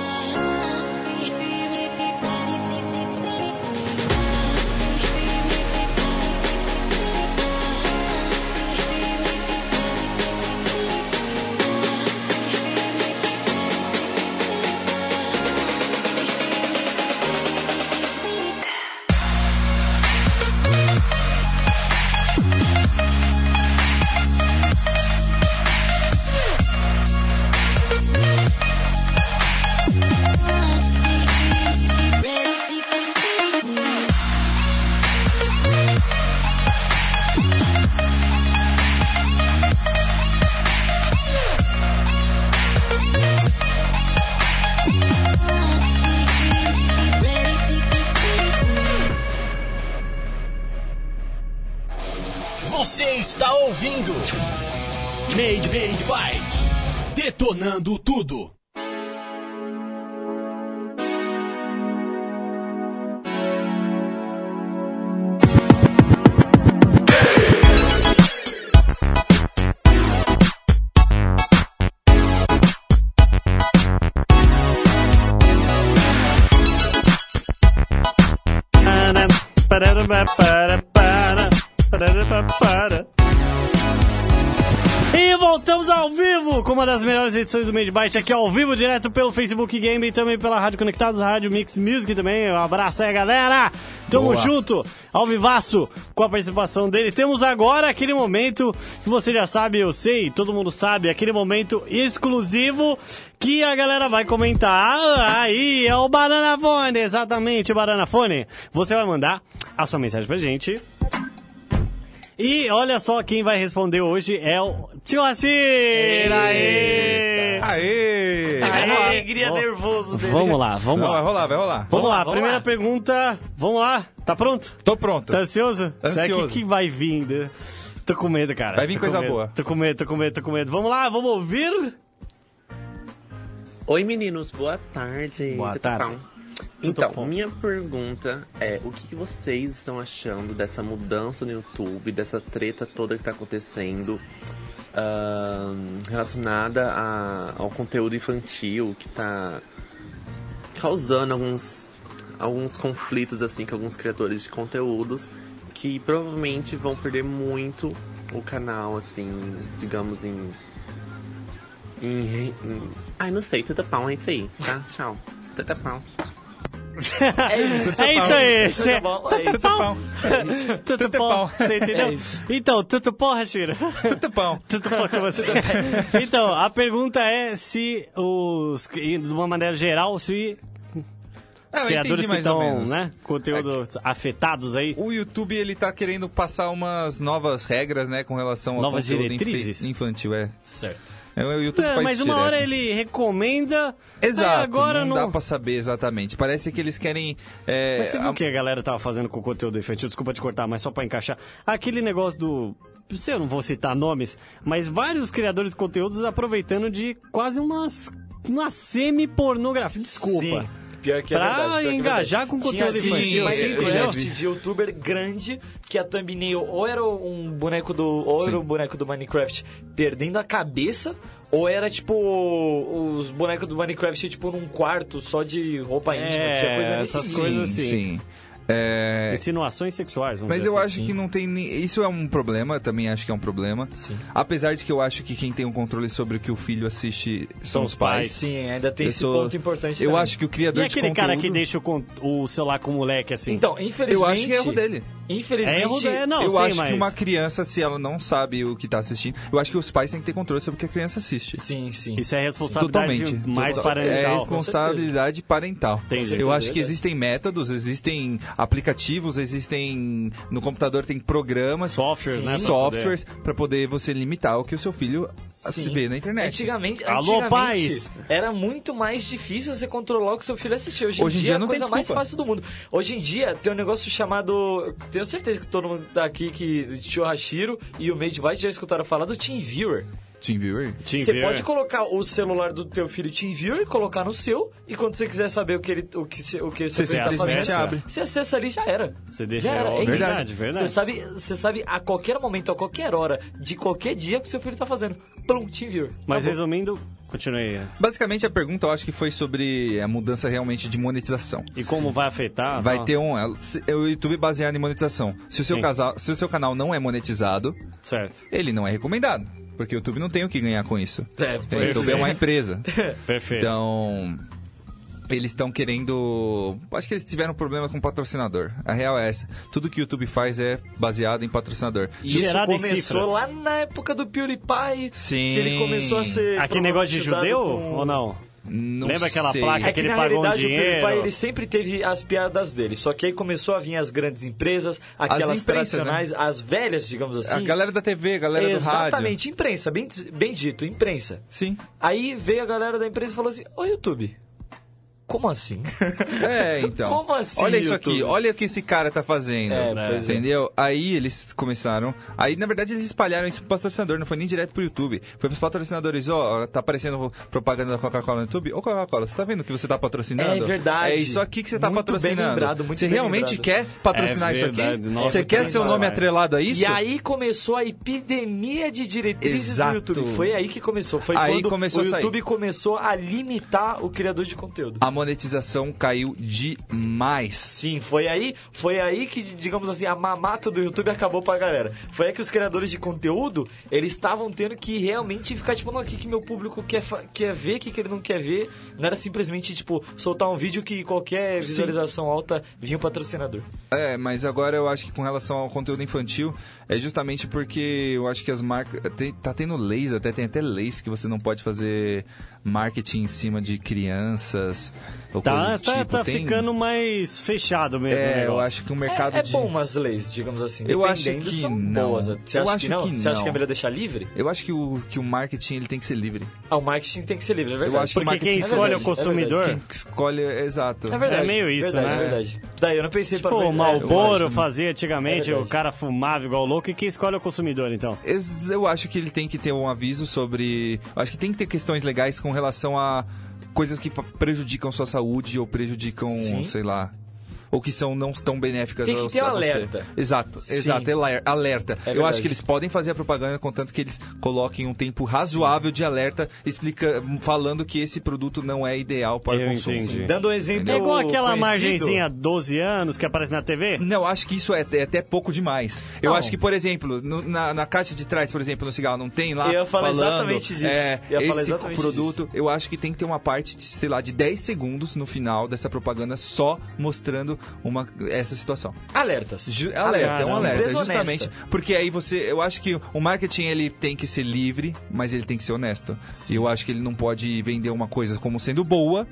[SPEAKER 4] Você está ouvindo Made Made Byte detonando tudo.
[SPEAKER 1] Para, para, para, para, para, para, para. E voltamos ao vivo com uma das melhores edições do Made Byte aqui ao vivo, direto pelo Facebook Game e também pela Rádio Conectados, Rádio Mix Music também. Um abraço aí, galera! Tamo junto, ao vivaço, com a participação dele. Temos agora aquele momento que você já sabe, eu sei, todo mundo sabe, aquele momento exclusivo que a galera vai comentar. Aí é o Banana Fone, exatamente, Banana Fone. Você vai mandar a sua mensagem pra gente. E olha só quem vai responder hoje é o Tio Ashira! Aê!
[SPEAKER 3] Aê!
[SPEAKER 2] Alegria,
[SPEAKER 1] Ó,
[SPEAKER 2] nervoso dele.
[SPEAKER 1] Vamos lá, vamos
[SPEAKER 3] Não, vai
[SPEAKER 1] lá.
[SPEAKER 3] rolar, vai rolar.
[SPEAKER 1] Vamos lá,
[SPEAKER 2] vamos
[SPEAKER 1] primeira
[SPEAKER 2] lá.
[SPEAKER 1] pergunta. Vamos lá, tá pronto?
[SPEAKER 3] Tô pronto.
[SPEAKER 1] Tá ansioso? Será que,
[SPEAKER 3] Ansioso.
[SPEAKER 1] que vai vir ainda? Tô com medo, cara.
[SPEAKER 3] Vai vir
[SPEAKER 1] Tô com
[SPEAKER 3] coisa
[SPEAKER 1] medo.
[SPEAKER 3] boa.
[SPEAKER 1] Tô com medo, tô com medo, tô com medo. Vamos lá, vamos ouvir?
[SPEAKER 8] Oi meninos, boa tarde.
[SPEAKER 1] Boa
[SPEAKER 8] Tudo
[SPEAKER 1] tarde.
[SPEAKER 8] bom? Então,
[SPEAKER 1] [LAUGHS] bom?
[SPEAKER 8] minha pergunta é: o que que vocês estão achando dessa mudança no YouTube, dessa treta toda que tá acontecendo ahn, relacionada a- ao conteúdo infantil que tá causando alguns, alguns conflitos assim com alguns criadores de conteúdos que provavelmente vão perder muito o canal, assim, digamos, em em- em- Ai, não sei, teta pau, é isso aí, tá? Tchau. Teta pau.
[SPEAKER 2] É isso.
[SPEAKER 1] É isso aí. cê-
[SPEAKER 2] bom, é
[SPEAKER 1] Tudo
[SPEAKER 2] isso.
[SPEAKER 1] bom. Tudo bom.
[SPEAKER 3] Tutupão.
[SPEAKER 1] Você entendeu?
[SPEAKER 2] É isso.
[SPEAKER 1] Então, tudo bom, Hashira?
[SPEAKER 3] Tutupão.
[SPEAKER 1] Tudo bom com você? [LAUGHS] Então, a pergunta é se os... e De uma maneira geral, se
[SPEAKER 3] Ah,
[SPEAKER 1] [LAUGHS] os
[SPEAKER 3] eu
[SPEAKER 1] criadores
[SPEAKER 3] entendi
[SPEAKER 1] que
[SPEAKER 3] mais ou
[SPEAKER 1] estão,
[SPEAKER 3] menos. É
[SPEAKER 1] né? Conteúdo afetados aí.
[SPEAKER 3] O YouTube, ele tá querendo passar umas novas regras, né? Com relação ao
[SPEAKER 1] Novas
[SPEAKER 3] conteúdo infi-
[SPEAKER 1] diretrizes?
[SPEAKER 3] infantil, é.
[SPEAKER 1] Certo.
[SPEAKER 3] É, O YouTube faz
[SPEAKER 1] mas
[SPEAKER 3] isso
[SPEAKER 1] uma hora
[SPEAKER 3] direto.
[SPEAKER 1] ele recomenda.
[SPEAKER 3] Exato,
[SPEAKER 1] ah, agora
[SPEAKER 3] não,
[SPEAKER 1] não.
[SPEAKER 3] dá pra saber exatamente. Parece que eles querem... é,
[SPEAKER 1] Mas você viu
[SPEAKER 3] a-
[SPEAKER 1] o que a galera tava fazendo com o conteúdo infantil? Desculpa te cortar, mas só pra encaixar. Aquele negócio do. não sei, Eu não vou citar nomes, mas vários criadores de conteúdos aproveitando de quase umas. Uma semi-pornografia. Desculpa.
[SPEAKER 2] Sim. Pior que é
[SPEAKER 1] Pra
[SPEAKER 2] verdade. pior que é verdade.
[SPEAKER 1] engajar com
[SPEAKER 2] Tinha,
[SPEAKER 1] conteúdo
[SPEAKER 3] assim,
[SPEAKER 2] sim,
[SPEAKER 1] infantil, assim, né?
[SPEAKER 2] Mas
[SPEAKER 1] sim,
[SPEAKER 2] tem
[SPEAKER 1] eu já
[SPEAKER 2] gente de youtuber grande que a thumbnail ou era um boneco do. Ou era um boneco do Minecraft perdendo a cabeça. Ou era tipo os bonecos do Minecraft, tipo, num quarto só de roupa íntima,
[SPEAKER 1] É,
[SPEAKER 2] tinha coisa
[SPEAKER 1] essas
[SPEAKER 2] nesse
[SPEAKER 1] coisas assim.
[SPEAKER 3] Sim. É,
[SPEAKER 1] Insinuações sexuais, vamos
[SPEAKER 3] Mas
[SPEAKER 1] dizer
[SPEAKER 3] eu
[SPEAKER 1] assim.
[SPEAKER 3] acho que não tem. ni- Isso é um problema, eu também acho que é um problema. Apesar de que eu acho que quem tem um controle sobre o que o filho assiste são os
[SPEAKER 2] Mas
[SPEAKER 3] pais.
[SPEAKER 2] sim, ainda tem
[SPEAKER 3] Eu
[SPEAKER 2] esse
[SPEAKER 3] sou-
[SPEAKER 2] ponto importante.
[SPEAKER 3] Eu
[SPEAKER 2] também.
[SPEAKER 3] acho que o
[SPEAKER 1] E
[SPEAKER 3] criador de
[SPEAKER 1] é aquele
[SPEAKER 3] conteúdo...
[SPEAKER 1] cara que deixa o, con- o celular com o moleque assim?
[SPEAKER 2] Então, infelizmente.
[SPEAKER 3] Eu acho que é erro dele.
[SPEAKER 2] Infelizmente.
[SPEAKER 1] É erro dele, não,
[SPEAKER 3] eu
[SPEAKER 1] sim,
[SPEAKER 3] acho
[SPEAKER 1] mas...
[SPEAKER 3] que uma criança, se ela não sabe o que tá assistindo, eu acho que os pais têm que ter controle sobre o que a criança assiste.
[SPEAKER 2] Sim, sim.
[SPEAKER 1] Isso é responsabilidade um
[SPEAKER 3] Totalmente.
[SPEAKER 1] mais
[SPEAKER 3] Total- É
[SPEAKER 1] parental.
[SPEAKER 3] responsabilidade parental.
[SPEAKER 1] Entendi.
[SPEAKER 3] Eu acho que existem métodos, existem aplicativos, existem. No computador tem programas.
[SPEAKER 1] Softwares, né, pra
[SPEAKER 3] Softwares pra poder você limitar o que o seu filho se
[SPEAKER 2] Sim.
[SPEAKER 3] vê na internet.
[SPEAKER 2] Antigamente,
[SPEAKER 1] Alô,
[SPEAKER 2] antigamente
[SPEAKER 1] pais!
[SPEAKER 2] era muito mais difícil você controlar o que seu filho assistia. Hoje,
[SPEAKER 3] Hoje
[SPEAKER 2] em dia, é a
[SPEAKER 3] não tem
[SPEAKER 2] coisa mais
[SPEAKER 3] desculpa.
[SPEAKER 2] fácil do mundo. Hoje em dia tem um negócio chamado. Tenho certeza que todo mundo tá aqui que Churrashiro e o Made Byte já escutaram falar do TeamViewer.
[SPEAKER 3] TeamViewer?
[SPEAKER 1] Sim,
[SPEAKER 2] você
[SPEAKER 1] viu?
[SPEAKER 2] pode colocar o celular do teu filho TeamViewer, colocar no seu, e quando você quiser saber o que ele, o que, se- o que seu
[SPEAKER 1] Você
[SPEAKER 2] filho tá
[SPEAKER 1] simplesmente
[SPEAKER 2] fazendo,
[SPEAKER 1] abre.
[SPEAKER 2] você acessa ali e já era.
[SPEAKER 1] Você deixa-
[SPEAKER 2] já era. é
[SPEAKER 1] ó,
[SPEAKER 2] isso.
[SPEAKER 1] verdade, verdade.
[SPEAKER 2] Você sabe, você sabe a qualquer momento, a qualquer hora, de qualquer dia que seu filho tá fazendo. Plum, TeamViewer.
[SPEAKER 1] Mas
[SPEAKER 2] Acabou.
[SPEAKER 1] resumindo, continuei.
[SPEAKER 3] Basicamente, a pergunta eu acho que foi sobre a mudança realmente de monetização.
[SPEAKER 1] E como vai afetar? tá
[SPEAKER 3] Vai
[SPEAKER 1] tal?
[SPEAKER 3] ter um. se- O YouTube baseado em monetização. Se o, seu
[SPEAKER 1] Sim.
[SPEAKER 3] casal, se o seu canal não é monetizado,
[SPEAKER 1] Certo.
[SPEAKER 3] ele não é recomendado. Porque o YouTube não tem o que ganhar com isso.
[SPEAKER 2] É,
[SPEAKER 3] O
[SPEAKER 2] pois
[SPEAKER 3] YouTube é uma empresa.
[SPEAKER 1] Perfeito.
[SPEAKER 3] Então, eles estão querendo. Acho que eles tiveram problema com patrocinador. A real é essa. Tudo que o YouTube faz é baseado em patrocinador.
[SPEAKER 1] E gerado em
[SPEAKER 2] começou
[SPEAKER 1] cifras.
[SPEAKER 2] lá na época do PewDiePie.
[SPEAKER 3] Sim.
[SPEAKER 2] Que ele começou a ser.
[SPEAKER 1] Aquele negócio de
[SPEAKER 2] problematizado
[SPEAKER 1] judeu
[SPEAKER 2] com-
[SPEAKER 1] ou não?
[SPEAKER 3] Não
[SPEAKER 1] Lembra aquela
[SPEAKER 3] sei.
[SPEAKER 1] placa?
[SPEAKER 2] É
[SPEAKER 1] que
[SPEAKER 2] que
[SPEAKER 1] ele
[SPEAKER 2] na
[SPEAKER 1] pagou um
[SPEAKER 2] realidade o
[SPEAKER 1] dinheiro.
[SPEAKER 2] PewDiePie ele sempre teve as piadas dele. Só que aí começou a vir as grandes empresas, aquelas
[SPEAKER 3] imprensas,
[SPEAKER 2] tradicionais, as velhas, digamos assim.
[SPEAKER 3] né? A galera da TV, a galera do rádio.
[SPEAKER 2] Exatamente, imprensa, bem, bem dito, imprensa.
[SPEAKER 3] Sim.
[SPEAKER 2] Aí veio a galera da empresa e falou assim: Ô YouTube, como assim?
[SPEAKER 3] É, então.
[SPEAKER 2] Como assim,
[SPEAKER 3] Olha isso aqui,
[SPEAKER 2] YouTube?
[SPEAKER 3] olha o que esse cara tá fazendo.
[SPEAKER 2] É, pois é.
[SPEAKER 3] entendeu? Aí eles começaram. Aí, na verdade, eles espalharam isso pro patrocinador, não foi nem direto pro YouTube. Foi pros patrocinadores, ó, tá aparecendo propaganda da Coca-Cola no YouTube. Ô, Coca-Cola, você tá vendo que você tá patrocinando?
[SPEAKER 2] É verdade.
[SPEAKER 3] É isso aqui que você tá
[SPEAKER 2] Muito bem
[SPEAKER 3] patrocinando.
[SPEAKER 2] lembrado, muito
[SPEAKER 3] você
[SPEAKER 2] bem
[SPEAKER 3] realmente
[SPEAKER 2] lembrado.
[SPEAKER 3] quer patrocinar
[SPEAKER 1] É
[SPEAKER 3] isso aqui?
[SPEAKER 1] verdade, nossa,
[SPEAKER 3] você quer
[SPEAKER 1] que
[SPEAKER 3] seu nome
[SPEAKER 1] demais.
[SPEAKER 3] atrelado a [LAUGHS] isso?
[SPEAKER 2] E aí começou a epidemia de diretrizes
[SPEAKER 3] Exato.
[SPEAKER 2] do YouTube. Foi aí que começou. Foi
[SPEAKER 3] Aí
[SPEAKER 2] quando
[SPEAKER 3] começou
[SPEAKER 2] o
[SPEAKER 3] a sair.
[SPEAKER 2] YouTube começou a limitar o criador de conteúdo.
[SPEAKER 3] A monetização caiu demais.
[SPEAKER 2] Sim, foi aí, foi aí que, digamos assim, a mamata do YouTube acabou pra galera. Foi aí que os criadores de conteúdo, eles estavam tendo que realmente ficar, tipo, não, o que, que meu público quer, fa- quer ver, o que, que ele não quer ver. Não era simplesmente, tipo, soltar um vídeo que qualquer visualização alta vinha o patrocinador.
[SPEAKER 3] É, mas agora eu acho que com relação ao conteúdo infantil, é justamente porque eu acho que as marcas. tem- Tá tendo leis, até tem até leis que você não pode fazer marketing em cima de crianças. Ou coisa
[SPEAKER 1] Tá,
[SPEAKER 3] do
[SPEAKER 1] tá,
[SPEAKER 3] tipo.
[SPEAKER 1] tá
[SPEAKER 3] Tem-
[SPEAKER 1] ficando mais fechado mesmo o
[SPEAKER 3] É, eu
[SPEAKER 1] negócio.
[SPEAKER 3] acho que o mercado
[SPEAKER 2] É, é
[SPEAKER 3] de.
[SPEAKER 2] bom umas leis, digamos assim.
[SPEAKER 3] Eu acho
[SPEAKER 2] Dependendo,
[SPEAKER 3] que
[SPEAKER 2] são
[SPEAKER 3] não.
[SPEAKER 2] boas. Você
[SPEAKER 3] Eu
[SPEAKER 2] acha
[SPEAKER 3] acho
[SPEAKER 2] que não?
[SPEAKER 3] que
[SPEAKER 2] Você acha
[SPEAKER 3] não.
[SPEAKER 2] que é melhor deixar livre?
[SPEAKER 3] Eu acho que o, que o marketing ele tem que ser livre.
[SPEAKER 2] Ah, o marketing tem que ser livre, é verdade.
[SPEAKER 3] Eu acho que
[SPEAKER 1] Porque quem
[SPEAKER 3] marketing-
[SPEAKER 1] escolhe
[SPEAKER 2] É
[SPEAKER 1] é o
[SPEAKER 2] verdade,
[SPEAKER 1] consumidor.
[SPEAKER 3] Quem que escolhe, exato.
[SPEAKER 2] É verdade.
[SPEAKER 1] É meio isso,
[SPEAKER 2] verdade,
[SPEAKER 1] né?
[SPEAKER 2] É verdade. Daí eu não pensei né? para
[SPEAKER 1] Pô, tipo, o
[SPEAKER 3] né? eu
[SPEAKER 1] Malboro
[SPEAKER 3] acho.
[SPEAKER 1] fazia
[SPEAKER 2] É
[SPEAKER 1] antigamente,
[SPEAKER 2] verdade.
[SPEAKER 1] o cara fumava igual louco, e quem escolhe é o consumidor, então.
[SPEAKER 3] Ex- Eu acho que ele tem que ter um aviso sobre. eu Acho que tem que ter questões legais com relação a coisas que fa- prejudicam sua saúde ou prejudicam,
[SPEAKER 2] Sim.
[SPEAKER 3] sei lá. Ou que são não tão benéficas
[SPEAKER 2] Tem que
[SPEAKER 3] ao-
[SPEAKER 2] ter um
[SPEAKER 3] a você.
[SPEAKER 2] alerta.
[SPEAKER 3] Exato,
[SPEAKER 2] Sim. É
[SPEAKER 3] exato, elar- alerta. eu
[SPEAKER 2] verdade.
[SPEAKER 3] acho que eles podem fazer a propaganda, contanto que eles coloquem um tempo razoável de alerta, explica, falando que esse produto não é ideal para
[SPEAKER 1] Eu
[SPEAKER 3] o consumo.
[SPEAKER 1] entendi.
[SPEAKER 2] Dando um exemplo.
[SPEAKER 1] É igual aquela
[SPEAKER 2] conhecido.
[SPEAKER 1] margenzinha 12 anos que aparece na TV?
[SPEAKER 3] Não, acho que isso é, é até pouco demais. Eu
[SPEAKER 2] Não.
[SPEAKER 3] acho que, por exemplo, no- na, na caixa de trás, por exemplo, no cigarro, não tem lá.
[SPEAKER 2] Eu ia falar
[SPEAKER 3] falando,
[SPEAKER 2] exatamente disso.
[SPEAKER 3] É,
[SPEAKER 2] Eu ia
[SPEAKER 3] esse
[SPEAKER 2] falar exatamente
[SPEAKER 3] produto, eu acho que tem que ter uma parte, de, sei lá, de 10 segundos no final dessa propaganda só mostrando uma, essa situação.
[SPEAKER 2] Alertas.
[SPEAKER 3] Ju- alerta, é um
[SPEAKER 1] uma
[SPEAKER 3] alerta,
[SPEAKER 2] Empresa honesta.
[SPEAKER 3] justamente. Porque aí você. Eu acho que o marketing ele tem que ser livre, mas ele tem que ser honesto. E eu acho que ele não pode vender uma coisa como sendo boa,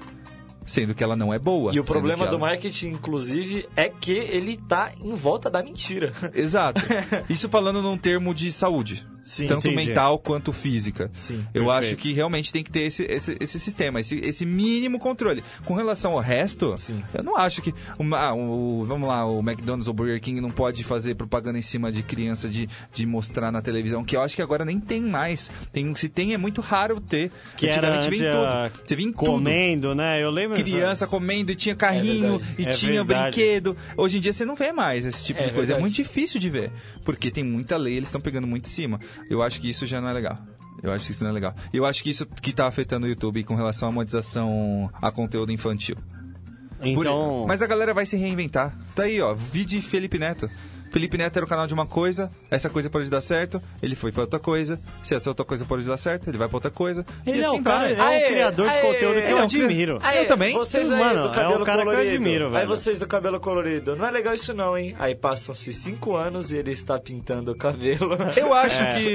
[SPEAKER 3] sendo que ela não é boa.
[SPEAKER 2] E o
[SPEAKER 3] sendo
[SPEAKER 2] problema
[SPEAKER 3] que
[SPEAKER 2] do
[SPEAKER 3] ela- é
[SPEAKER 2] marketing, inclusive, é que ele tá em volta da mentira.
[SPEAKER 1] [LAUGHS]
[SPEAKER 3] Exato. Isso falando num termo de saúde.
[SPEAKER 2] Sim,
[SPEAKER 3] tanto
[SPEAKER 1] entendi.
[SPEAKER 3] mental quanto física.
[SPEAKER 2] Sim,
[SPEAKER 3] Eu
[SPEAKER 1] perfeito.
[SPEAKER 3] acho que realmente tem que ter esse, esse, esse sistema, esse, esse mínimo controle. Com relação ao resto,
[SPEAKER 2] Sim.
[SPEAKER 3] eu não acho que. uma- ah, o, vamos lá, o McDonald's ou Burger King não pode fazer propaganda em cima de criança de, de mostrar na televisão, que eu acho que agora nem tem mais. Tem, se tem, é muito raro ter.
[SPEAKER 1] Que era
[SPEAKER 3] Antigamente vem
[SPEAKER 1] antes a-
[SPEAKER 3] tudo. Você vem tudo
[SPEAKER 1] Comendo, né? Eu lembro.
[SPEAKER 3] É. criança comendo e tinha carrinho
[SPEAKER 2] verdade.
[SPEAKER 3] e
[SPEAKER 1] É
[SPEAKER 3] tinha
[SPEAKER 1] verdade.
[SPEAKER 3] brinquedo. Hoje em dia você não vê mais esse tipo
[SPEAKER 2] É
[SPEAKER 3] de coisa.
[SPEAKER 2] verdade.
[SPEAKER 3] É muito difícil de ver. Porque tem muita lei, eles estão pegando muito em cima. Eu acho que isso já não é legal. Eu acho que isso não é legal. Eu acho que isso que tá afetando o YouTube com relação à monetização a conteúdo infantil. Por-
[SPEAKER 1] Então.
[SPEAKER 3] Mas a galera vai se reinventar. Tá aí, ó. Vide Felipe Neto. Felipe Neto era o canal de uma coisa, essa coisa pode dar certo, ele foi pra outra coisa, se essa outra coisa pode dar certo, ele vai pra outra coisa. e
[SPEAKER 1] Ele é
[SPEAKER 3] assim
[SPEAKER 1] um cara,
[SPEAKER 3] vai.
[SPEAKER 1] ele é um
[SPEAKER 2] Aê,
[SPEAKER 1] criador de
[SPEAKER 2] aê,
[SPEAKER 1] conteúdo que
[SPEAKER 3] ele
[SPEAKER 1] eu
[SPEAKER 3] é um
[SPEAKER 1] admiro.
[SPEAKER 3] cri-
[SPEAKER 2] [LAUGHS]
[SPEAKER 3] Eu também.
[SPEAKER 2] Vocês aí do
[SPEAKER 1] Mano,
[SPEAKER 2] cabelo
[SPEAKER 1] é um cara que eu
[SPEAKER 2] colorido.
[SPEAKER 1] admiro,
[SPEAKER 2] Aí
[SPEAKER 1] velho.
[SPEAKER 2] vocês do cabelo colorido. Não é legal isso não, hein? Aí passam-se cinco anos e ele está pintando o cabelo.
[SPEAKER 3] Eu acho que.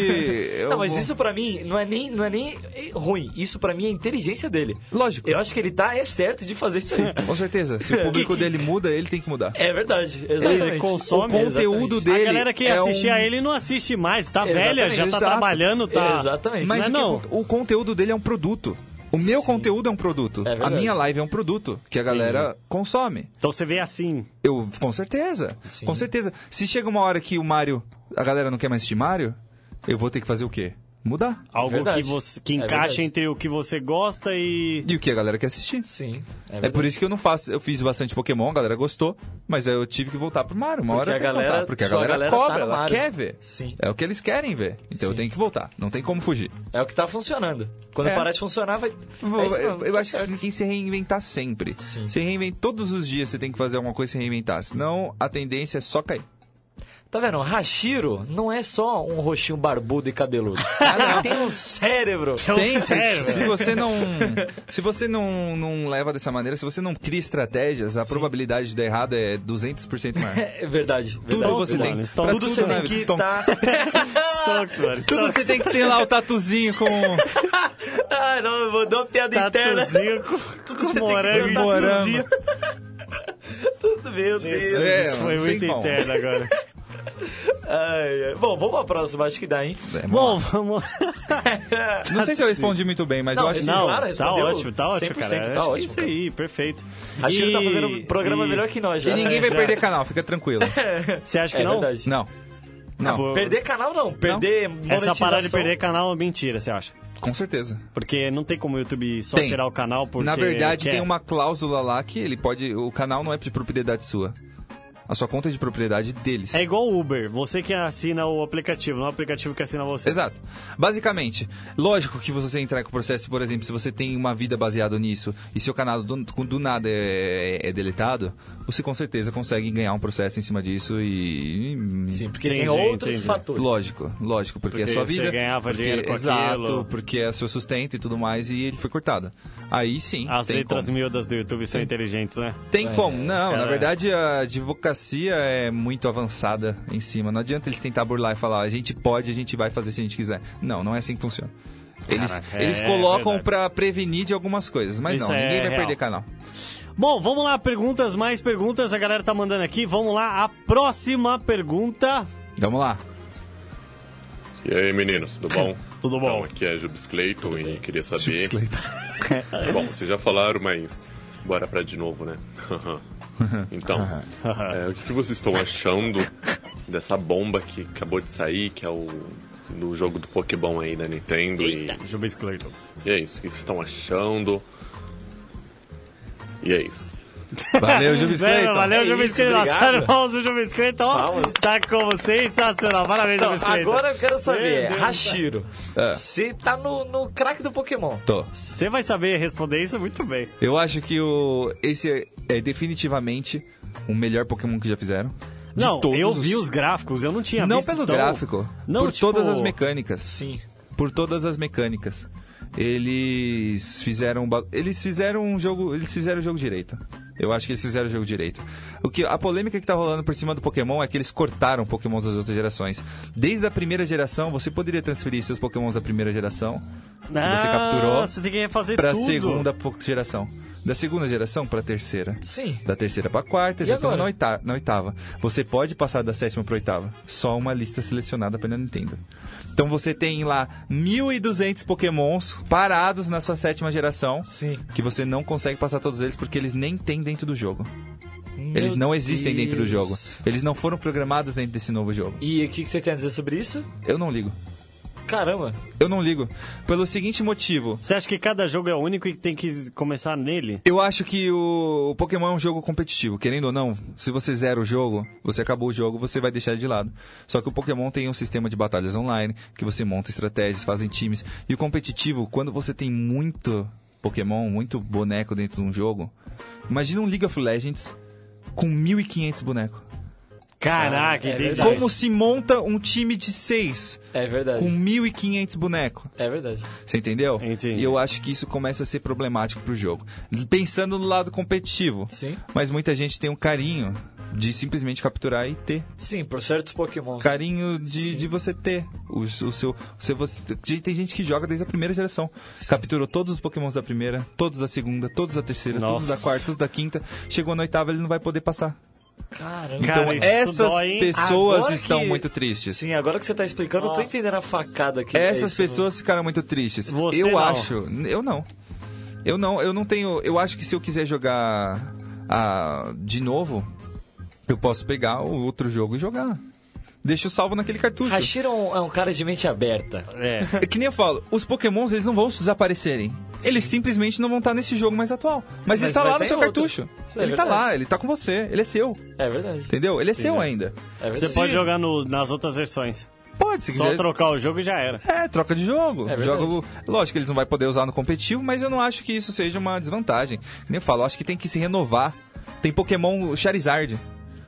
[SPEAKER 3] eu
[SPEAKER 2] É. Não, mas
[SPEAKER 3] vou-
[SPEAKER 2] isso pra mim não é nem, não é nem ruim. Isso pra mim é a inteligência dele.
[SPEAKER 3] Lógico.
[SPEAKER 2] Eu acho que ele tá é certo de fazer isso aí.
[SPEAKER 3] Com certeza.
[SPEAKER 2] [LAUGHS]
[SPEAKER 3] Se o público dele muda, ele tem que mudar.
[SPEAKER 2] É verdade, exatamente.
[SPEAKER 1] Ele consome,
[SPEAKER 2] O
[SPEAKER 3] conteúdo
[SPEAKER 1] A
[SPEAKER 3] dele
[SPEAKER 1] galera que
[SPEAKER 3] é
[SPEAKER 1] assistia
[SPEAKER 3] um-
[SPEAKER 1] a ele não assiste mais, tá velha, já tá
[SPEAKER 3] exato.
[SPEAKER 1] trabalhando, tá.
[SPEAKER 2] Exatamente.
[SPEAKER 3] Mas
[SPEAKER 1] Mas
[SPEAKER 3] o que-
[SPEAKER 1] não.
[SPEAKER 3] o conteúdo dele é um produto. O meu conteúdo é um produto.
[SPEAKER 2] É
[SPEAKER 3] a
[SPEAKER 2] verdade.
[SPEAKER 3] minha live é um produto que a galera consome.
[SPEAKER 1] Então você vê assim.
[SPEAKER 3] Eu, com certeza.
[SPEAKER 2] Sim.
[SPEAKER 3] Com certeza. Se chega uma hora que o Mario, a galera não quer mais assistir Mario, eu vou ter que fazer o quê? Mudar.
[SPEAKER 1] Algo
[SPEAKER 2] verdade.
[SPEAKER 1] que, você, que
[SPEAKER 2] É
[SPEAKER 1] encaixa
[SPEAKER 2] verdade.
[SPEAKER 1] entre o que você gosta e.
[SPEAKER 3] E o que a galera quer assistir?
[SPEAKER 2] Sim,
[SPEAKER 3] É
[SPEAKER 2] é verdade.
[SPEAKER 3] por isso que eu não faço. Eu fiz bastante Pokémon, a galera gostou, mas aí eu tive que voltar pro Mario. Uma
[SPEAKER 2] Porque
[SPEAKER 3] hora
[SPEAKER 2] a
[SPEAKER 3] eu tenho que
[SPEAKER 2] galera-
[SPEAKER 3] voltar, porque a
[SPEAKER 2] sua
[SPEAKER 3] galera,
[SPEAKER 2] galera tá
[SPEAKER 3] cobra,
[SPEAKER 2] no
[SPEAKER 3] ela
[SPEAKER 2] Mario.
[SPEAKER 3] quer ver.
[SPEAKER 2] Sim.
[SPEAKER 3] É o que eles querem ver. Então eu
[SPEAKER 2] Sim.
[SPEAKER 3] tenho que voltar. Não tem como fugir.
[SPEAKER 2] É o que tá funcionando. Quando
[SPEAKER 3] É.
[SPEAKER 2] parar de funcionar, vai.
[SPEAKER 3] Eu,
[SPEAKER 2] é isso mesmo,
[SPEAKER 3] eu
[SPEAKER 2] tá
[SPEAKER 3] acho que
[SPEAKER 2] certo.
[SPEAKER 3] tem que se reinventar sempre.
[SPEAKER 2] Sim.
[SPEAKER 3] Se reinventa todos os dias, você tem que fazer alguma coisa e se reinventar. Senão a tendência é só cair.
[SPEAKER 2] Tá vendo? Hashiro não é só um roxinho barbudo e cabeludo. Ela tem um cérebro.
[SPEAKER 1] É um [LAUGHS]
[SPEAKER 3] Tem, se,
[SPEAKER 1] cérebro.
[SPEAKER 3] se você não se você não, não leva dessa maneira, se você não cria estratégias, a probabilidade de dar errado é 200% maior.
[SPEAKER 1] [LAUGHS]
[SPEAKER 2] É verdade.
[SPEAKER 3] Tudo
[SPEAKER 2] verdade.
[SPEAKER 3] você
[SPEAKER 1] mano,
[SPEAKER 3] tem.
[SPEAKER 1] estão-
[SPEAKER 3] pra
[SPEAKER 1] tudo
[SPEAKER 2] Você tem
[SPEAKER 3] né,
[SPEAKER 2] que
[SPEAKER 3] estão-
[SPEAKER 1] [LAUGHS]
[SPEAKER 2] estar.
[SPEAKER 1] Stokes, tá mano.
[SPEAKER 3] Tudo
[SPEAKER 1] Stokes.
[SPEAKER 3] você tem que ter lá o tatuzinho com
[SPEAKER 2] Ah, não, mandou uma piada
[SPEAKER 1] Tá
[SPEAKER 3] né?
[SPEAKER 2] interna.
[SPEAKER 1] Tatuzinho com, com morango.
[SPEAKER 2] Tá
[SPEAKER 3] morango.
[SPEAKER 1] Isso
[SPEAKER 2] Meu Deus.
[SPEAKER 3] É,
[SPEAKER 1] foi
[SPEAKER 3] não tem
[SPEAKER 1] muito
[SPEAKER 3] como.
[SPEAKER 1] interno agora.
[SPEAKER 2] Ai, ai. Bom, vamos pra próxima, acho que dá, hein?
[SPEAKER 3] É,
[SPEAKER 1] Bom, vamos.
[SPEAKER 3] Não sei se eu respondi muito bem, mas
[SPEAKER 2] Não,
[SPEAKER 3] eu acho que.
[SPEAKER 1] Não,
[SPEAKER 2] Claro,
[SPEAKER 1] tá
[SPEAKER 2] respondeu
[SPEAKER 1] ótimo, tá
[SPEAKER 2] 100%,
[SPEAKER 1] ótimo, cara.
[SPEAKER 2] tá
[SPEAKER 1] Acho que é
[SPEAKER 2] ótimo,
[SPEAKER 1] isso
[SPEAKER 2] cara.
[SPEAKER 1] aí, perfeito.
[SPEAKER 2] A China tá
[SPEAKER 1] E-
[SPEAKER 2] fazendo um programa
[SPEAKER 1] e-
[SPEAKER 2] melhor que nós já.
[SPEAKER 3] E ninguém vai
[SPEAKER 1] Já.
[SPEAKER 3] perder canal, fica tranquilo.
[SPEAKER 1] [LAUGHS] Você acha que
[SPEAKER 2] É
[SPEAKER 1] não?
[SPEAKER 2] verdade.
[SPEAKER 3] Não. Não,
[SPEAKER 1] Acabou.
[SPEAKER 2] Perder canal não, perder monetização.
[SPEAKER 1] Essa parada de perder canal é mentira, você acha?
[SPEAKER 3] com certeza.
[SPEAKER 1] Porque não tem como o YouTube só
[SPEAKER 3] Tem.
[SPEAKER 1] tirar o canal porque.
[SPEAKER 3] Na verdade,
[SPEAKER 1] quer.
[SPEAKER 3] tem uma cláusula lá que ele pode. O canal não é de propriedade sua. A sua conta é de propriedade deles.
[SPEAKER 1] É igual o Uber, você que assina o aplicativo, não é o aplicativo que assina você.
[SPEAKER 3] Exato. Basicamente, lógico que você entrar com o processo, por exemplo, se você tem uma vida baseada nisso e seu canal do, do nada é, é deletado, você com certeza consegue ganhar um processo em cima disso e.
[SPEAKER 2] Sim, porque tem
[SPEAKER 1] Entendi,
[SPEAKER 2] outros
[SPEAKER 1] entendi.
[SPEAKER 2] fatores.
[SPEAKER 3] Lógico, lógico, porque, é
[SPEAKER 1] Porque
[SPEAKER 3] a sua
[SPEAKER 1] você
[SPEAKER 3] vida.
[SPEAKER 1] ganhava
[SPEAKER 3] porque,
[SPEAKER 1] dinheiro com
[SPEAKER 3] Exato,
[SPEAKER 1] aquilo.
[SPEAKER 3] porque é seu sustento e tudo mais, e ele foi cortado. Aí sim.
[SPEAKER 1] As
[SPEAKER 3] tem
[SPEAKER 1] letras
[SPEAKER 3] como.
[SPEAKER 1] miúdas do YouTube são inteligentes, né?
[SPEAKER 3] Tem como. Não,
[SPEAKER 1] cara-
[SPEAKER 3] na verdade a advocacia é muito avançada em cima. Não adianta eles tentar burlar e falar, a gente pode, a gente vai fazer se a gente quiser. Não, não é assim que funciona. Eles,
[SPEAKER 1] Caraca,
[SPEAKER 3] eles
[SPEAKER 1] é
[SPEAKER 3] colocam
[SPEAKER 1] verdade.
[SPEAKER 3] pra prevenir de algumas coisas, mas
[SPEAKER 1] Isso
[SPEAKER 3] não,
[SPEAKER 1] é
[SPEAKER 3] ninguém vai
[SPEAKER 1] real.
[SPEAKER 3] perder canal.
[SPEAKER 1] Bom, vamos lá, perguntas, mais perguntas, a galera tá mandando aqui. Vamos lá, a próxima pergunta.
[SPEAKER 3] Vamos lá.
[SPEAKER 9] E aí, meninos, tudo bom?
[SPEAKER 1] Tudo
[SPEAKER 9] Então,
[SPEAKER 1] bom?
[SPEAKER 9] aqui é Jubes Clayton e queria
[SPEAKER 1] [LAUGHS]
[SPEAKER 9] saber...
[SPEAKER 3] Bicicleta.
[SPEAKER 9] Bom, vocês já falaram, mas bora pra de novo, né? [LAUGHS] então, é, o que, que vocês estão achando dessa bomba que acabou de sair, que é o do jogo do Pokémon aí da Nintendo e,
[SPEAKER 1] Jubis Clayton.
[SPEAKER 9] e é isso, o que vocês estão achando? E é isso.
[SPEAKER 3] Valeu, Ju
[SPEAKER 1] Valeu,
[SPEAKER 3] Bicicleta.
[SPEAKER 1] valeu,
[SPEAKER 2] É
[SPEAKER 1] Jubis
[SPEAKER 2] isso,
[SPEAKER 1] Clayton.
[SPEAKER 2] obrigado.
[SPEAKER 1] Acerta o Jubis Clayton, ó.
[SPEAKER 2] Palmas.
[SPEAKER 1] Tá como sensacional. Parabéns,
[SPEAKER 2] Então,
[SPEAKER 1] Jubis Clayton.
[SPEAKER 2] agora eu quero
[SPEAKER 1] Meu
[SPEAKER 2] saber,
[SPEAKER 1] Deus.
[SPEAKER 2] Hashiro,
[SPEAKER 3] É.
[SPEAKER 2] você tá no, no craque do Pokémon.
[SPEAKER 3] Tô.
[SPEAKER 1] Você vai saber responder isso muito bem.
[SPEAKER 3] Eu acho que o esse é, é definitivamente o melhor Pokémon que já fizeram. De
[SPEAKER 1] Não,
[SPEAKER 3] todos
[SPEAKER 1] eu vi os gráficos, eu não tinha
[SPEAKER 3] Não
[SPEAKER 1] visto.
[SPEAKER 3] pelo
[SPEAKER 1] tão-
[SPEAKER 3] gráfico,
[SPEAKER 1] Não,
[SPEAKER 3] por
[SPEAKER 1] tipo-
[SPEAKER 3] todas as mecânicas.
[SPEAKER 2] Sim.
[SPEAKER 3] por todas as mecânicas. Eles fizeram um ba- eles fizeram um jogo, eles fizeram o jogo direito. Eu acho que eles fizeram o jogo direito. O que a polêmica que tá rolando por cima do Pokémon é que eles cortaram Pokémon das outras gerações. Desde a primeira geração, você poderia transferir seus Pokémons da primeira geração que
[SPEAKER 1] Ah,
[SPEAKER 3] você capturou
[SPEAKER 1] Você tem que refazer
[SPEAKER 3] para
[SPEAKER 1] tudo.
[SPEAKER 3] segunda po- geração. Da segunda geração para terceira.
[SPEAKER 2] Sim.
[SPEAKER 3] Da terceira para quarta,
[SPEAKER 2] E
[SPEAKER 3] já estamos
[SPEAKER 2] agora?
[SPEAKER 3] na, oita- na oitava. Você pode passar da sétima para oitava. Só uma lista selecionada pela Nintendo. Então você tem lá 1.200 pokémons parados na sua sétima geração.
[SPEAKER 2] Sim.
[SPEAKER 3] Que você não consegue passar todos eles porque eles nem tem dentro do jogo. eles
[SPEAKER 2] Meu
[SPEAKER 3] não existem dentro do
[SPEAKER 2] Deus.
[SPEAKER 3] jogo. Eles não foram programados dentro desse novo jogo.
[SPEAKER 2] E o que, que você tem a dizer sobre isso?
[SPEAKER 3] Eu não ligo.
[SPEAKER 2] Caramba.
[SPEAKER 3] Eu não ligo. Pelo seguinte motivo.
[SPEAKER 1] Você acha que cada jogo é único e tem que começar nele?
[SPEAKER 3] Eu acho que o o Pokémon é um jogo competitivo, querendo ou não. Se você zera o jogo, você acabou o jogo, você vai deixar ele de lado. Só que o Pokémon tem um sistema de batalhas online, que você monta estratégias, fazem times. E o competitivo, quando você tem muito Pokémon, muito boneco dentro de um jogo, imagina um League of Legends com 1.500 bonecos.
[SPEAKER 1] Caraca,
[SPEAKER 2] é
[SPEAKER 1] entendi.
[SPEAKER 2] verdade.
[SPEAKER 3] Como se monta um time de 6
[SPEAKER 2] É verdade.
[SPEAKER 3] com 1.500 bonecos?
[SPEAKER 2] É verdade.
[SPEAKER 3] Você entendeu?
[SPEAKER 1] Entendi.
[SPEAKER 3] E eu acho que isso começa a ser problemático pro jogo. Pensando no lado competitivo.
[SPEAKER 2] Sim.
[SPEAKER 3] Mas muita gente tem um carinho de simplesmente capturar e ter.
[SPEAKER 2] Sim, por certos Pokémon.
[SPEAKER 3] Carinho de, de você ter. O, o seu, se você, tem gente que joga desde a primeira geração. Capturou todos os pokémons da primeira, todos da segunda, todos da terceira, todos
[SPEAKER 1] Nossa.
[SPEAKER 3] da quarta, todos da quinta. Chegou na oitava, ele não vai poder passar.
[SPEAKER 2] Caramba.
[SPEAKER 1] Cara,
[SPEAKER 3] então
[SPEAKER 1] isso
[SPEAKER 3] essas
[SPEAKER 1] dói, hein?
[SPEAKER 3] pessoas
[SPEAKER 2] Agora
[SPEAKER 3] estão
[SPEAKER 2] que-
[SPEAKER 3] muito tristes.
[SPEAKER 2] Sim, agora que você tá explicando, eu tô
[SPEAKER 1] Nossa.
[SPEAKER 2] entendendo a facada aqui. É
[SPEAKER 3] Essas pessoas ficaram muito tristes.
[SPEAKER 1] Você
[SPEAKER 3] eu
[SPEAKER 1] não.
[SPEAKER 3] acho. Eu não. Eu não, eu não tenho. Eu acho que se eu quiser jogar ah, de novo, eu posso pegar o outro jogo e jogar. Deixa eu salvo naquele cartucho.
[SPEAKER 2] Hashiro é um, é um cara de mente aberta.
[SPEAKER 1] É.
[SPEAKER 3] É que nem eu falo, os pokémons eles não vão desaparecerem. Eles simplesmente não vão estar nesse jogo mais atual. Mas, ele tá
[SPEAKER 2] vai
[SPEAKER 3] lá
[SPEAKER 2] ter
[SPEAKER 3] no seu
[SPEAKER 2] outro.
[SPEAKER 3] cartucho.
[SPEAKER 2] Isso é
[SPEAKER 3] ele tá
[SPEAKER 2] verdade.
[SPEAKER 3] lá, ele tá com você, ele é seu,
[SPEAKER 2] É verdade.
[SPEAKER 3] entendeu? Ele é seu ainda.
[SPEAKER 2] É verdade.
[SPEAKER 1] Você pode jogar no- nas outras versões.
[SPEAKER 3] Pode, se
[SPEAKER 1] Só
[SPEAKER 3] quiser.
[SPEAKER 1] trocar o jogo e já era.
[SPEAKER 3] É, troca de jogo.
[SPEAKER 2] É verdade.
[SPEAKER 3] joga o... Lógico que eles não vão poder usar no competitivo, mas eu não acho que isso seja uma desvantagem. Que Nem eu falo, acho que tem que se renovar. Tem Pokémon Charizard.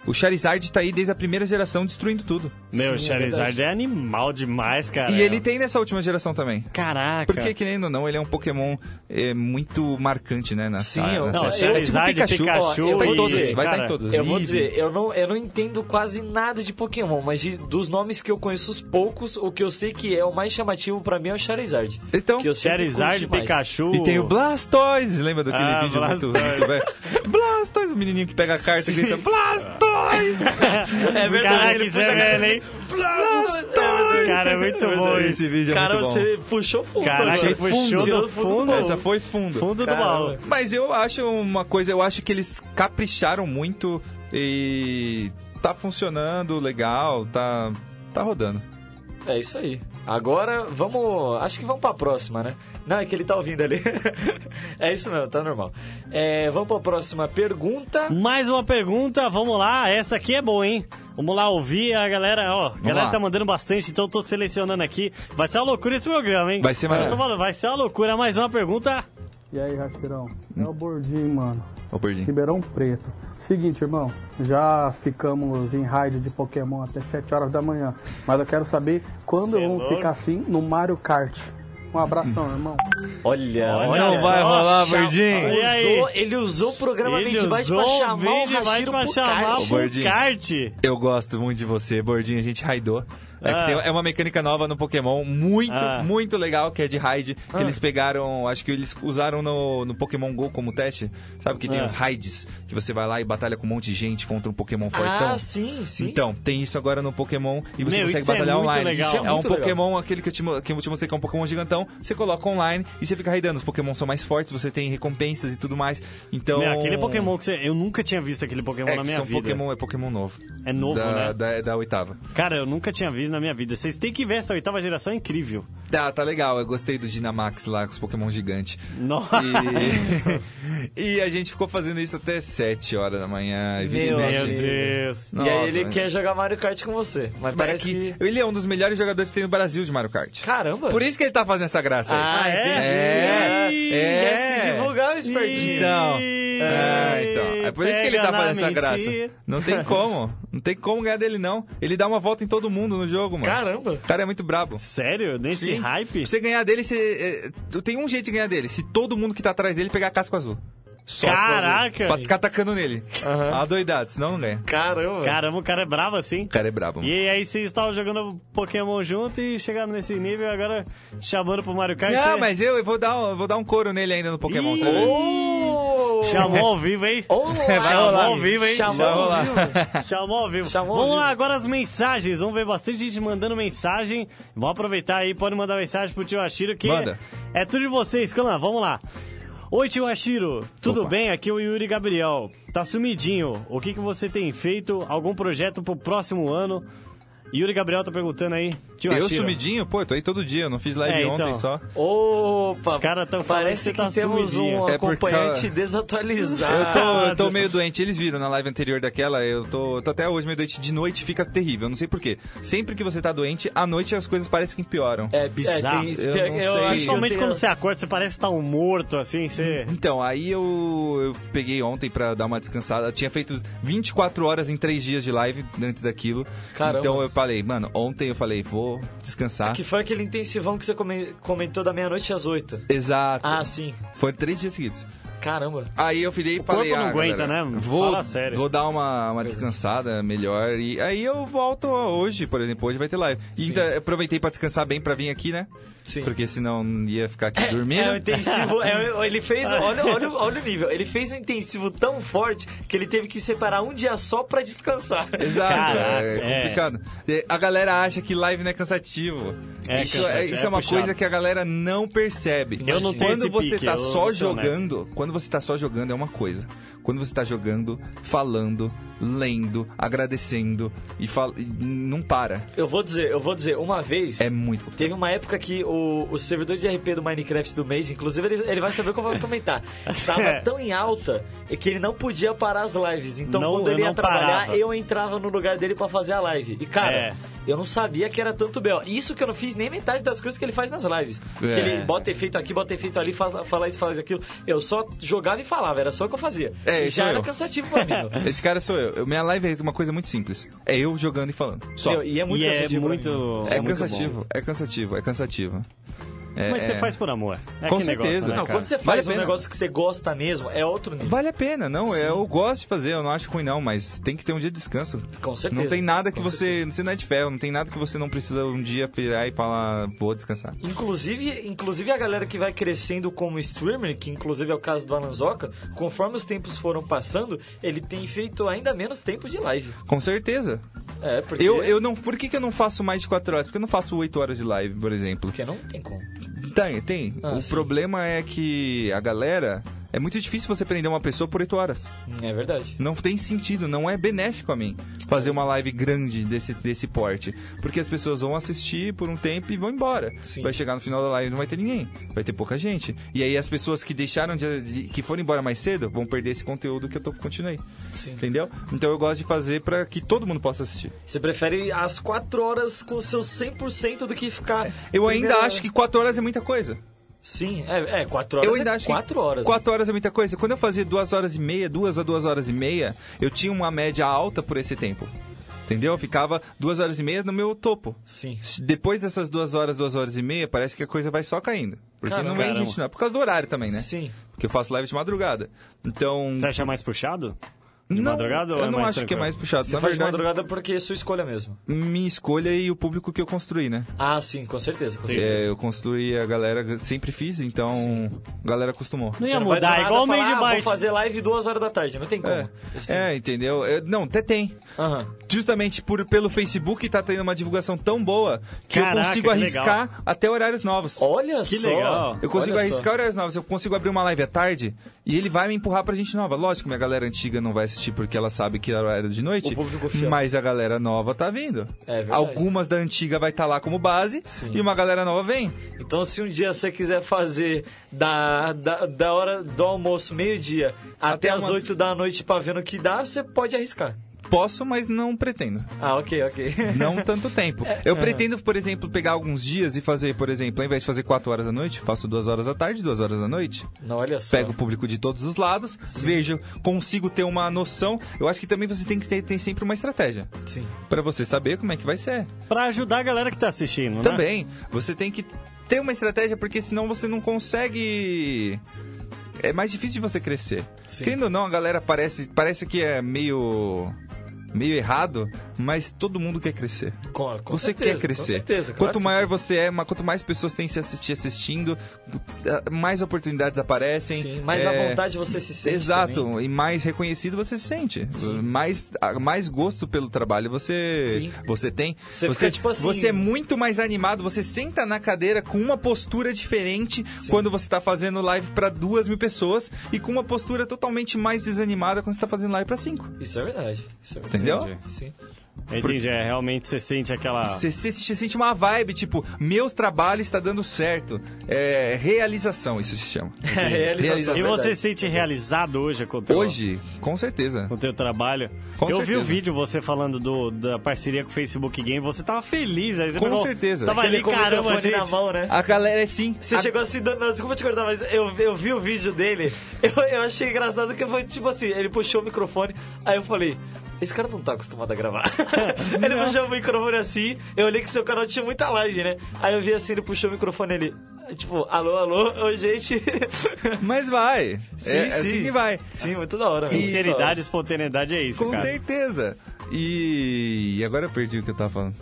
[SPEAKER 3] O Charizard tá aí desde a primeira geração destruindo tudo.
[SPEAKER 1] Meu,
[SPEAKER 2] Sim, é
[SPEAKER 1] Charizard
[SPEAKER 2] verdade.
[SPEAKER 1] é, animal demais, cara.
[SPEAKER 3] E ele tem nessa última geração também.
[SPEAKER 1] Caraca.
[SPEAKER 3] Porque, querendo ou não, ele é um Pokémon é, muito marcante, né? Na,
[SPEAKER 2] Sim,
[SPEAKER 3] na-
[SPEAKER 2] eu-
[SPEAKER 3] na
[SPEAKER 1] Não,
[SPEAKER 3] série. É
[SPEAKER 1] Charizard, Pikachu,
[SPEAKER 3] Ó, tá em
[SPEAKER 2] eu vou
[SPEAKER 3] todas,
[SPEAKER 2] dizer,
[SPEAKER 3] vai estar
[SPEAKER 1] cara,
[SPEAKER 3] em todas.
[SPEAKER 2] Eu vou
[SPEAKER 3] Eevee.
[SPEAKER 2] dizer, eu não, eu não entendo quase nada de Pokémon, mas de- dos nomes que eu conheço, os poucos, o que eu sei que é o mais chamativo pra mim é o Charizard.
[SPEAKER 3] Então,
[SPEAKER 2] que eu sempre
[SPEAKER 1] Charizard,
[SPEAKER 2] curti mais.
[SPEAKER 1] Pikachu.
[SPEAKER 3] E tem o Blastoise, lembra daquele
[SPEAKER 1] Ah,
[SPEAKER 3] vídeo muito-
[SPEAKER 1] Blastoise.
[SPEAKER 3] muito velho? Blastoise, o menininho que pega a carta e grita Blastoise!
[SPEAKER 2] Blastoise! É verdade,
[SPEAKER 1] Caraca,
[SPEAKER 2] ele
[SPEAKER 1] isso
[SPEAKER 2] puxa
[SPEAKER 1] é velho, hein?
[SPEAKER 2] Blastoise!
[SPEAKER 1] Cara, é muito bom
[SPEAKER 3] Esse
[SPEAKER 1] isso.
[SPEAKER 3] vídeo é
[SPEAKER 2] Cara,
[SPEAKER 3] muito bom.
[SPEAKER 2] você puxou fundo.
[SPEAKER 1] Caraca,
[SPEAKER 2] agora.
[SPEAKER 1] ele puxou
[SPEAKER 2] Tirou
[SPEAKER 1] do
[SPEAKER 2] um do fundo do
[SPEAKER 1] fundo.
[SPEAKER 2] baú.
[SPEAKER 3] Essa foi fundo.
[SPEAKER 1] Fundo do
[SPEAKER 2] Caramba.
[SPEAKER 1] baú.
[SPEAKER 3] Mas eu acho uma coisa, eu acho que eles capricharam muito e tá funcionando legal, tá tá rodando.
[SPEAKER 2] É isso aí. Agora vamos. Acho que vamos pra próxima, né? Não, é que ele tá ouvindo ali. [LAUGHS] é isso mesmo, tá normal. É, vamos pra próxima pergunta.
[SPEAKER 1] Mais uma pergunta, vamos lá. Essa aqui é boa, hein? Vamos lá ouvir a galera, ó. A galera
[SPEAKER 3] lá.
[SPEAKER 1] tá mandando bastante, então eu tô selecionando aqui. Vai ser uma loucura esse programa, hein?
[SPEAKER 3] Vai ser
[SPEAKER 1] Eu
[SPEAKER 3] maravilha.
[SPEAKER 1] tô falando, vai ser uma loucura. Mais uma pergunta.
[SPEAKER 10] E aí, Rasteirão? É o Bordim, mano.
[SPEAKER 3] Ô, Bordinho.
[SPEAKER 10] Ribeirão Preto. Seguinte, irmão, já ficamos em raid de Pokémon até 7 horas da manhã. Mas eu quero saber quando
[SPEAKER 1] Cê é
[SPEAKER 10] vamos
[SPEAKER 1] louco.
[SPEAKER 10] ficar assim no Mario Kart. Um abração, irmão.
[SPEAKER 2] Olha,
[SPEAKER 1] Olha
[SPEAKER 2] olha
[SPEAKER 1] só. vai
[SPEAKER 3] rolar,
[SPEAKER 1] Verdinho. E aí?
[SPEAKER 2] Usou, ele usou o programa
[SPEAKER 1] Ele
[SPEAKER 2] Made by pra
[SPEAKER 1] usou
[SPEAKER 2] chamar
[SPEAKER 1] o
[SPEAKER 2] o
[SPEAKER 1] vídeo, vai
[SPEAKER 2] Hashiro
[SPEAKER 1] pra
[SPEAKER 2] pro
[SPEAKER 1] chamar
[SPEAKER 2] kart.
[SPEAKER 3] Ô, Bordinho.
[SPEAKER 1] pro kart.
[SPEAKER 3] Eu gosto muito de você, Bordinho. A gente raidou. É, que
[SPEAKER 1] Ah.
[SPEAKER 3] tem- é uma mecânica nova no Pokémon, muito,
[SPEAKER 1] Ah.
[SPEAKER 3] muito legal, que é de raid, que eles pegaram, acho que eles usaram no, no Pokémon GO como teste. Sabe que tem
[SPEAKER 1] Ah.
[SPEAKER 3] os raids, que você vai lá e batalha com um monte de gente contra um Pokémon fortão.
[SPEAKER 2] Ah, sim, sim.
[SPEAKER 3] Então, tem isso agora no Pokémon e você
[SPEAKER 1] Meu,
[SPEAKER 3] consegue
[SPEAKER 1] isso é
[SPEAKER 3] batalhar
[SPEAKER 1] muito
[SPEAKER 3] online.
[SPEAKER 1] legal. Isso é
[SPEAKER 3] é um
[SPEAKER 2] muito legal.
[SPEAKER 3] Pokémon, aquele que eu, te, mo- que eu te mostrei que é um Pokémon gigantão, você coloca online e você fica raidando. Os Pokémon são mais fortes, você tem recompensas e tudo mais. Então.
[SPEAKER 1] Meu, aquele Pokémon que você. Eu nunca tinha visto aquele Pokémon
[SPEAKER 3] é, que
[SPEAKER 1] na minha
[SPEAKER 3] são
[SPEAKER 1] vida.
[SPEAKER 3] Pokémon, é Pokémon novo.
[SPEAKER 1] É novo,
[SPEAKER 3] da,
[SPEAKER 1] né?
[SPEAKER 3] Da, da oitava.
[SPEAKER 1] Cara, eu nunca tinha visto na minha vida. Vocês têm que ver essa oitava geração, é incrível.
[SPEAKER 3] Tá, tá legal. Eu gostei do Dynamax lá com os Pokémon gigantes.
[SPEAKER 1] Nossa.
[SPEAKER 3] E, [LAUGHS] e a gente ficou fazendo isso até 7 horas da manhã. e vira e
[SPEAKER 1] [LAUGHS] Meu
[SPEAKER 3] mexe.
[SPEAKER 1] Deus.
[SPEAKER 2] E aí
[SPEAKER 3] Nossa,
[SPEAKER 2] ele
[SPEAKER 3] mas-
[SPEAKER 2] quer jogar Mario Kart com você.
[SPEAKER 3] Mas
[SPEAKER 2] Mas
[SPEAKER 3] é
[SPEAKER 2] parece
[SPEAKER 3] que
[SPEAKER 2] que...
[SPEAKER 3] ele é um dos melhores jogadores que tem no Brasil de Mario Kart.
[SPEAKER 2] Caramba!
[SPEAKER 3] Por isso que ele tá fazendo essa graça aí.
[SPEAKER 2] Ah,
[SPEAKER 1] é?
[SPEAKER 2] entendi.
[SPEAKER 3] É,
[SPEAKER 2] Ih,
[SPEAKER 3] é.
[SPEAKER 2] Quer se divulgar, o espertinho.
[SPEAKER 3] Então,
[SPEAKER 1] Ih,
[SPEAKER 3] é, então. É por isso que ele
[SPEAKER 1] pega
[SPEAKER 3] tá
[SPEAKER 1] na
[SPEAKER 3] fazendo essa graça.
[SPEAKER 1] mentira.
[SPEAKER 3] Não tem como. Não tem como ganhar dele, não. Ele dá uma volta em todo mundo no jogo, mano.
[SPEAKER 2] Caramba!
[SPEAKER 3] O cara é muito brabo.
[SPEAKER 1] Sério? Nesse
[SPEAKER 3] Sim.
[SPEAKER 1] hype?
[SPEAKER 3] Pra você ganhar dele, você. é, tem um jeito de ganhar dele. Se todo mundo que tá atrás dele pegar casco azul. Só casco azul.
[SPEAKER 1] Caraca!
[SPEAKER 3] Pra ficar atacando nele. Ah, doidado, senão não ganha.
[SPEAKER 2] Caramba!
[SPEAKER 1] Caramba, o cara é bravo assim.
[SPEAKER 3] O cara é brabo, mano.
[SPEAKER 1] E aí vocês estavam jogando Pokémon junto e chegaram nesse nível agora chamando pro Mario Kart.
[SPEAKER 3] Não,
[SPEAKER 1] você-
[SPEAKER 3] mas eu, eu vou dar, um- eu vou dar um couro nele ainda no Pokémon,
[SPEAKER 1] Ih,
[SPEAKER 3] você vai ver.
[SPEAKER 2] Oh!
[SPEAKER 1] Chamou ao vivo, hein?
[SPEAKER 2] Olá.
[SPEAKER 1] Chamou ao vivo, hein?
[SPEAKER 2] Chamou ao vivo.
[SPEAKER 1] [LAUGHS] Chamou ao vivo.
[SPEAKER 2] Chamou ao
[SPEAKER 1] Vamos lá,
[SPEAKER 2] vivo.
[SPEAKER 1] agora as mensagens. Vamos ver bastante gente mandando mensagem. Vamos aproveitar aí, pode mandar mensagem pro tio Ashiro que
[SPEAKER 3] Manda.
[SPEAKER 1] é tudo de vocês, Clã. Vamos lá. Oi, tio Ashiro. Tudo
[SPEAKER 3] Opa.
[SPEAKER 1] bem? Aqui é o Yuri Gabriel. Tá sumidinho. O que, que você tem feito? Algum projeto pro próximo ano? Yuri Gabriel tá perguntando aí. Tio
[SPEAKER 3] Eu
[SPEAKER 1] Ashiro.
[SPEAKER 3] sumidinho? Pô, eu tô aí todo dia, eu não fiz live
[SPEAKER 1] É,
[SPEAKER 3] ontem
[SPEAKER 1] então.
[SPEAKER 3] só.
[SPEAKER 2] Opa!
[SPEAKER 1] Os cara tão falando
[SPEAKER 2] Parece
[SPEAKER 1] que você tá
[SPEAKER 2] temos
[SPEAKER 1] sumidinho.
[SPEAKER 2] um
[SPEAKER 3] É porque-
[SPEAKER 2] acompanhante
[SPEAKER 3] Eu
[SPEAKER 2] desatualizado.
[SPEAKER 3] tô, eu tô meio doente, eles viram na live anterior daquela, eu tô, tô até hoje meio doente, de noite fica terrível, eu não sei porquê. Sempre que você tá doente, à noite as coisas parecem que pioram.
[SPEAKER 2] É bizarro.
[SPEAKER 1] Eu
[SPEAKER 2] tem- um
[SPEAKER 3] não sei.
[SPEAKER 2] acho que
[SPEAKER 1] Principalmente
[SPEAKER 2] eu tenho-
[SPEAKER 1] quando você acorda, você parece estar um morto assim. Você.
[SPEAKER 3] Então, aí eu, eu peguei ontem pra dar uma descansada. Eu tinha feito 24 horas em 3 dias de live antes daquilo.
[SPEAKER 2] Caramba. É
[SPEAKER 3] Então eu falei, mano, ontem eu falei, vou descansar.
[SPEAKER 2] Que foi aquele intensivão que você come- comentou da meia-noite às oito.
[SPEAKER 3] Exato.
[SPEAKER 2] Ah, sim.
[SPEAKER 3] Foi 3 dias seguidos.
[SPEAKER 2] Caramba.
[SPEAKER 3] Aí eu virei e
[SPEAKER 1] corpo
[SPEAKER 3] falei,
[SPEAKER 1] não
[SPEAKER 3] ah,
[SPEAKER 1] aguenta,
[SPEAKER 3] galera,
[SPEAKER 1] né?
[SPEAKER 3] Vou,
[SPEAKER 1] Fala sério.
[SPEAKER 3] vou dar uma, uma descansada melhor. E aí eu volto hoje, por exemplo, hoje vai ter live. E ainda aproveitei pra descansar bem pra vir aqui, né?
[SPEAKER 2] Sim.
[SPEAKER 3] Porque senão ia ficar aqui
[SPEAKER 2] É o
[SPEAKER 3] dormindo.
[SPEAKER 2] intensivo. é o- ele fez. Olha, olha, o- olha o nível. Ele fez um intensivo tão forte que ele teve que separar um dia só pra descansar.
[SPEAKER 3] Exato,
[SPEAKER 1] Caraca,
[SPEAKER 3] é
[SPEAKER 1] é.
[SPEAKER 3] complicado. E A galera acha que live não é cansativo.
[SPEAKER 1] É
[SPEAKER 3] isso
[SPEAKER 1] cansativo,
[SPEAKER 3] isso é,
[SPEAKER 1] é
[SPEAKER 3] uma
[SPEAKER 1] puxado.
[SPEAKER 3] coisa que a galera não percebe.
[SPEAKER 1] Eu não tenho
[SPEAKER 3] quando
[SPEAKER 1] esse
[SPEAKER 3] você
[SPEAKER 1] pique,
[SPEAKER 3] tá
[SPEAKER 1] eu
[SPEAKER 3] só
[SPEAKER 1] vou ser honesto.
[SPEAKER 3] jogando, quando você tá só jogando é uma coisa. Quando você tá jogando, falando, lendo, agradecendo e, fal... e não para.
[SPEAKER 2] Eu vou dizer, eu vou dizer, uma vez.
[SPEAKER 3] É muito complicado.
[SPEAKER 2] Teve uma época que o, o servidor de RP do Minecraft do Mage, inclusive ele, ele vai saber como eu vou comentar,
[SPEAKER 3] [LAUGHS]
[SPEAKER 1] É.
[SPEAKER 2] estava tão em alta que ele não podia parar as lives. Então
[SPEAKER 1] Não,
[SPEAKER 2] quando
[SPEAKER 1] eu
[SPEAKER 2] ele ia
[SPEAKER 1] não
[SPEAKER 2] trabalhar,
[SPEAKER 1] parava.
[SPEAKER 2] eu entrava no lugar dele pra fazer a live. E cara,
[SPEAKER 1] É.
[SPEAKER 2] eu não sabia que era tanto B.O. Isso que eu não fiz nem metade das coisas que ele faz nas lives.
[SPEAKER 3] É.
[SPEAKER 2] Que ele bota efeito aqui, bota efeito ali, fala, fala isso, fala isso, aquilo. Eu só jogava e falava, era só o que eu fazia.
[SPEAKER 3] É,
[SPEAKER 2] e
[SPEAKER 3] isso
[SPEAKER 2] já
[SPEAKER 3] é
[SPEAKER 2] era
[SPEAKER 3] eu.
[SPEAKER 2] cansativo pra mim. meu.
[SPEAKER 3] Esse cara sou eu. Eu- Minha live é uma coisa muito simples. É eu jogando e falando. [LAUGHS] Só.
[SPEAKER 2] Meu, e é muito
[SPEAKER 1] E é
[SPEAKER 2] cansativo. pra mim.
[SPEAKER 1] muito-
[SPEAKER 3] É
[SPEAKER 1] muito
[SPEAKER 3] cansativo, é cansativo, é cansativo. É,
[SPEAKER 1] Mas você
[SPEAKER 3] é.
[SPEAKER 1] faz por amor. É
[SPEAKER 3] Com
[SPEAKER 1] que
[SPEAKER 3] certeza.
[SPEAKER 1] negócio, né?
[SPEAKER 2] Não,
[SPEAKER 3] cara?
[SPEAKER 2] quando você
[SPEAKER 3] Vale
[SPEAKER 2] faz
[SPEAKER 3] a
[SPEAKER 2] um
[SPEAKER 3] pena.
[SPEAKER 2] negócio que você gosta mesmo, é outro nível.
[SPEAKER 3] Vale a pena, não. é, Eu gosto de fazer, eu não acho ruim, não, mas tem que ter um dia de descanso.
[SPEAKER 2] Com certeza.
[SPEAKER 3] Não tem nada que
[SPEAKER 2] Com
[SPEAKER 3] você. Você não é de ferro, não tem nada que você não precisa um dia virar e falar, vou descansar.
[SPEAKER 2] Inclusive, inclusive a galera que vai crescendo como streamer, que inclusive é o caso do Alanzoca, conforme os tempos foram passando, ele tem feito ainda menos tempo de live.
[SPEAKER 3] Com certeza.
[SPEAKER 2] É, porque
[SPEAKER 3] Eu, eu não. Por que, que eu não faço mais de 4 horas? Porque eu não faço 8 horas de live, por exemplo.
[SPEAKER 2] porque não tem como.
[SPEAKER 3] Tem, tem.
[SPEAKER 2] Ah,
[SPEAKER 3] o
[SPEAKER 2] sim.
[SPEAKER 3] problema é que a galera. É muito difícil você prender uma pessoa por 8 horas.
[SPEAKER 2] É verdade.
[SPEAKER 3] Não tem sentido, não é benéfico a mim fazer uma live grande desse, desse porte. Porque as pessoas vão assistir por um tempo e vão embora.
[SPEAKER 2] Sim.
[SPEAKER 3] Vai chegar no final da live e não vai ter ninguém. Vai ter pouca gente. E aí as pessoas que deixaram de, de- que foram embora mais cedo vão perder esse conteúdo que eu tô, continuei.
[SPEAKER 2] Sim.
[SPEAKER 3] Entendeu? Então eu gosto de fazer pra que todo mundo possa assistir.
[SPEAKER 2] Você prefere as 4 horas com o seu 100% do que ficar.
[SPEAKER 3] Eu ainda
[SPEAKER 2] primeira-
[SPEAKER 3] acho que 4 horas é muita coisa.
[SPEAKER 2] Sim, é, é 4 horas.
[SPEAKER 3] eu ainda
[SPEAKER 2] é
[SPEAKER 3] acho que
[SPEAKER 2] 4 horas.
[SPEAKER 3] quatro horas é muita coisa. Quando eu fazia duas horas e meia, duas a duas horas e meia, eu tinha uma média alta por esse tempo. Entendeu? Eu ficava duas horas e meia no meu topo.
[SPEAKER 2] Sim.
[SPEAKER 3] Depois dessas duas horas, duas horas e meia, parece que a coisa vai só caindo. Porque
[SPEAKER 2] Caramba.
[SPEAKER 3] não vem
[SPEAKER 1] Caramba.
[SPEAKER 3] gente, não. É por causa do horário também, né?
[SPEAKER 2] Sim.
[SPEAKER 3] Porque eu faço live de madrugada. Então.
[SPEAKER 1] Você acha mais puxado? Tá De
[SPEAKER 3] não,
[SPEAKER 1] madrugada ou
[SPEAKER 3] Eu
[SPEAKER 1] é
[SPEAKER 3] não
[SPEAKER 1] mais
[SPEAKER 3] acho que é
[SPEAKER 1] tranquilo?
[SPEAKER 3] mais puxado.
[SPEAKER 2] Você
[SPEAKER 3] Na
[SPEAKER 2] faz de
[SPEAKER 3] verdade,
[SPEAKER 2] madrugada porque é sua escolha mesmo.
[SPEAKER 3] minha escolha e o público que eu construí, né?
[SPEAKER 2] Ah, sim, com certeza. Com certeza.
[SPEAKER 3] É, eu construí a galera, sempre fiz, então a galera acostumou.
[SPEAKER 1] Não
[SPEAKER 2] Você
[SPEAKER 1] ia
[SPEAKER 2] não vai do
[SPEAKER 1] mudar,
[SPEAKER 2] nada
[SPEAKER 1] igual o
[SPEAKER 2] falar,
[SPEAKER 1] Made
[SPEAKER 2] "Ah, Vou
[SPEAKER 1] Byte.
[SPEAKER 2] fazer live 2 horas da tarde, não tem como.
[SPEAKER 3] É,
[SPEAKER 2] Assim.
[SPEAKER 3] é, entendeu? Eu- não, até tem.
[SPEAKER 2] Aham.
[SPEAKER 3] Justamente por, pelo Facebook tá tendo uma divulgação tão boa que eu
[SPEAKER 1] Caraca,
[SPEAKER 3] consigo
[SPEAKER 1] que
[SPEAKER 3] arriscar até horários novos.
[SPEAKER 2] Olha
[SPEAKER 1] Que
[SPEAKER 2] só.
[SPEAKER 1] legal.
[SPEAKER 3] Eu consigo
[SPEAKER 2] olha só.
[SPEAKER 3] arriscar horários novos, eu consigo abrir uma live à tarde e ele vai me empurrar pra gente nova. Lógico, minha galera antiga não vai assistir porque ela sabe que era horário de noite,
[SPEAKER 2] O público fiel.
[SPEAKER 3] mas a galera nova tá vindo.
[SPEAKER 2] É verdade.
[SPEAKER 3] Algumas da antiga vai estar lá como base
[SPEAKER 2] Sim.
[SPEAKER 3] e uma galera nova vem.
[SPEAKER 2] Então, se um dia você quiser fazer da, da, da hora do almoço, meio-dia,
[SPEAKER 3] Até
[SPEAKER 2] até, as
[SPEAKER 3] umas-
[SPEAKER 2] 8 da noite pra ver no que dá, você pode arriscar.
[SPEAKER 3] Posso, mas não pretendo.
[SPEAKER 2] Ah, ok,
[SPEAKER 3] [LAUGHS]
[SPEAKER 2] ok. [LAUGHS]
[SPEAKER 3] Não tanto tempo.
[SPEAKER 2] É.
[SPEAKER 3] Eu pretendo, por exemplo, pegar alguns dias e fazer, por exemplo, ao invés de fazer 4 horas da noite, faço 2 horas da tarde, 2 horas da noite.
[SPEAKER 2] Não, olha só.
[SPEAKER 3] Pego o público de todos os lados, vejo, consigo ter uma noção. Eu acho que também você tem que ter tem sempre uma estratégia.
[SPEAKER 2] Sim.
[SPEAKER 3] Pra você saber como é que vai ser.
[SPEAKER 1] Pra ajudar a galera que tá assistindo,
[SPEAKER 2] é?
[SPEAKER 1] né?
[SPEAKER 3] Também, você tem que ter uma estratégia, porque senão você não consegue. É mais difícil de você crescer.
[SPEAKER 2] Sim.
[SPEAKER 3] Querendo ou não, a galera parece, parece que é meio. meio errado, mas todo mundo quer crescer.
[SPEAKER 2] Com, com
[SPEAKER 3] você
[SPEAKER 2] certeza,
[SPEAKER 3] quer crescer.
[SPEAKER 2] Com certeza, claro
[SPEAKER 3] quanto
[SPEAKER 2] que-
[SPEAKER 3] maior você é, ma- quanto mais pessoas têm se assistir assistindo, eh, mais oportunidades aparecem.
[SPEAKER 2] Sim, mais
[SPEAKER 3] eh,
[SPEAKER 2] à vontade você se sente.
[SPEAKER 3] Exato,
[SPEAKER 2] também.
[SPEAKER 3] e mais reconhecido você se sente. Mais, a- mais gosto pelo trabalho você,
[SPEAKER 2] Sim.
[SPEAKER 3] você tem.
[SPEAKER 2] Você fica, tipo assim-
[SPEAKER 3] você é muito mais animado, você senta na cadeira com uma postura diferente quando você tá fazendo live pra duas mil pessoas e com uma postura totalmente mais desanimada quando você tá fazendo live pra cinco.
[SPEAKER 2] Isso é verdade. Isso é verdade.
[SPEAKER 3] Entendeu?
[SPEAKER 2] Sim.
[SPEAKER 1] Entendi, é, realmente você sente
[SPEAKER 2] Ah.
[SPEAKER 1] aquela...
[SPEAKER 3] Você, você- você sente uma vibe, tipo, meu trabalho está dando certo. É realização, isso se chama.
[SPEAKER 2] [LAUGHS] É, realização.
[SPEAKER 1] E
[SPEAKER 2] verdade.
[SPEAKER 1] você se sente realizado hoje com o teu,
[SPEAKER 3] Hoje, com certeza.
[SPEAKER 1] com o teu trabalho?
[SPEAKER 3] Com
[SPEAKER 1] Eu vi
[SPEAKER 3] certeza.
[SPEAKER 1] o vídeo você falando do- da parceria com o Facebook Game, você tava feliz. Aí você
[SPEAKER 3] Com
[SPEAKER 1] pegou-
[SPEAKER 3] certeza.
[SPEAKER 1] Tava
[SPEAKER 2] Aquele
[SPEAKER 1] ali,
[SPEAKER 2] com o
[SPEAKER 1] caramba,
[SPEAKER 2] microfone
[SPEAKER 1] gente.
[SPEAKER 2] na mão, né?
[SPEAKER 3] A galera é sim.
[SPEAKER 2] Você
[SPEAKER 3] a-
[SPEAKER 2] chegou assim, não, não, desculpa te cortar, mas eu, eu vi o vídeo dele, [LAUGHS] eu, eu achei engraçado que foi tipo assim, ele puxou o microfone, aí eu falei, esse cara não tá acostumado a gravar. [LAUGHS] ele puxou o microfone assim, eu olhei que seu canal tinha muita live, né? Aí eu vi assim, ele puxou o microfone ele, tipo, alô, alô, ô gente.
[SPEAKER 3] Mas vai.
[SPEAKER 2] Sim,
[SPEAKER 3] é, é
[SPEAKER 2] sim.
[SPEAKER 3] assim que vai.
[SPEAKER 2] Sim, muito da hora. velho.
[SPEAKER 1] Sinceridade, espontaneidade é isso,
[SPEAKER 3] Com
[SPEAKER 1] cara.
[SPEAKER 3] certeza. E... e agora eu perdi o que eu tava falando.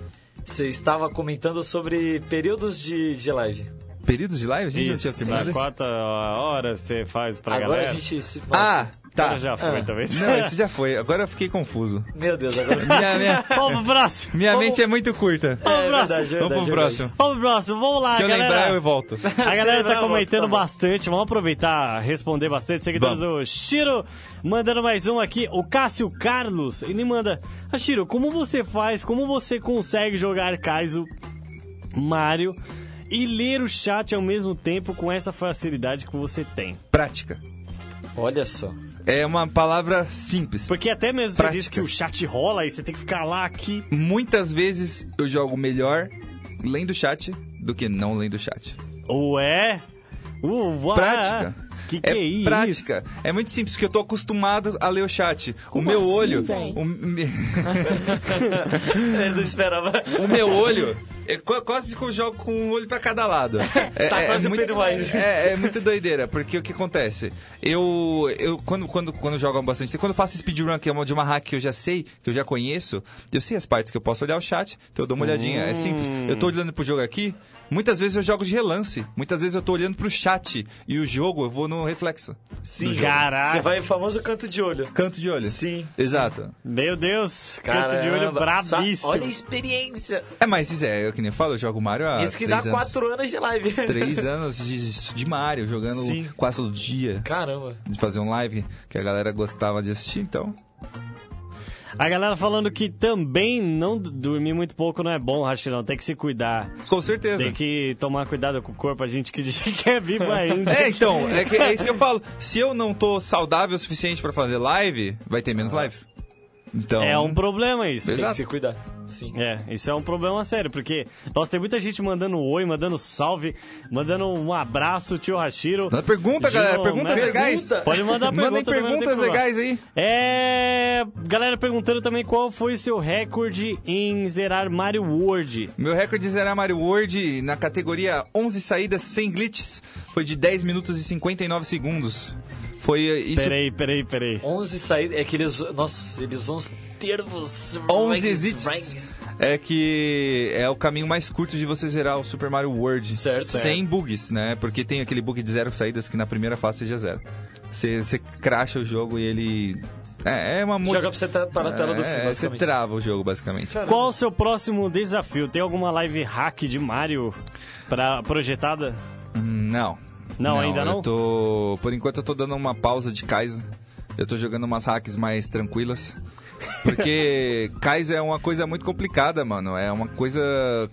[SPEAKER 2] Você estava comentando sobre períodos de, de live.
[SPEAKER 3] Períodos de live? A gente
[SPEAKER 1] Isso,
[SPEAKER 3] não tinha filmado
[SPEAKER 1] sabe
[SPEAKER 3] isso?
[SPEAKER 1] quantas horas você faz pra
[SPEAKER 2] Agora
[SPEAKER 1] galera?
[SPEAKER 2] a gente se.
[SPEAKER 3] Ah,
[SPEAKER 2] Nossa,
[SPEAKER 3] tá.
[SPEAKER 1] Agora já foi,
[SPEAKER 2] Ah.
[SPEAKER 1] talvez.
[SPEAKER 3] Não,
[SPEAKER 1] [LAUGHS]
[SPEAKER 3] isso já foi. Agora eu fiquei confuso.
[SPEAKER 2] Meu Deus, agora.
[SPEAKER 3] Minha, minha,
[SPEAKER 1] Vamos pro próximo.
[SPEAKER 3] minha
[SPEAKER 2] Vamos-
[SPEAKER 3] mente é muito curta.
[SPEAKER 1] Vamos pro
[SPEAKER 2] verdade,
[SPEAKER 3] [LAUGHS]
[SPEAKER 2] é verdade,
[SPEAKER 1] próximo.
[SPEAKER 3] Vamos pro
[SPEAKER 2] verdade.
[SPEAKER 3] próximo.
[SPEAKER 1] Vamos pro próximo. Vamos lá,
[SPEAKER 3] Se eu
[SPEAKER 1] galera.
[SPEAKER 3] lembrar, eu volto.
[SPEAKER 1] [LAUGHS] A galera
[SPEAKER 2] lembrar,
[SPEAKER 1] tá
[SPEAKER 2] eu volto, tá
[SPEAKER 1] comentando
[SPEAKER 2] bom.
[SPEAKER 1] bastante, vamos aproveitar, responder bastante. Seguidores do Shiro, mandando mais um aqui, o Cássio Carlos, ele manda: Ah, Shiro, como você faz, como você consegue jogar Kaizo, Mario e ler o chat ao mesmo tempo com essa facilidade que você tem?
[SPEAKER 3] Prática.
[SPEAKER 2] Olha só.
[SPEAKER 3] É uma palavra simples.
[SPEAKER 1] Porque até mesmo você
[SPEAKER 3] Prática.
[SPEAKER 1] diz que o chat rola e você tem que ficar lá aqui.
[SPEAKER 3] Muitas vezes eu jogo melhor lendo o chat do que não lendo o chat.
[SPEAKER 1] Ué? é? Uh, ué?
[SPEAKER 3] Prática.
[SPEAKER 1] Que que
[SPEAKER 3] é
[SPEAKER 1] é isso?
[SPEAKER 3] prática. É muito simples, porque eu tô acostumado a ler o chat. o meu
[SPEAKER 1] assim,
[SPEAKER 3] olho.
[SPEAKER 1] véi?
[SPEAKER 3] o me-
[SPEAKER 2] [LAUGHS]
[SPEAKER 3] [LAUGHS]
[SPEAKER 2] Eu não esperava.
[SPEAKER 3] O meu olho, é qu- quase que eu jogo com um olho pra cada lado. É,
[SPEAKER 2] [LAUGHS] Tá
[SPEAKER 3] é- é
[SPEAKER 2] quase o
[SPEAKER 3] muito-
[SPEAKER 2] Pedro Weiss.
[SPEAKER 3] É, é muito doideira, porque o que acontece? Eu, eu quando, quando, quando jogo há bastante tempo, quando eu faço speedrun, que é uma, de uma hack que eu já sei, que eu já conheço, eu sei as partes que eu posso olhar o chat, então eu dou uma olhadinha. É simples.
[SPEAKER 2] Hum.
[SPEAKER 3] Eu tô olhando pro jogo aqui, muitas vezes eu jogo de relance, muitas vezes eu tô olhando pro chat e o jogo eu vou no reflexo.
[SPEAKER 2] Sim.
[SPEAKER 1] Caraca.
[SPEAKER 2] Você vai o famoso canto de olho.
[SPEAKER 3] Canto de olho.
[SPEAKER 2] Sim.
[SPEAKER 3] Exato.
[SPEAKER 1] Meu Deus, canto de olho
[SPEAKER 2] Caramba. Sa-
[SPEAKER 1] brabíssimo.
[SPEAKER 2] Olha a experiência.
[SPEAKER 3] É, mas isso é, eu que nem eu falo, eu jogo Mario há
[SPEAKER 2] Isso que dá
[SPEAKER 3] Ah, três anos.
[SPEAKER 2] quatro anos de live.
[SPEAKER 3] Três anos de, de Mario, jogando
[SPEAKER 2] Sim.
[SPEAKER 3] quase todo dia.
[SPEAKER 2] [LAUGHS] Caramba.
[SPEAKER 3] de fazer um live que a galera gostava de assistir, então.
[SPEAKER 1] A galera falando que também não d- dormir muito pouco não é bom, Rachirão. Tem que se cuidar.
[SPEAKER 3] Com certeza.
[SPEAKER 1] Tem que tomar cuidado com o corpo, a gente que [LAUGHS] que é vivo ainda.
[SPEAKER 3] É, então, é, que, é isso que eu falo. Se eu não tô saudável o suficiente pra fazer live, vai ter menos lives. Então.
[SPEAKER 1] É um problema isso.
[SPEAKER 2] Tem que
[SPEAKER 3] Exato.
[SPEAKER 2] se cuidar. Sim.
[SPEAKER 1] É, isso é um problema sério, porque, nossa, tem muita gente mandando oi, mandando salve, mandando um abraço, tio Hashiro.
[SPEAKER 3] Manda Pergunta,
[SPEAKER 1] Gino
[SPEAKER 3] galera. Perguntas
[SPEAKER 1] Melo.
[SPEAKER 3] legais.
[SPEAKER 1] Pode mandar pergunta.
[SPEAKER 3] Mandem
[SPEAKER 1] também, não tem
[SPEAKER 3] perguntas
[SPEAKER 1] problema.
[SPEAKER 3] legais aí.
[SPEAKER 1] É. Galera perguntando também qual foi seu recorde em zerar Mario World.
[SPEAKER 3] Meu recorde zerar Mario World na categoria 11 saídas sem glitches foi de 10 minutos e 59 segundos. Foi isso.
[SPEAKER 1] Peraí, peraí, peraí.
[SPEAKER 2] 11 saídas. É aqueles. Nossa, eles vão termos.
[SPEAKER 3] 11
[SPEAKER 2] ranks,
[SPEAKER 3] zits
[SPEAKER 2] ranks.
[SPEAKER 3] é que é o caminho mais curto de você zerar o Super Mario World
[SPEAKER 2] Certo.
[SPEAKER 3] sem bugs, né? Porque tem aquele bug de zero saídas que na primeira fase seja zero. Você, você cracha o jogo e ele. É, é uma multi-
[SPEAKER 2] Joga pra você tá- para a tela do
[SPEAKER 3] É,
[SPEAKER 2] fim,
[SPEAKER 3] Você
[SPEAKER 2] basicamente.
[SPEAKER 3] trava o jogo, basicamente.
[SPEAKER 1] Qual o seu próximo desafio? Tem alguma live hack de Mario pra, projetada?
[SPEAKER 3] Hum, Não.
[SPEAKER 1] Não, ainda não?
[SPEAKER 3] Eu tô. Por enquanto eu tô dando uma pausa de Kaizo. Eu tô jogando umas hacks mais tranquilas. Porque Kaizo é uma coisa muito complicada, mano. É uma coisa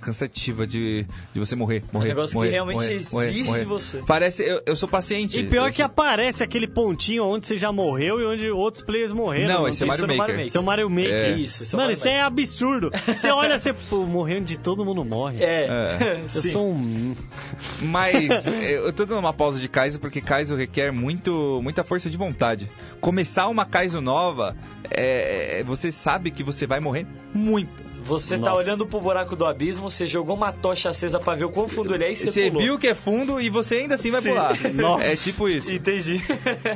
[SPEAKER 3] cansativa de, de você morrer. morrer
[SPEAKER 2] negócio que
[SPEAKER 3] morrer,
[SPEAKER 2] realmente
[SPEAKER 3] morrer,
[SPEAKER 2] exige
[SPEAKER 3] morrer,
[SPEAKER 2] de
[SPEAKER 3] morrer.
[SPEAKER 2] você.
[SPEAKER 3] Parece. Eu, eu sou paciente.
[SPEAKER 1] E pior
[SPEAKER 3] Eu
[SPEAKER 1] que
[SPEAKER 3] sou-
[SPEAKER 1] aparece aquele pontinho onde você já morreu e onde outros players morreram.
[SPEAKER 3] Não, esse é
[SPEAKER 1] tem-
[SPEAKER 3] Mario
[SPEAKER 2] isso no Mario
[SPEAKER 3] Maker.
[SPEAKER 1] Esse é o Mario Maker.
[SPEAKER 3] É.
[SPEAKER 2] Isso, esse é o
[SPEAKER 1] Mano,
[SPEAKER 2] Mario
[SPEAKER 1] isso é absurdo. Você olha, você... Pô, morrendo de todo mundo morre.
[SPEAKER 2] É.
[SPEAKER 3] É.
[SPEAKER 2] [LAUGHS]
[SPEAKER 1] Eu
[SPEAKER 2] Sim.
[SPEAKER 1] sou um...
[SPEAKER 3] Mas é, eu tô dando uma pausa de Kaizo porque Kaizo requer muito, muita força de vontade. Começar uma Kaizo nova, é, é- você sabe que você vai morrer muito.
[SPEAKER 2] Você tá
[SPEAKER 1] Nossa.
[SPEAKER 2] olhando pro buraco do abismo, você jogou uma tocha acesa pra ver o quão fundo ele é e você,
[SPEAKER 3] Você
[SPEAKER 2] pulou.
[SPEAKER 3] viu que é fundo e você ainda assim vai
[SPEAKER 1] Sim.
[SPEAKER 3] pular.
[SPEAKER 1] Nossa.
[SPEAKER 3] É tipo isso.
[SPEAKER 2] Entendi.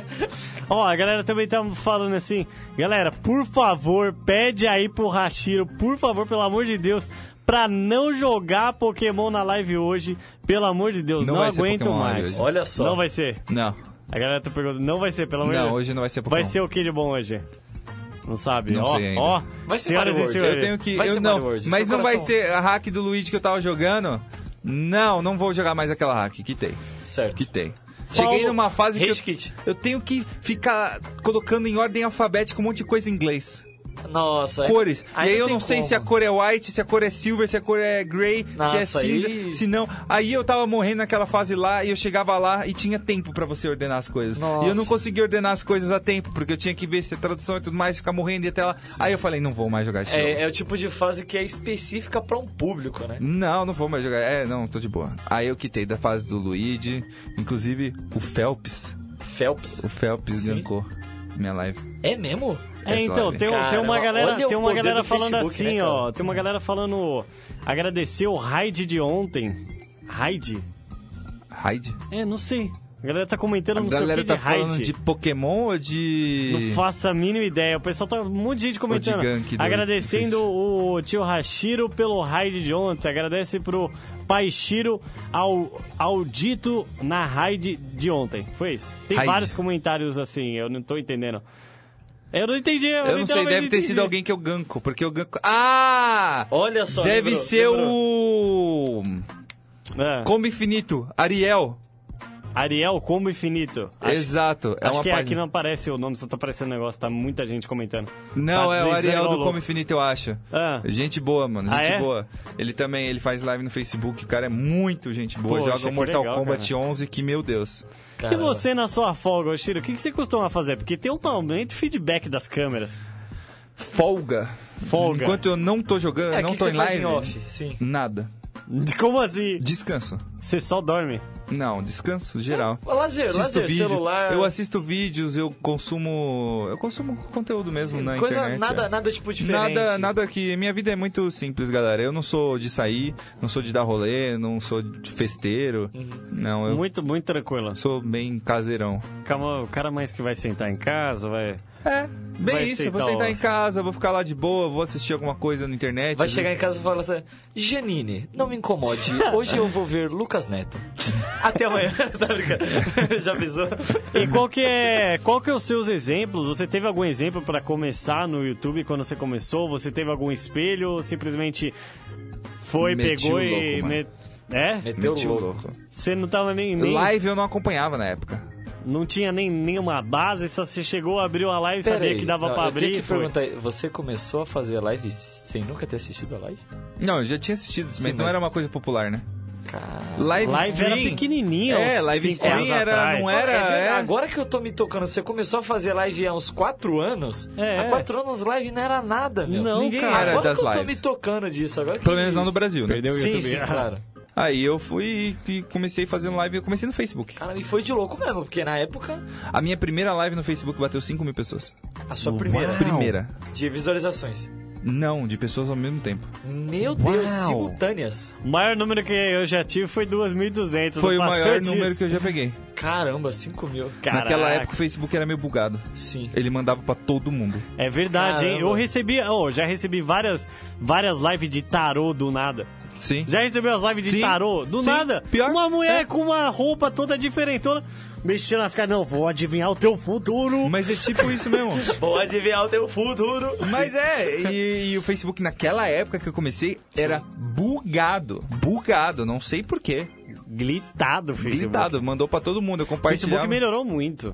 [SPEAKER 1] [LAUGHS] Ó, a galera também tá falando assim, galera, por favor, pede aí pro Hashiro, por favor, pelo amor de Deus, pra não jogar Pokémon na live hoje, pelo amor de Deus,
[SPEAKER 3] Não
[SPEAKER 1] não,
[SPEAKER 3] vai ser
[SPEAKER 1] aguento
[SPEAKER 3] Pokémon
[SPEAKER 1] mais.
[SPEAKER 3] hoje.
[SPEAKER 2] Olha só.
[SPEAKER 1] Não vai ser.
[SPEAKER 3] Não.
[SPEAKER 1] A galera tá perguntando, não vai ser, pelo amor de
[SPEAKER 3] Não,
[SPEAKER 1] Deus.
[SPEAKER 3] hoje não vai ser Pokémon.
[SPEAKER 1] Vai ser o que de bom hoje? Não sabe,
[SPEAKER 3] Não
[SPEAKER 1] ó,
[SPEAKER 3] sei ainda.
[SPEAKER 1] ó.
[SPEAKER 2] Vai ser
[SPEAKER 1] senhoras
[SPEAKER 2] Mario
[SPEAKER 1] e
[SPEAKER 2] World,
[SPEAKER 1] senhores.
[SPEAKER 3] Eu tenho que.
[SPEAKER 2] Vai
[SPEAKER 3] eu
[SPEAKER 2] ser
[SPEAKER 3] não,
[SPEAKER 2] Mario World,
[SPEAKER 3] mas
[SPEAKER 2] seu
[SPEAKER 3] não vai
[SPEAKER 2] coração.
[SPEAKER 3] ser a hack do Luigi que eu tava jogando. Não, não vou jogar mais aquela hack. Quitei.
[SPEAKER 2] Certo.
[SPEAKER 3] Quitei. Cheguei
[SPEAKER 1] Paulo,
[SPEAKER 3] numa fase que
[SPEAKER 2] Rage
[SPEAKER 3] eu,
[SPEAKER 2] Kit.
[SPEAKER 3] eu tenho que ficar colocando em ordem alfabética um monte de coisa em inglês.
[SPEAKER 2] Nossa. é-
[SPEAKER 3] Cores.
[SPEAKER 2] Aí
[SPEAKER 3] e aí eu
[SPEAKER 2] tem
[SPEAKER 3] não sei
[SPEAKER 2] como.
[SPEAKER 3] se a cor é white, se a cor é silver, se a cor é grey, se é
[SPEAKER 2] Nossa,
[SPEAKER 3] cinza,
[SPEAKER 2] aí-
[SPEAKER 3] se não. Aí eu tava morrendo naquela fase lá e eu chegava lá e tinha tempo pra você ordenar as coisas.
[SPEAKER 2] Nossa.
[SPEAKER 3] E eu não conseguia ordenar as coisas a tempo, porque eu tinha que ver se é tradução e tudo mais, ficar morrendo e até lá. Aí eu falei, não vou mais jogar esse jogo.
[SPEAKER 2] É, é o tipo de fase que é específica pra um público, né?
[SPEAKER 3] Não, não vou mais jogar. É, não, tô de boa. Aí eu quitei da fase do Luigi. Inclusive, o Phelps.
[SPEAKER 2] Phelps.
[SPEAKER 3] O Phelps
[SPEAKER 2] Sim.
[SPEAKER 3] gancou minha live.
[SPEAKER 2] É mesmo?
[SPEAKER 1] É,
[SPEAKER 3] Essa
[SPEAKER 1] então,
[SPEAKER 3] live.
[SPEAKER 1] tem,
[SPEAKER 2] Cara,
[SPEAKER 1] tem uma
[SPEAKER 2] olha
[SPEAKER 1] galera,
[SPEAKER 2] o
[SPEAKER 1] tem uma
[SPEAKER 2] poder
[SPEAKER 1] galera
[SPEAKER 2] do
[SPEAKER 1] falando
[SPEAKER 2] Facebook,
[SPEAKER 1] assim,
[SPEAKER 2] né, cara?
[SPEAKER 1] ó. Tem uma galera falando. Agradecer o raid de ontem. Raid?
[SPEAKER 3] Raid.
[SPEAKER 1] É, não sei. A galera tá comentando,
[SPEAKER 3] A
[SPEAKER 1] não sei o que
[SPEAKER 3] galera
[SPEAKER 1] de
[SPEAKER 3] tá
[SPEAKER 2] é
[SPEAKER 3] falando
[SPEAKER 1] raid.
[SPEAKER 3] de Pokémon ou de.
[SPEAKER 1] Não faço a mínima ideia. O pessoal tá um monte de gente comentando.
[SPEAKER 3] Gank do-
[SPEAKER 1] Agradecendo
[SPEAKER 3] do
[SPEAKER 1] o tio Hashiro pelo raid de ontem. Agradece pro Pai Shiro ao, ao dito na raid de ontem. Foi isso. Tem
[SPEAKER 3] Raid.
[SPEAKER 1] vários comentários assim, eu não tô entendendo. Eu não entendi. Eu,
[SPEAKER 3] Eu não sei,
[SPEAKER 1] literalmente
[SPEAKER 3] deve ter
[SPEAKER 1] entendi.
[SPEAKER 3] sido alguém que eu ganco, porque eu ganco. Ah!
[SPEAKER 2] Olha só.
[SPEAKER 3] deve
[SPEAKER 2] lembrou,
[SPEAKER 3] ser o.
[SPEAKER 2] lembrou.
[SPEAKER 1] É.
[SPEAKER 3] Combo Infinito, Ariel.
[SPEAKER 1] Ariel Combo Infinito. Acho,
[SPEAKER 3] Exato. É
[SPEAKER 1] acho
[SPEAKER 3] uma
[SPEAKER 1] que
[SPEAKER 3] página.
[SPEAKER 1] aqui não aparece o nome, só tá aparecendo um negócio, tá muita gente comentando.
[SPEAKER 3] Não,
[SPEAKER 1] Tá
[SPEAKER 3] é o
[SPEAKER 1] deslizando
[SPEAKER 3] Ariel
[SPEAKER 1] igual
[SPEAKER 3] do
[SPEAKER 1] louco.
[SPEAKER 3] Combo Infinito, eu acho.
[SPEAKER 1] Ah.
[SPEAKER 3] Gente boa, mano. Gente
[SPEAKER 1] Ah, é?
[SPEAKER 3] boa. Ele também, ele faz live no Facebook, o cara é muito gente boa.
[SPEAKER 1] Poxa,
[SPEAKER 3] Joga o
[SPEAKER 1] que
[SPEAKER 3] Mortal
[SPEAKER 1] legal,
[SPEAKER 3] Kombat 11, que meu Deus.
[SPEAKER 1] E você na sua folga, Oshiro, o que, que você costuma fazer? Porque tem um aumento feedback das câmeras. [LAUGHS]
[SPEAKER 3] Folga.
[SPEAKER 1] Folga.
[SPEAKER 3] Enquanto eu não tô jogando,
[SPEAKER 2] É,
[SPEAKER 3] não
[SPEAKER 2] que
[SPEAKER 3] tô
[SPEAKER 2] que
[SPEAKER 3] em
[SPEAKER 2] você faz
[SPEAKER 3] live.
[SPEAKER 2] Em off? Sim.
[SPEAKER 3] Nada.
[SPEAKER 1] Como assim?
[SPEAKER 3] Descanso.
[SPEAKER 1] Você só dorme.
[SPEAKER 3] Não, descanso geral.
[SPEAKER 2] Lazer, lazer,
[SPEAKER 3] vídeo,
[SPEAKER 2] celular.
[SPEAKER 3] Eu assisto vídeos, eu consumo. Eu consumo conteúdo mesmo na
[SPEAKER 2] coisa
[SPEAKER 3] internet.
[SPEAKER 2] nada,
[SPEAKER 3] é.
[SPEAKER 2] nada tipo diferente.
[SPEAKER 3] Nada, nada que. Minha vida é muito simples, galera. Eu não sou de sair, não sou de dar rolê, não sou de festeiro. Não, eu
[SPEAKER 1] Muito, muito tranquila.
[SPEAKER 3] sou bem caseirão.
[SPEAKER 1] Calma, o cara mais que vai sentar em casa, vai.
[SPEAKER 3] É, bem
[SPEAKER 1] Vai
[SPEAKER 3] isso.
[SPEAKER 1] ser
[SPEAKER 3] Eu vou
[SPEAKER 1] da
[SPEAKER 3] sentar
[SPEAKER 1] hora.
[SPEAKER 3] em casa, vou ficar lá de boa, vou assistir alguma coisa na internet.
[SPEAKER 2] Vai chegar em casa e falar assim: Janine, não
[SPEAKER 3] [LAUGHS]
[SPEAKER 2] me incomode. Hoje eu vou ver Lucas Neto. [LAUGHS] Até amanhã. [LAUGHS] tá brincando? [LAUGHS] Já avisou?
[SPEAKER 1] E qual que é, qual que é os seus exemplos? Você teve algum exemplo pra começar no YouTube quando você começou? Você teve algum espelho ou simplesmente foi,
[SPEAKER 3] Meti
[SPEAKER 1] pegou
[SPEAKER 3] o
[SPEAKER 1] e...
[SPEAKER 3] louco, mano.
[SPEAKER 1] me- É?
[SPEAKER 2] Meteu
[SPEAKER 3] Meti o
[SPEAKER 2] louco.
[SPEAKER 3] louco.
[SPEAKER 1] Você não tava nem... nem
[SPEAKER 3] Live eu não acompanhava na época.
[SPEAKER 1] Não tinha nem nenhuma base, só você chegou, abriu a live,
[SPEAKER 2] Pera
[SPEAKER 1] sabia
[SPEAKER 2] aí,
[SPEAKER 1] que dava
[SPEAKER 2] não,
[SPEAKER 1] pra
[SPEAKER 2] eu
[SPEAKER 1] abrir
[SPEAKER 2] tenho
[SPEAKER 1] e
[SPEAKER 2] que
[SPEAKER 1] foi.
[SPEAKER 2] perguntar, aí, você começou a fazer live sem nunca ter assistido a live?
[SPEAKER 3] Não, eu já tinha assistido, mas,
[SPEAKER 2] Sim,
[SPEAKER 3] não
[SPEAKER 2] mas-
[SPEAKER 3] era uma coisa popular, né?
[SPEAKER 2] Cara.
[SPEAKER 3] Live,
[SPEAKER 1] Live era
[SPEAKER 3] stream-
[SPEAKER 1] pequenininha,
[SPEAKER 3] É,
[SPEAKER 1] uns
[SPEAKER 3] live
[SPEAKER 1] cinco
[SPEAKER 3] stream
[SPEAKER 1] anos
[SPEAKER 3] era,
[SPEAKER 1] atrás.
[SPEAKER 3] não era.
[SPEAKER 2] É verdade,
[SPEAKER 3] é.
[SPEAKER 2] Agora que eu tô me tocando, você começou a fazer live há uns 4 anos.
[SPEAKER 1] É.
[SPEAKER 2] Há 4 anos live não era nada, meu.
[SPEAKER 1] Não,
[SPEAKER 3] Ninguém
[SPEAKER 1] cara.
[SPEAKER 3] era
[SPEAKER 2] agora
[SPEAKER 3] das
[SPEAKER 2] que eu tô me
[SPEAKER 3] lives.
[SPEAKER 2] tocando disso. Agora que-
[SPEAKER 3] Pelo menos não no Brasil, né?
[SPEAKER 2] Sim, sim, claro.
[SPEAKER 3] Aí eu fui e comecei fazendo live, eu comecei no Facebook.
[SPEAKER 2] Cara, e foi de louco mesmo, porque na época,
[SPEAKER 3] A minha primeira live no Facebook bateu 5 mil pessoas.
[SPEAKER 2] a sua primeira
[SPEAKER 3] Primeira.
[SPEAKER 2] de visualizações.
[SPEAKER 3] Não, de pessoas ao mesmo tempo.
[SPEAKER 2] Meu Deus,
[SPEAKER 3] Uau.
[SPEAKER 2] simultâneas.
[SPEAKER 1] O maior número que eu já tive foi 2.200. não
[SPEAKER 3] Foi o
[SPEAKER 1] passou
[SPEAKER 3] maior
[SPEAKER 1] disso.
[SPEAKER 3] número que eu já peguei.
[SPEAKER 2] Caramba, 5 mil.
[SPEAKER 1] Caraca.
[SPEAKER 3] Naquela época o Facebook era meio bugado.
[SPEAKER 2] Sim.
[SPEAKER 3] Ele mandava pra todo mundo.
[SPEAKER 1] É verdade, hein?
[SPEAKER 2] Caramba.
[SPEAKER 1] Eu recebi, oh, já recebi várias, várias lives de tarô do nada.
[SPEAKER 3] Sim.
[SPEAKER 1] Já recebeu as lives de
[SPEAKER 3] Sim,
[SPEAKER 1] tarô? Do
[SPEAKER 3] sim.
[SPEAKER 1] nada.
[SPEAKER 3] Pior.
[SPEAKER 1] Uma mulher
[SPEAKER 3] É.
[SPEAKER 1] com uma roupa toda diferentona, mexendo as caras. Não, vou adivinhar o teu futuro.
[SPEAKER 3] Mas é tipo isso mesmo.
[SPEAKER 1] [LAUGHS]
[SPEAKER 2] Vou adivinhar o teu futuro.
[SPEAKER 3] Mas é, e, e o Facebook naquela época que eu comecei era bugado. Bugado, não sei porquê.
[SPEAKER 1] Glitado, Facebook.
[SPEAKER 3] Gritado, mandou pra todo mundo, eu
[SPEAKER 1] O
[SPEAKER 3] compartilhava.
[SPEAKER 1] Facebook melhorou muito.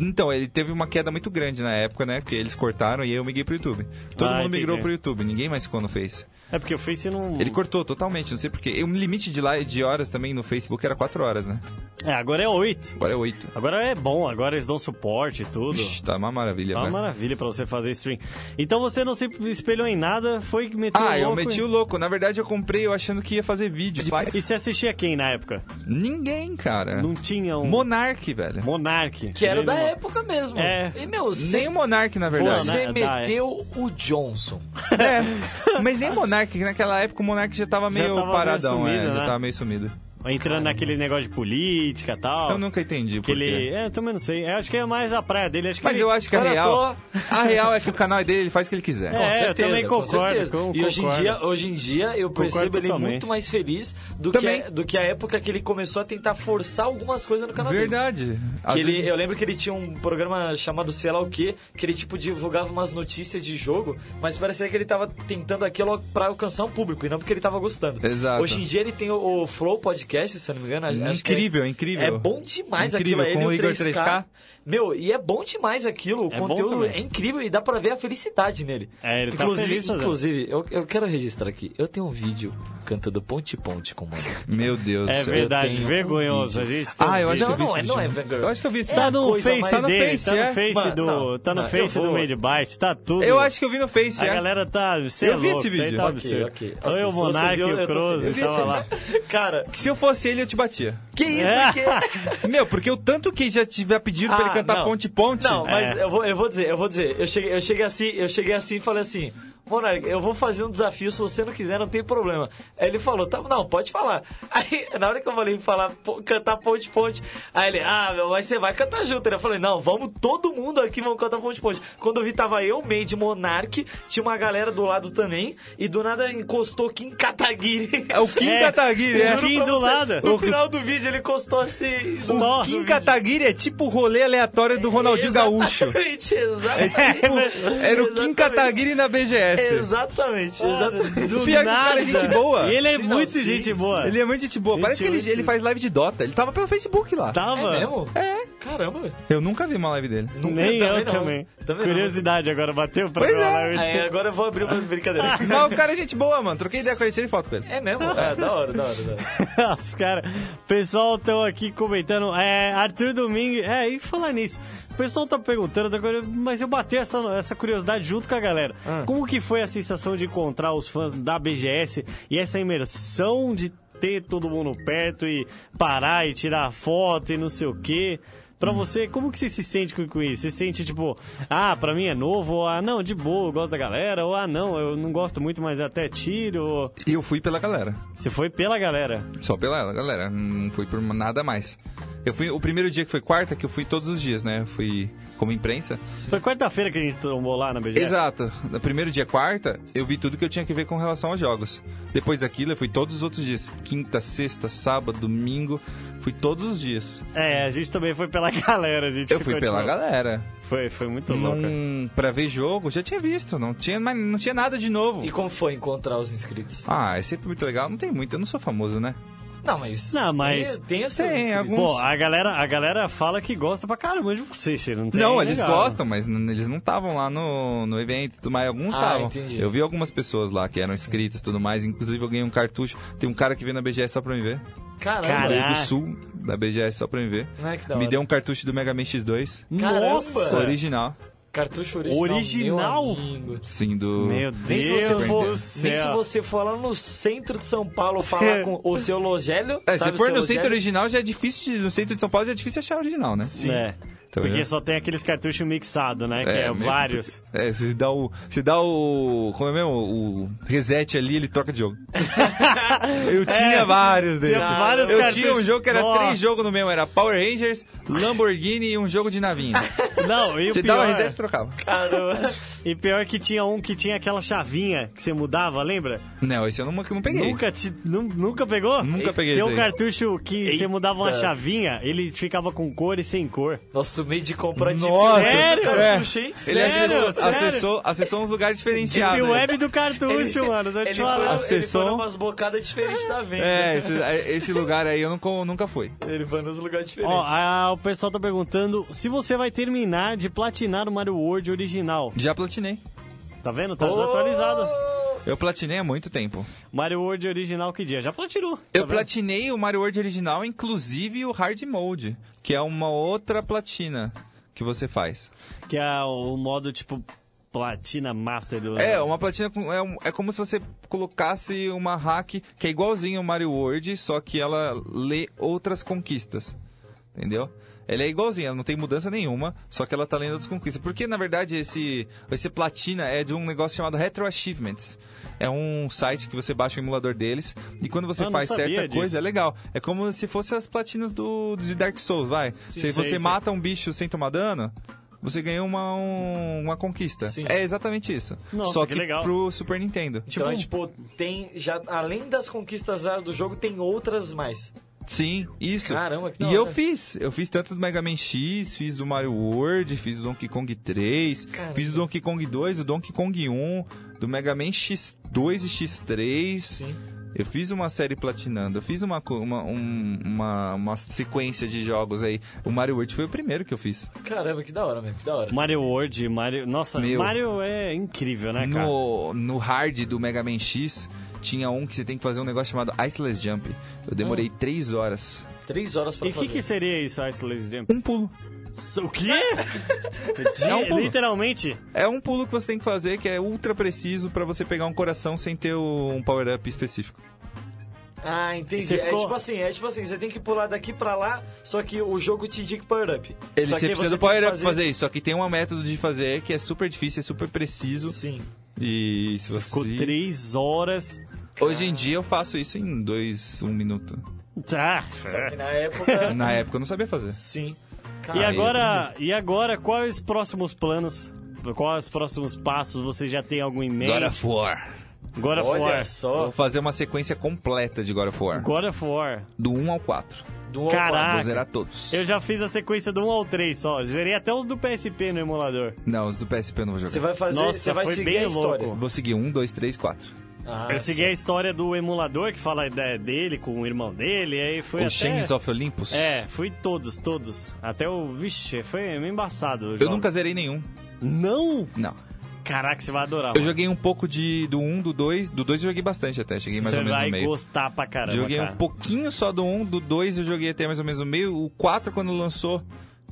[SPEAKER 3] Então, ele teve uma queda muito grande na época, né? Porque eles cortaram e eu migrei pro YouTube. Todo
[SPEAKER 1] Ah,
[SPEAKER 3] mundo
[SPEAKER 1] entendi.
[SPEAKER 3] migrou pro YouTube, ninguém mais ficou no Face.
[SPEAKER 1] É porque o Face não.
[SPEAKER 3] Ele cortou totalmente, não sei porquê. E O limite de, lá, de horas também no Facebook era 4 horas, né?
[SPEAKER 1] É, agora é 8.
[SPEAKER 3] Agora é 8.
[SPEAKER 1] Agora é bom, agora eles dão suporte e tudo.
[SPEAKER 3] Tá uma maravilha,
[SPEAKER 1] Tá uma
[SPEAKER 3] né?
[SPEAKER 1] maravilha pra você fazer stream. Então você não se espelhou em nada, foi que meteu
[SPEAKER 3] Ah,
[SPEAKER 1] o
[SPEAKER 3] eu
[SPEAKER 1] louco
[SPEAKER 3] meti
[SPEAKER 1] e...
[SPEAKER 3] o louco. Na verdade, eu comprei eu achando que ia fazer vídeo.
[SPEAKER 1] E você assistia quem na época?
[SPEAKER 3] Ninguém, cara.
[SPEAKER 1] Não tinha um...
[SPEAKER 3] Monark, velho.
[SPEAKER 1] Monark.
[SPEAKER 2] Que era
[SPEAKER 1] Ele
[SPEAKER 2] da
[SPEAKER 1] não-
[SPEAKER 2] época mesmo.
[SPEAKER 1] É.
[SPEAKER 2] E, meu,
[SPEAKER 3] Nem
[SPEAKER 2] você,
[SPEAKER 3] o Monark, na verdade.
[SPEAKER 1] Pô, né?
[SPEAKER 2] você
[SPEAKER 1] Dá, é.
[SPEAKER 2] meteu o Johnson.
[SPEAKER 3] [LAUGHS] É. Mas nem o Monark, que naquela época o Monark já tava meio
[SPEAKER 1] tava meio
[SPEAKER 3] paradão,
[SPEAKER 1] sumido,
[SPEAKER 3] é,
[SPEAKER 1] né?
[SPEAKER 3] Já tava meio sumido.
[SPEAKER 1] Entrando naquele negócio de política e
[SPEAKER 3] Eu
[SPEAKER 1] tal.
[SPEAKER 3] nunca entendi por
[SPEAKER 1] Que ele...
[SPEAKER 3] quê.
[SPEAKER 1] É, também não sei. Eu acho que é mais a praia dele. Acho que
[SPEAKER 3] Mas
[SPEAKER 1] ele-
[SPEAKER 3] eu acho que a
[SPEAKER 1] Cara,
[SPEAKER 3] real.
[SPEAKER 1] tô-
[SPEAKER 3] [LAUGHS] A real é que o canal é dele, ele faz o que ele quiser.
[SPEAKER 1] É, eu
[SPEAKER 2] certeza,
[SPEAKER 1] também
[SPEAKER 2] com
[SPEAKER 1] concordo,
[SPEAKER 2] certeza.
[SPEAKER 1] com-
[SPEAKER 2] e hoje em,
[SPEAKER 1] concordo.
[SPEAKER 2] dia, hoje em dia eu percebo ele
[SPEAKER 1] totalmente.
[SPEAKER 2] muito mais feliz do
[SPEAKER 3] Também.
[SPEAKER 2] que, do que a época que ele começou a tentar forçar algumas coisas no canal dele.
[SPEAKER 3] Verdade. Às
[SPEAKER 2] Que ele-
[SPEAKER 3] vezes-
[SPEAKER 2] Eu lembro que ele tinha um programa chamado Sei lá o que, que ele tipo divulgava umas notícias de jogo, mas parecia que ele tava tentando aquilo pra alcançar um público e não porque ele tava gostando.
[SPEAKER 3] Exato.
[SPEAKER 2] Hoje em dia ele tem o, o Flow Podcast, se eu não me engano. acho que é-
[SPEAKER 3] Incrível, incrível.
[SPEAKER 2] É bom demais
[SPEAKER 3] Incrível,
[SPEAKER 2] aquilo.
[SPEAKER 3] com o
[SPEAKER 2] ele,
[SPEAKER 3] Igor
[SPEAKER 2] 3K.
[SPEAKER 3] 3K.
[SPEAKER 2] Meu, e é bom demais aquilo. O
[SPEAKER 1] É bom
[SPEAKER 2] conteúdo
[SPEAKER 1] também.
[SPEAKER 2] é incrível e dá pra ver a felicidade nele.
[SPEAKER 1] É, ele tá
[SPEAKER 2] inclusive,
[SPEAKER 1] feliz fazendo.
[SPEAKER 2] Inclusive, eu, eu quero registrar aqui. Eu tenho um vídeo cantando Ponte Ponte com o
[SPEAKER 1] [LAUGHS]
[SPEAKER 2] Mano.
[SPEAKER 3] Meu Deus
[SPEAKER 1] É
[SPEAKER 3] do céu.
[SPEAKER 1] verdade,
[SPEAKER 2] tenho um
[SPEAKER 1] vergonhoso. A gente tem um
[SPEAKER 3] Ah, eu acho
[SPEAKER 1] vídeo.
[SPEAKER 3] que eu vi
[SPEAKER 2] Não,
[SPEAKER 3] esse
[SPEAKER 2] não é- não
[SPEAKER 3] vídeo.
[SPEAKER 2] é vergonha.
[SPEAKER 3] Eu acho que eu vi esse
[SPEAKER 1] Tá
[SPEAKER 3] vídeo.
[SPEAKER 1] no
[SPEAKER 2] coisa
[SPEAKER 1] Face
[SPEAKER 2] mais- Tá
[SPEAKER 3] no
[SPEAKER 1] dele,
[SPEAKER 3] Face,
[SPEAKER 1] tá no
[SPEAKER 3] é?
[SPEAKER 1] Face
[SPEAKER 2] Mano,
[SPEAKER 1] do,
[SPEAKER 2] não,
[SPEAKER 1] tá no
[SPEAKER 2] não,
[SPEAKER 1] Face
[SPEAKER 2] eu
[SPEAKER 1] do
[SPEAKER 2] vou.
[SPEAKER 1] Made Byte, tá tudo.
[SPEAKER 3] Eu acho que eu vi no Face,
[SPEAKER 1] A
[SPEAKER 3] é.
[SPEAKER 1] galera tá. Você é
[SPEAKER 3] Eu vi
[SPEAKER 1] louco,
[SPEAKER 3] esse
[SPEAKER 1] cê
[SPEAKER 3] vídeo.
[SPEAKER 1] tá
[SPEAKER 3] Ok,
[SPEAKER 1] absurdo.
[SPEAKER 2] ok,
[SPEAKER 1] Eu,
[SPEAKER 2] ok.
[SPEAKER 1] o
[SPEAKER 2] Se você
[SPEAKER 1] Monark e
[SPEAKER 2] viu,
[SPEAKER 1] o
[SPEAKER 2] eu tô
[SPEAKER 1] Cruz
[SPEAKER 2] feliz.
[SPEAKER 1] tava lá.
[SPEAKER 2] Cara,
[SPEAKER 3] Se eu fosse ele, eu te batia.
[SPEAKER 2] que isso?
[SPEAKER 1] É.
[SPEAKER 2] Porque...
[SPEAKER 3] Meu, porque o tanto que já tiver pedido pra ele
[SPEAKER 2] Ah,
[SPEAKER 3] cantar
[SPEAKER 2] não.
[SPEAKER 3] Ponte Ponte.
[SPEAKER 2] Não, mas
[SPEAKER 1] É.
[SPEAKER 2] eu, vou, eu vou dizer, eu vou dizer. Eu cheguei, eu cheguei assim, eu cheguei assim e falei assim. Monark, eu vou fazer um desafio, se você não quiser, não tem problema. Aí ele falou, tá, não, pode falar. [LAUGHS] Aí, na hora que eu falei falar, pô, cantar ponte ponte, aí ele, ah, meu, mas você vai cantar junto. né? Eu falei, não, vamos todo mundo aqui, vamos cantar ponte ponte. Quando eu vi, tava eu, Made, Monark, tinha uma galera do lado também, e do nada encostou Kim Kataguiri.
[SPEAKER 3] É o Kim
[SPEAKER 1] É,
[SPEAKER 3] Kataguiri, é.
[SPEAKER 1] o Kim
[SPEAKER 2] Juro [LAUGHS] pra
[SPEAKER 1] do
[SPEAKER 2] você,
[SPEAKER 1] lado.
[SPEAKER 2] No final do vídeo, ele encostou assim,
[SPEAKER 1] Só.
[SPEAKER 3] O
[SPEAKER 1] no
[SPEAKER 3] Kim
[SPEAKER 1] vídeo.
[SPEAKER 3] Kataguiri é tipo o rolê aleatório do Ronaldinho Gaúcho.
[SPEAKER 2] [LAUGHS]
[SPEAKER 3] [LAUGHS]
[SPEAKER 2] Exatamente,
[SPEAKER 3] É
[SPEAKER 2] exatamente.
[SPEAKER 3] tipo, era o Kim
[SPEAKER 2] Exatamente.
[SPEAKER 3] Kataguiri na BGS.
[SPEAKER 2] Exatamente, exatamente.
[SPEAKER 1] Do
[SPEAKER 3] Pior que o cara é
[SPEAKER 1] nada.
[SPEAKER 3] gente boa.
[SPEAKER 1] Ele é
[SPEAKER 2] Sim, não,
[SPEAKER 1] muito
[SPEAKER 2] sim,
[SPEAKER 1] gente
[SPEAKER 2] sim.
[SPEAKER 1] boa.
[SPEAKER 3] é Ele é muito gente boa. Parece que
[SPEAKER 1] Gente, Tá.
[SPEAKER 3] ele, ele faz live de Dota. Ele tava pelo Facebook lá.
[SPEAKER 1] Tava.
[SPEAKER 2] É mesmo?
[SPEAKER 3] É.
[SPEAKER 2] Caramba, velho.
[SPEAKER 3] Eu nunca vi uma live dele.
[SPEAKER 2] Nunca-
[SPEAKER 1] Nem
[SPEAKER 2] não.
[SPEAKER 1] eu também.
[SPEAKER 2] Também não.
[SPEAKER 1] Curiosidade agora bateu pra
[SPEAKER 3] Pois
[SPEAKER 1] ver uma
[SPEAKER 3] é.
[SPEAKER 1] live
[SPEAKER 2] Aí,
[SPEAKER 1] dele.
[SPEAKER 2] agora eu vou abrir uma brincadeira.
[SPEAKER 3] Mas o cara é gente boa, mano. Troquei ideia com ele, tirei foto com ele.
[SPEAKER 2] É mesmo? É, da hora, da hora, da hora.
[SPEAKER 1] Os caras, o pessoal estão aqui comentando. É, Arthur Domingues. É, e falar nisso. O pessoal tá perguntando, agora, mas eu bati essa, essa curiosidade junto com a galera. Como que foi a sensação de encontrar os fãs da BGS e essa imersão de ter todo mundo perto e parar e tirar foto e não sei o quê? Pra você, como que você se sente com com isso? Você sente tipo, ah, pra mim é novo, ou ah, não, de boa, eu gosto da galera, ou ah, não, eu não gosto muito, mas é até tiro. ou-
[SPEAKER 3] E eu fui pela galera.
[SPEAKER 1] Você foi pela galera.
[SPEAKER 3] Só pela galera, não fui por nada mais. Eu fui o primeiro dia que foi quarta, que eu fui todos os dias, né? Eu fui como imprensa.
[SPEAKER 1] Foi quarta-feira que a gente trombou lá na BGS.
[SPEAKER 3] Exato. No primeiro dia, quarta, eu vi tudo que eu tinha que ver com relação aos jogos. Depois daquilo, eu fui todos os outros dias. Quinta, sexta, sábado, domingo. Fui todos os dias.
[SPEAKER 1] É, a gente também foi pela [LAUGHS] galera, a gente.
[SPEAKER 3] Eu fui
[SPEAKER 1] ficou,
[SPEAKER 3] pela
[SPEAKER 1] tipo,
[SPEAKER 3] galera.
[SPEAKER 1] Foi, foi muito louco.
[SPEAKER 3] Num, pra ver jogo, já tinha visto. Não tinha, mas não tinha nada de
[SPEAKER 2] E
[SPEAKER 3] novo.
[SPEAKER 2] como foi encontrar os inscritos?
[SPEAKER 3] Ah, é sempre muito legal. Não tem muito, eu não sou famoso, né?
[SPEAKER 2] Não, mas.
[SPEAKER 1] Não, mas-
[SPEAKER 2] Tem, tem, os seus
[SPEAKER 3] Tem,
[SPEAKER 2] inscritos.
[SPEAKER 3] algum-
[SPEAKER 1] Pô, a galera, a galera fala que gosta pra caramba de você, Cheiro. Não, tem
[SPEAKER 3] Não, eles
[SPEAKER 1] legal.
[SPEAKER 3] gostam, mas n- eles não estavam lá no, no evento e tudo mais. Alguns
[SPEAKER 2] Ah,
[SPEAKER 3] estavam.
[SPEAKER 2] entendi.
[SPEAKER 3] eu vi algumas pessoas lá que eram inscritas e tudo mais. Inclusive, eu ganhei um cartucho. Tem um cara que veio na BGS só pra me ver.
[SPEAKER 2] Caramba.
[SPEAKER 1] Cara-
[SPEAKER 3] Veio do
[SPEAKER 1] Caraca.
[SPEAKER 3] sul da BGS só pra me ver.
[SPEAKER 2] Né, Ah. que da
[SPEAKER 3] me
[SPEAKER 2] hora.
[SPEAKER 3] deu um cartucho do Mega Man X2.
[SPEAKER 1] Nossa!
[SPEAKER 2] Caramba.
[SPEAKER 3] Original.
[SPEAKER 2] Cartucho original.
[SPEAKER 1] Original?
[SPEAKER 2] Meu amigo.
[SPEAKER 3] Sim, do.
[SPEAKER 1] Meu
[SPEAKER 2] Nem
[SPEAKER 1] Deus
[SPEAKER 2] se, você for,
[SPEAKER 1] do
[SPEAKER 2] nem se
[SPEAKER 1] céu.
[SPEAKER 2] você for lá no centro de São Paulo falar com o seu Logélio.
[SPEAKER 3] É, se
[SPEAKER 2] sabe o
[SPEAKER 3] for
[SPEAKER 2] seu
[SPEAKER 3] no centro
[SPEAKER 2] Logélio?
[SPEAKER 3] original, já é difícil. de- No centro de São Paulo já é difícil achar original, né?
[SPEAKER 1] Sim. É.
[SPEAKER 3] Então,
[SPEAKER 1] Porque
[SPEAKER 3] é.
[SPEAKER 1] só tem aqueles cartuchos mixados, né? Que é,
[SPEAKER 3] meio
[SPEAKER 1] vários.
[SPEAKER 3] compli- É, se dá o. Se dá o. Como é mesmo? O reset ali, ele troca de
[SPEAKER 2] [LAUGHS]
[SPEAKER 3] jogo. Eu tinha
[SPEAKER 1] É,
[SPEAKER 3] vários deles.
[SPEAKER 1] tinha vários
[SPEAKER 3] eu
[SPEAKER 1] cartuchos.
[SPEAKER 3] tinha um jogo que era
[SPEAKER 1] Nossa.
[SPEAKER 3] três jogos no mesmo, era Power Rangers, Lamborghini e um jogo de
[SPEAKER 1] [LAUGHS]
[SPEAKER 3] navinha.
[SPEAKER 1] Não, e o
[SPEAKER 3] Você
[SPEAKER 1] pior...
[SPEAKER 3] dava reset e trocava.
[SPEAKER 1] Caramba. [LAUGHS] E pior que tinha um que tinha aquela chavinha que você mudava, lembra?
[SPEAKER 3] Não, esse eu não, não peguei.
[SPEAKER 1] Nunca, te, nu- nunca pegou?
[SPEAKER 3] Nunca peguei esse
[SPEAKER 1] Tem um
[SPEAKER 3] aí.
[SPEAKER 1] cartucho que você
[SPEAKER 2] Eita.
[SPEAKER 1] mudava uma chavinha, ele ficava com cor e sem cor.
[SPEAKER 2] Nosso meio de compra de
[SPEAKER 3] Nossa,
[SPEAKER 1] Sério?
[SPEAKER 3] é.
[SPEAKER 2] cartucho, hein?
[SPEAKER 3] Ele
[SPEAKER 1] Sério,
[SPEAKER 3] acessou,
[SPEAKER 1] sério?
[SPEAKER 3] acessou, acessou uns lugares diferenciados.
[SPEAKER 1] Deep
[SPEAKER 3] né?
[SPEAKER 1] web do
[SPEAKER 2] É
[SPEAKER 1] cartucho, mano. Tô
[SPEAKER 2] ele
[SPEAKER 1] te
[SPEAKER 2] foi,
[SPEAKER 1] falando.
[SPEAKER 2] ele foi
[SPEAKER 3] Acessou.
[SPEAKER 2] numas bocadas diferentes da venda.
[SPEAKER 3] É, esse, esse lugar aí eu nunca, nunca fui.
[SPEAKER 2] [LAUGHS] Ele foi nos lugares diferentes.
[SPEAKER 1] Ó, a- o pessoal tá perguntando se você vai terminar de platinar o Mario World original.
[SPEAKER 3] Já platinei.
[SPEAKER 1] Tá vendo? Tá desatualizado.
[SPEAKER 3] Eu platinei há muito tempo.
[SPEAKER 1] Mario World original que dia? Já platinou. tá
[SPEAKER 3] Eu
[SPEAKER 1] vendo?
[SPEAKER 3] platinei o Mario World original, inclusive o Hard Mode, que é uma outra platina que você faz.
[SPEAKER 1] Que é o modo tipo platina master do.
[SPEAKER 3] É, uma platina com- é, um- é como se você colocasse uma hack que é igualzinho ao Mario World, só que ela lê outras conquistas. Entendeu? Ela é igualzinha, ela não tem mudança nenhuma, só que ela tá lendo outras conquistas. Porque, na verdade, esse, esse platina é de um negócio chamado Retro Achievements. É um site que você baixa o emulador deles, e quando você
[SPEAKER 1] Eu Ah, não
[SPEAKER 3] faz
[SPEAKER 1] sabia
[SPEAKER 3] certa
[SPEAKER 1] disso.
[SPEAKER 3] coisa, é legal. É como se fosse as platinas do, de Dark Souls, vai.
[SPEAKER 1] sei,
[SPEAKER 3] Se você
[SPEAKER 1] sei.
[SPEAKER 3] mata um bicho sem tomar dano, você ganhou uma, um- uma conquista.
[SPEAKER 2] Sim.
[SPEAKER 3] É exatamente isso.
[SPEAKER 1] Nossa,
[SPEAKER 3] Só
[SPEAKER 1] que
[SPEAKER 3] que,
[SPEAKER 1] legal.
[SPEAKER 3] pro Super Nintendo.
[SPEAKER 2] Então,
[SPEAKER 1] um
[SPEAKER 2] é, tipo, tem já além das conquistas do jogo, tem outras mais.
[SPEAKER 3] Sim, isso.
[SPEAKER 2] Caramba, que da
[SPEAKER 3] E eu
[SPEAKER 2] hora.
[SPEAKER 3] fiz. Eu fiz tanto do Mega Man X, fiz do Mario World, fiz do Donkey Kong 3,
[SPEAKER 2] Caramba.
[SPEAKER 3] fiz do Donkey Kong 2, do Donkey Kong 1, do Mega Man X2 e X3.
[SPEAKER 2] Sim.
[SPEAKER 3] Eu fiz uma série platinando, eu fiz uma, co- uma, um- uma, uma sequência de jogos aí. O Mario World foi o primeiro que eu fiz.
[SPEAKER 2] Caramba, que da hora, mesmo, que da hora.
[SPEAKER 1] Mario World, Mario. Nossa,
[SPEAKER 3] Meu.
[SPEAKER 1] Mario é incrível, né, cara?
[SPEAKER 3] No, no hard do Mega Man X, tinha um que você tem que fazer um negócio chamado Iceless Jump. Eu demorei
[SPEAKER 2] Ah.
[SPEAKER 3] três horas.
[SPEAKER 2] Três horas pra
[SPEAKER 1] E o que,
[SPEAKER 2] fazer.
[SPEAKER 1] que seria isso, Ice Lazy Jump?
[SPEAKER 3] Um pulo.
[SPEAKER 1] O [LAUGHS] quê?
[SPEAKER 3] É um pulo.
[SPEAKER 1] Literalmente?
[SPEAKER 3] É um pulo que você tem que fazer que é ultra preciso pra você pegar um coração sem ter o- um power-up específico.
[SPEAKER 2] Ah, entendi.
[SPEAKER 1] Você
[SPEAKER 2] é
[SPEAKER 1] ficou-
[SPEAKER 2] tipo assim, é tipo assim, você tem que pular daqui pra lá, só que o jogo te indica power up.
[SPEAKER 3] Ele,
[SPEAKER 2] só
[SPEAKER 3] você
[SPEAKER 2] que
[SPEAKER 3] precisa do
[SPEAKER 2] tem que
[SPEAKER 3] power-up pra fazer isso, só que tem um método de fazer que é super difícil, é super preciso.
[SPEAKER 2] Sim.
[SPEAKER 3] E se você...
[SPEAKER 1] Ficou três horas.
[SPEAKER 3] Hoje em dia eu faço isso em dois, um minuto.
[SPEAKER 1] Tá.
[SPEAKER 2] E na
[SPEAKER 1] [LAUGHS]
[SPEAKER 2] época.
[SPEAKER 3] Na época eu não sabia fazer.
[SPEAKER 2] sim.
[SPEAKER 1] E
[SPEAKER 3] Ah,
[SPEAKER 1] agora, e agora, quais os próximos planos? Quais os próximos passos? Você já tem algum e-mail?
[SPEAKER 3] God of War.
[SPEAKER 1] God of War.
[SPEAKER 2] Olha
[SPEAKER 3] Vou
[SPEAKER 2] só,
[SPEAKER 3] fazer uma sequência completa de God of War.
[SPEAKER 1] God of War.
[SPEAKER 3] Do 1 ao 4.
[SPEAKER 2] do
[SPEAKER 1] Caraca.
[SPEAKER 3] Vou zerar todos.
[SPEAKER 1] Eu já fiz a sequência do 1 ao 3 só. Zerei até os do PSP no emulador.
[SPEAKER 3] Não, os do PSP eu não vou jogar. um,
[SPEAKER 2] Você vai fazer,
[SPEAKER 1] Nossa,
[SPEAKER 2] você vai
[SPEAKER 1] foi
[SPEAKER 2] seguir
[SPEAKER 1] bem
[SPEAKER 2] a história. Ah,
[SPEAKER 1] louco.
[SPEAKER 3] Vou seguir 1, 2, 3, 4.
[SPEAKER 1] Persegui a história do emulador que fala da- dele com o irmão dele, e aí foi
[SPEAKER 3] O
[SPEAKER 1] até...
[SPEAKER 3] Chains of Olympus?
[SPEAKER 1] É, fui todos, todos. Até o... Vixe, foi meio embaçado.
[SPEAKER 3] Eu nunca zerei nenhum.
[SPEAKER 1] Não?
[SPEAKER 3] Não.
[SPEAKER 1] Caraca, você vai adorar,
[SPEAKER 3] Eu
[SPEAKER 1] mano.
[SPEAKER 3] joguei um pouco de do 1, do 2. Do 2 eu joguei bastante até, cheguei mais
[SPEAKER 1] Você
[SPEAKER 3] ou menos
[SPEAKER 1] vai
[SPEAKER 3] no meio.
[SPEAKER 1] gostar pra caramba,
[SPEAKER 3] joguei
[SPEAKER 1] cara.
[SPEAKER 3] um pouquinho só do 1, do 2 eu joguei até mais ou menos no meio. O 4, quando lançou,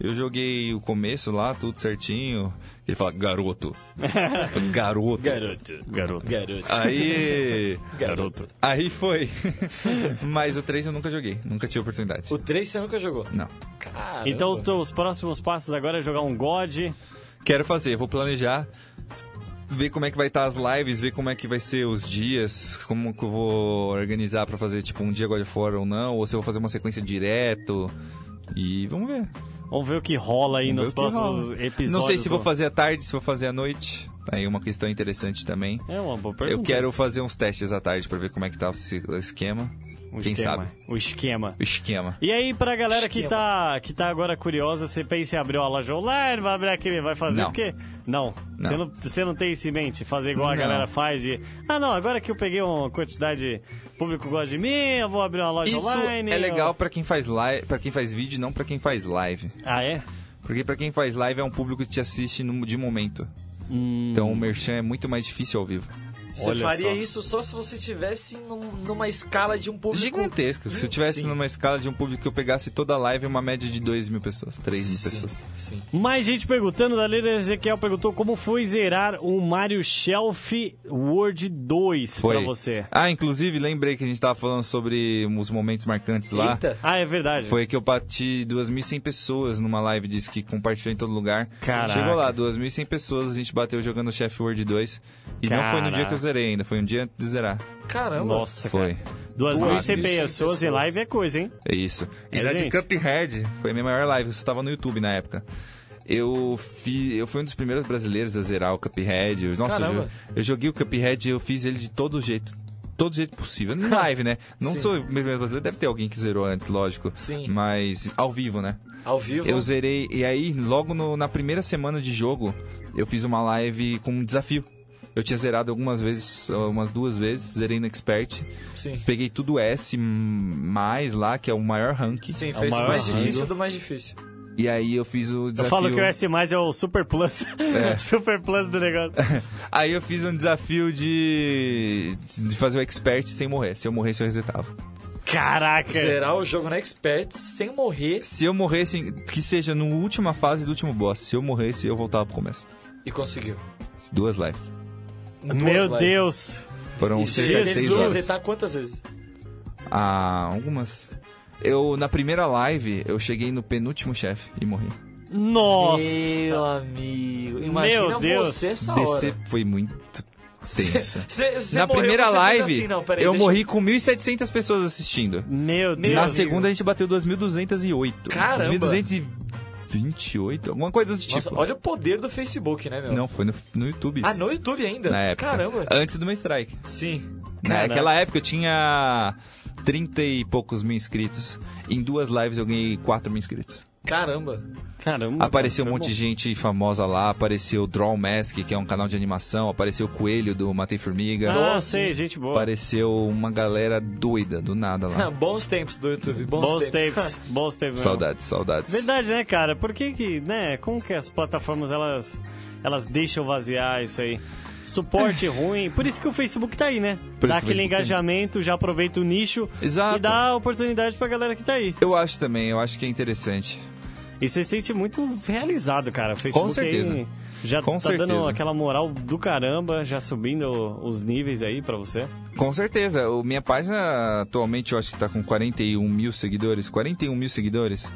[SPEAKER 3] eu joguei o começo lá, tudo certinho. Ele fala, garoto. garoto.
[SPEAKER 1] Garoto. Garoto. Garoto.
[SPEAKER 3] Aí.
[SPEAKER 1] Garoto.
[SPEAKER 3] Aí foi. [LAUGHS] Mas o 3 eu nunca joguei, nunca tive oportunidade.
[SPEAKER 2] O 3 você nunca jogou?
[SPEAKER 3] Não.
[SPEAKER 2] Caramba.
[SPEAKER 1] Então, os teus próximos passos agora é jogar um God.
[SPEAKER 3] Quero fazer, vou planejar. Ver como é que vai estar as lives, ver como é que vai ser os dias, como que eu vou organizar pra fazer tipo um dia God of War ou não, ou se eu vou fazer uma sequência direto. E vamos ver.
[SPEAKER 1] Vamos ver o que rola aí
[SPEAKER 3] Vamos ver
[SPEAKER 1] nos
[SPEAKER 3] o que
[SPEAKER 1] próximos
[SPEAKER 3] rola.
[SPEAKER 1] episódios.
[SPEAKER 3] Não sei se
[SPEAKER 1] do-
[SPEAKER 3] vou fazer à tarde, se vou fazer à noite. Tá Aí uma questão interessante também.
[SPEAKER 1] É uma boa pergunta.
[SPEAKER 3] Eu quero fazer uns testes à tarde pra ver como é que tá o si- o esquema.
[SPEAKER 1] O
[SPEAKER 3] Quem
[SPEAKER 1] Um esquema.
[SPEAKER 3] sabe?
[SPEAKER 1] O esquema.
[SPEAKER 3] O esquema.
[SPEAKER 1] E aí, pra galera que
[SPEAKER 2] Esquema.
[SPEAKER 1] tá, que tá agora curiosa, você pensa em abrir uma loja online, vai abrir aqui, vai fazer
[SPEAKER 3] Não.
[SPEAKER 1] o quê? Não.
[SPEAKER 3] Não.
[SPEAKER 1] Você não, você não tem isso em mente, fazer igual a
[SPEAKER 3] Não.
[SPEAKER 1] galera faz de. Ah, não, agora que eu peguei uma quantidade, o público gosta de mim, eu vou abrir uma loja
[SPEAKER 3] Isso
[SPEAKER 1] online.
[SPEAKER 3] é
[SPEAKER 1] eu-
[SPEAKER 3] legal pra quem faz live, para quem faz vídeo, não pra quem faz live.
[SPEAKER 1] Ah, é?
[SPEAKER 3] Porque pra quem faz live é um público que te assiste no- de momento. Então o merchan é muito mais difícil ao vivo.
[SPEAKER 2] Você
[SPEAKER 1] Olha
[SPEAKER 2] faria
[SPEAKER 1] só.
[SPEAKER 2] isso só se você tivesse num- numa escala de um público...
[SPEAKER 3] Gigantesco. Se eu tivesse
[SPEAKER 2] Sim.
[SPEAKER 3] numa escala de um público que eu pegasse toda a live, é uma média de 2 mil pessoas, 3 mil pessoas.
[SPEAKER 2] Sim.
[SPEAKER 1] Mais gente perguntando, da Leila Ezequiel perguntou como foi zerar o Mario Shelf World 2 pra você.
[SPEAKER 3] Ah, inclusive, lembrei que a gente tava falando sobre os momentos marcantes lá.
[SPEAKER 2] Eita.
[SPEAKER 1] Ah, é verdade.
[SPEAKER 3] Foi que eu bati 2.100 pessoas numa live, disse que compartilhou em todo lugar.
[SPEAKER 1] Caraca.
[SPEAKER 3] Chegou lá, 2.100 pessoas, a gente bateu jogando Chef World 2. E não foi no dia que
[SPEAKER 1] Caraca.
[SPEAKER 3] eu zerei ainda, foi um dia antes de zerar.
[SPEAKER 2] Caramba.
[SPEAKER 1] Nossa,
[SPEAKER 3] Foi.
[SPEAKER 1] cara. Duas mil e cem
[SPEAKER 3] 2.100
[SPEAKER 1] pessoas em live é coisa, hein?
[SPEAKER 3] É isso. E
[SPEAKER 1] É,
[SPEAKER 3] na de
[SPEAKER 1] gente.
[SPEAKER 3] Cuphead, foi a minha maior live, eu só tava no YouTube na época. Eu, fi, eu fui um dos primeiros brasileiros a zerar o Cuphead. Eu- nossa, eu,
[SPEAKER 2] Caramba.
[SPEAKER 3] jo- eu joguei o Cuphead e eu fiz ele de todo jeito. Todo jeito possível. Em live, né? Não
[SPEAKER 2] Sim.
[SPEAKER 3] sou o primeiro brasileiro, deve ter alguém que zerou antes, lógico.
[SPEAKER 2] Sim.
[SPEAKER 3] Mas ao vivo, né?
[SPEAKER 2] Ao vivo?
[SPEAKER 3] Eu zerei, e aí, logo no- na primeira semana de jogo, eu fiz uma live com um desafio. Eu tinha zerado algumas vezes, umas duas vezes, zerei no Expert.
[SPEAKER 2] Sim.
[SPEAKER 3] Peguei tudo S mais lá, que é o maior rank.
[SPEAKER 2] Sim,
[SPEAKER 1] o
[SPEAKER 2] fez o
[SPEAKER 1] maior
[SPEAKER 2] mais
[SPEAKER 1] rango.
[SPEAKER 2] difícil do mais difícil.
[SPEAKER 3] E aí eu fiz o
[SPEAKER 1] Eu
[SPEAKER 3] desafio. É.
[SPEAKER 1] falo que o S é o Super Plus. [LAUGHS] Super Plus do negócio.
[SPEAKER 3] Aí eu fiz um desafio de. de fazer o expert sem morrer. Se eu morresse, eu resetava.
[SPEAKER 1] Caraca.
[SPEAKER 2] Zerar o jogo na Expert sem morrer
[SPEAKER 3] Se eu morresse, que seja na última fase do último boss, se eu morresse, eu voltava pro começo.
[SPEAKER 2] e conseguiu.
[SPEAKER 3] Duas lives.
[SPEAKER 2] Duas
[SPEAKER 1] Meu
[SPEAKER 2] lives.
[SPEAKER 1] Deus.
[SPEAKER 3] Foram
[SPEAKER 2] Isso,
[SPEAKER 3] cerca de
[SPEAKER 2] Jesus. tá-
[SPEAKER 3] seis
[SPEAKER 1] Jesus.
[SPEAKER 3] horas.
[SPEAKER 2] Resetar quantas vezes?
[SPEAKER 3] Ah, algumas. Eu, na primeira live, eu cheguei no penúltimo chefe e morri.
[SPEAKER 1] Nossa.
[SPEAKER 2] Meu amigo. Imagina
[SPEAKER 1] Meu Deus.
[SPEAKER 2] você essa
[SPEAKER 3] Descer
[SPEAKER 2] hora.
[SPEAKER 3] foi muito tenso.
[SPEAKER 2] Cê- cê
[SPEAKER 3] na
[SPEAKER 2] morreu,
[SPEAKER 3] primeira
[SPEAKER 2] você fez
[SPEAKER 3] live,
[SPEAKER 2] assim, não, peraí,
[SPEAKER 3] eu
[SPEAKER 2] deixa-
[SPEAKER 3] morri com 1.700 pessoas assistindo.
[SPEAKER 1] Meu Deus.
[SPEAKER 3] Na segunda a gente bateu 2.208.
[SPEAKER 2] Caramba.
[SPEAKER 3] 2.228, alguma coisa do tipo.
[SPEAKER 2] Nossa, olha o poder do Facebook, né, meu?
[SPEAKER 3] Não, foi no, no YouTube.
[SPEAKER 2] Ah,
[SPEAKER 3] isso,
[SPEAKER 2] no YouTube ainda?
[SPEAKER 3] Na época.
[SPEAKER 2] Caramba.
[SPEAKER 3] Antes do meu strike.
[SPEAKER 2] Sim.
[SPEAKER 1] Caraca.
[SPEAKER 3] Naquela época eu tinha 30 e poucos mil inscritos. Em duas lives eu ganhei 4 mil inscritos.
[SPEAKER 2] Caramba.
[SPEAKER 1] Caramba.
[SPEAKER 3] apareceu um
[SPEAKER 1] foi
[SPEAKER 3] monte de gente famosa lá. Apareceu o Draw Mask, que é um canal de animação. Apareceu o Coelho do Matei Formiga.
[SPEAKER 1] bom. Ah, sei, gente boa.
[SPEAKER 3] Apareceu uma galera doida, do nada lá.
[SPEAKER 2] [LAUGHS] Bons tempos do YouTube. Bons,
[SPEAKER 1] Bons tapes.
[SPEAKER 3] [LAUGHS]
[SPEAKER 1] Bons tapes. mesmo.
[SPEAKER 3] saudades, saudades.
[SPEAKER 1] Verdade, né, cara? Por que que, né, como que as plataformas, elas, elas deixam vaziar isso aí? Suporte ruim, por isso que o Facebook tá aí, né?
[SPEAKER 3] É. Por isso que o
[SPEAKER 1] dá aquele
[SPEAKER 3] Facebook tá aí.
[SPEAKER 1] engajamento, já aproveita o nicho
[SPEAKER 3] Exato.
[SPEAKER 1] e dá oportunidade pra galera que tá aí.
[SPEAKER 3] Eu acho também, eu acho que é interessante.
[SPEAKER 1] E você se sente muito realizado, cara. O Facebook
[SPEAKER 3] Com certeza.
[SPEAKER 1] aí já
[SPEAKER 3] Com
[SPEAKER 1] tá dando
[SPEAKER 3] certeza.
[SPEAKER 1] aquela moral do caramba, já subindo os níveis aí pra você.
[SPEAKER 3] Com certeza. O, minha página atualmente eu acho que tá com 41 mil seguidores. 41 mil seguidores.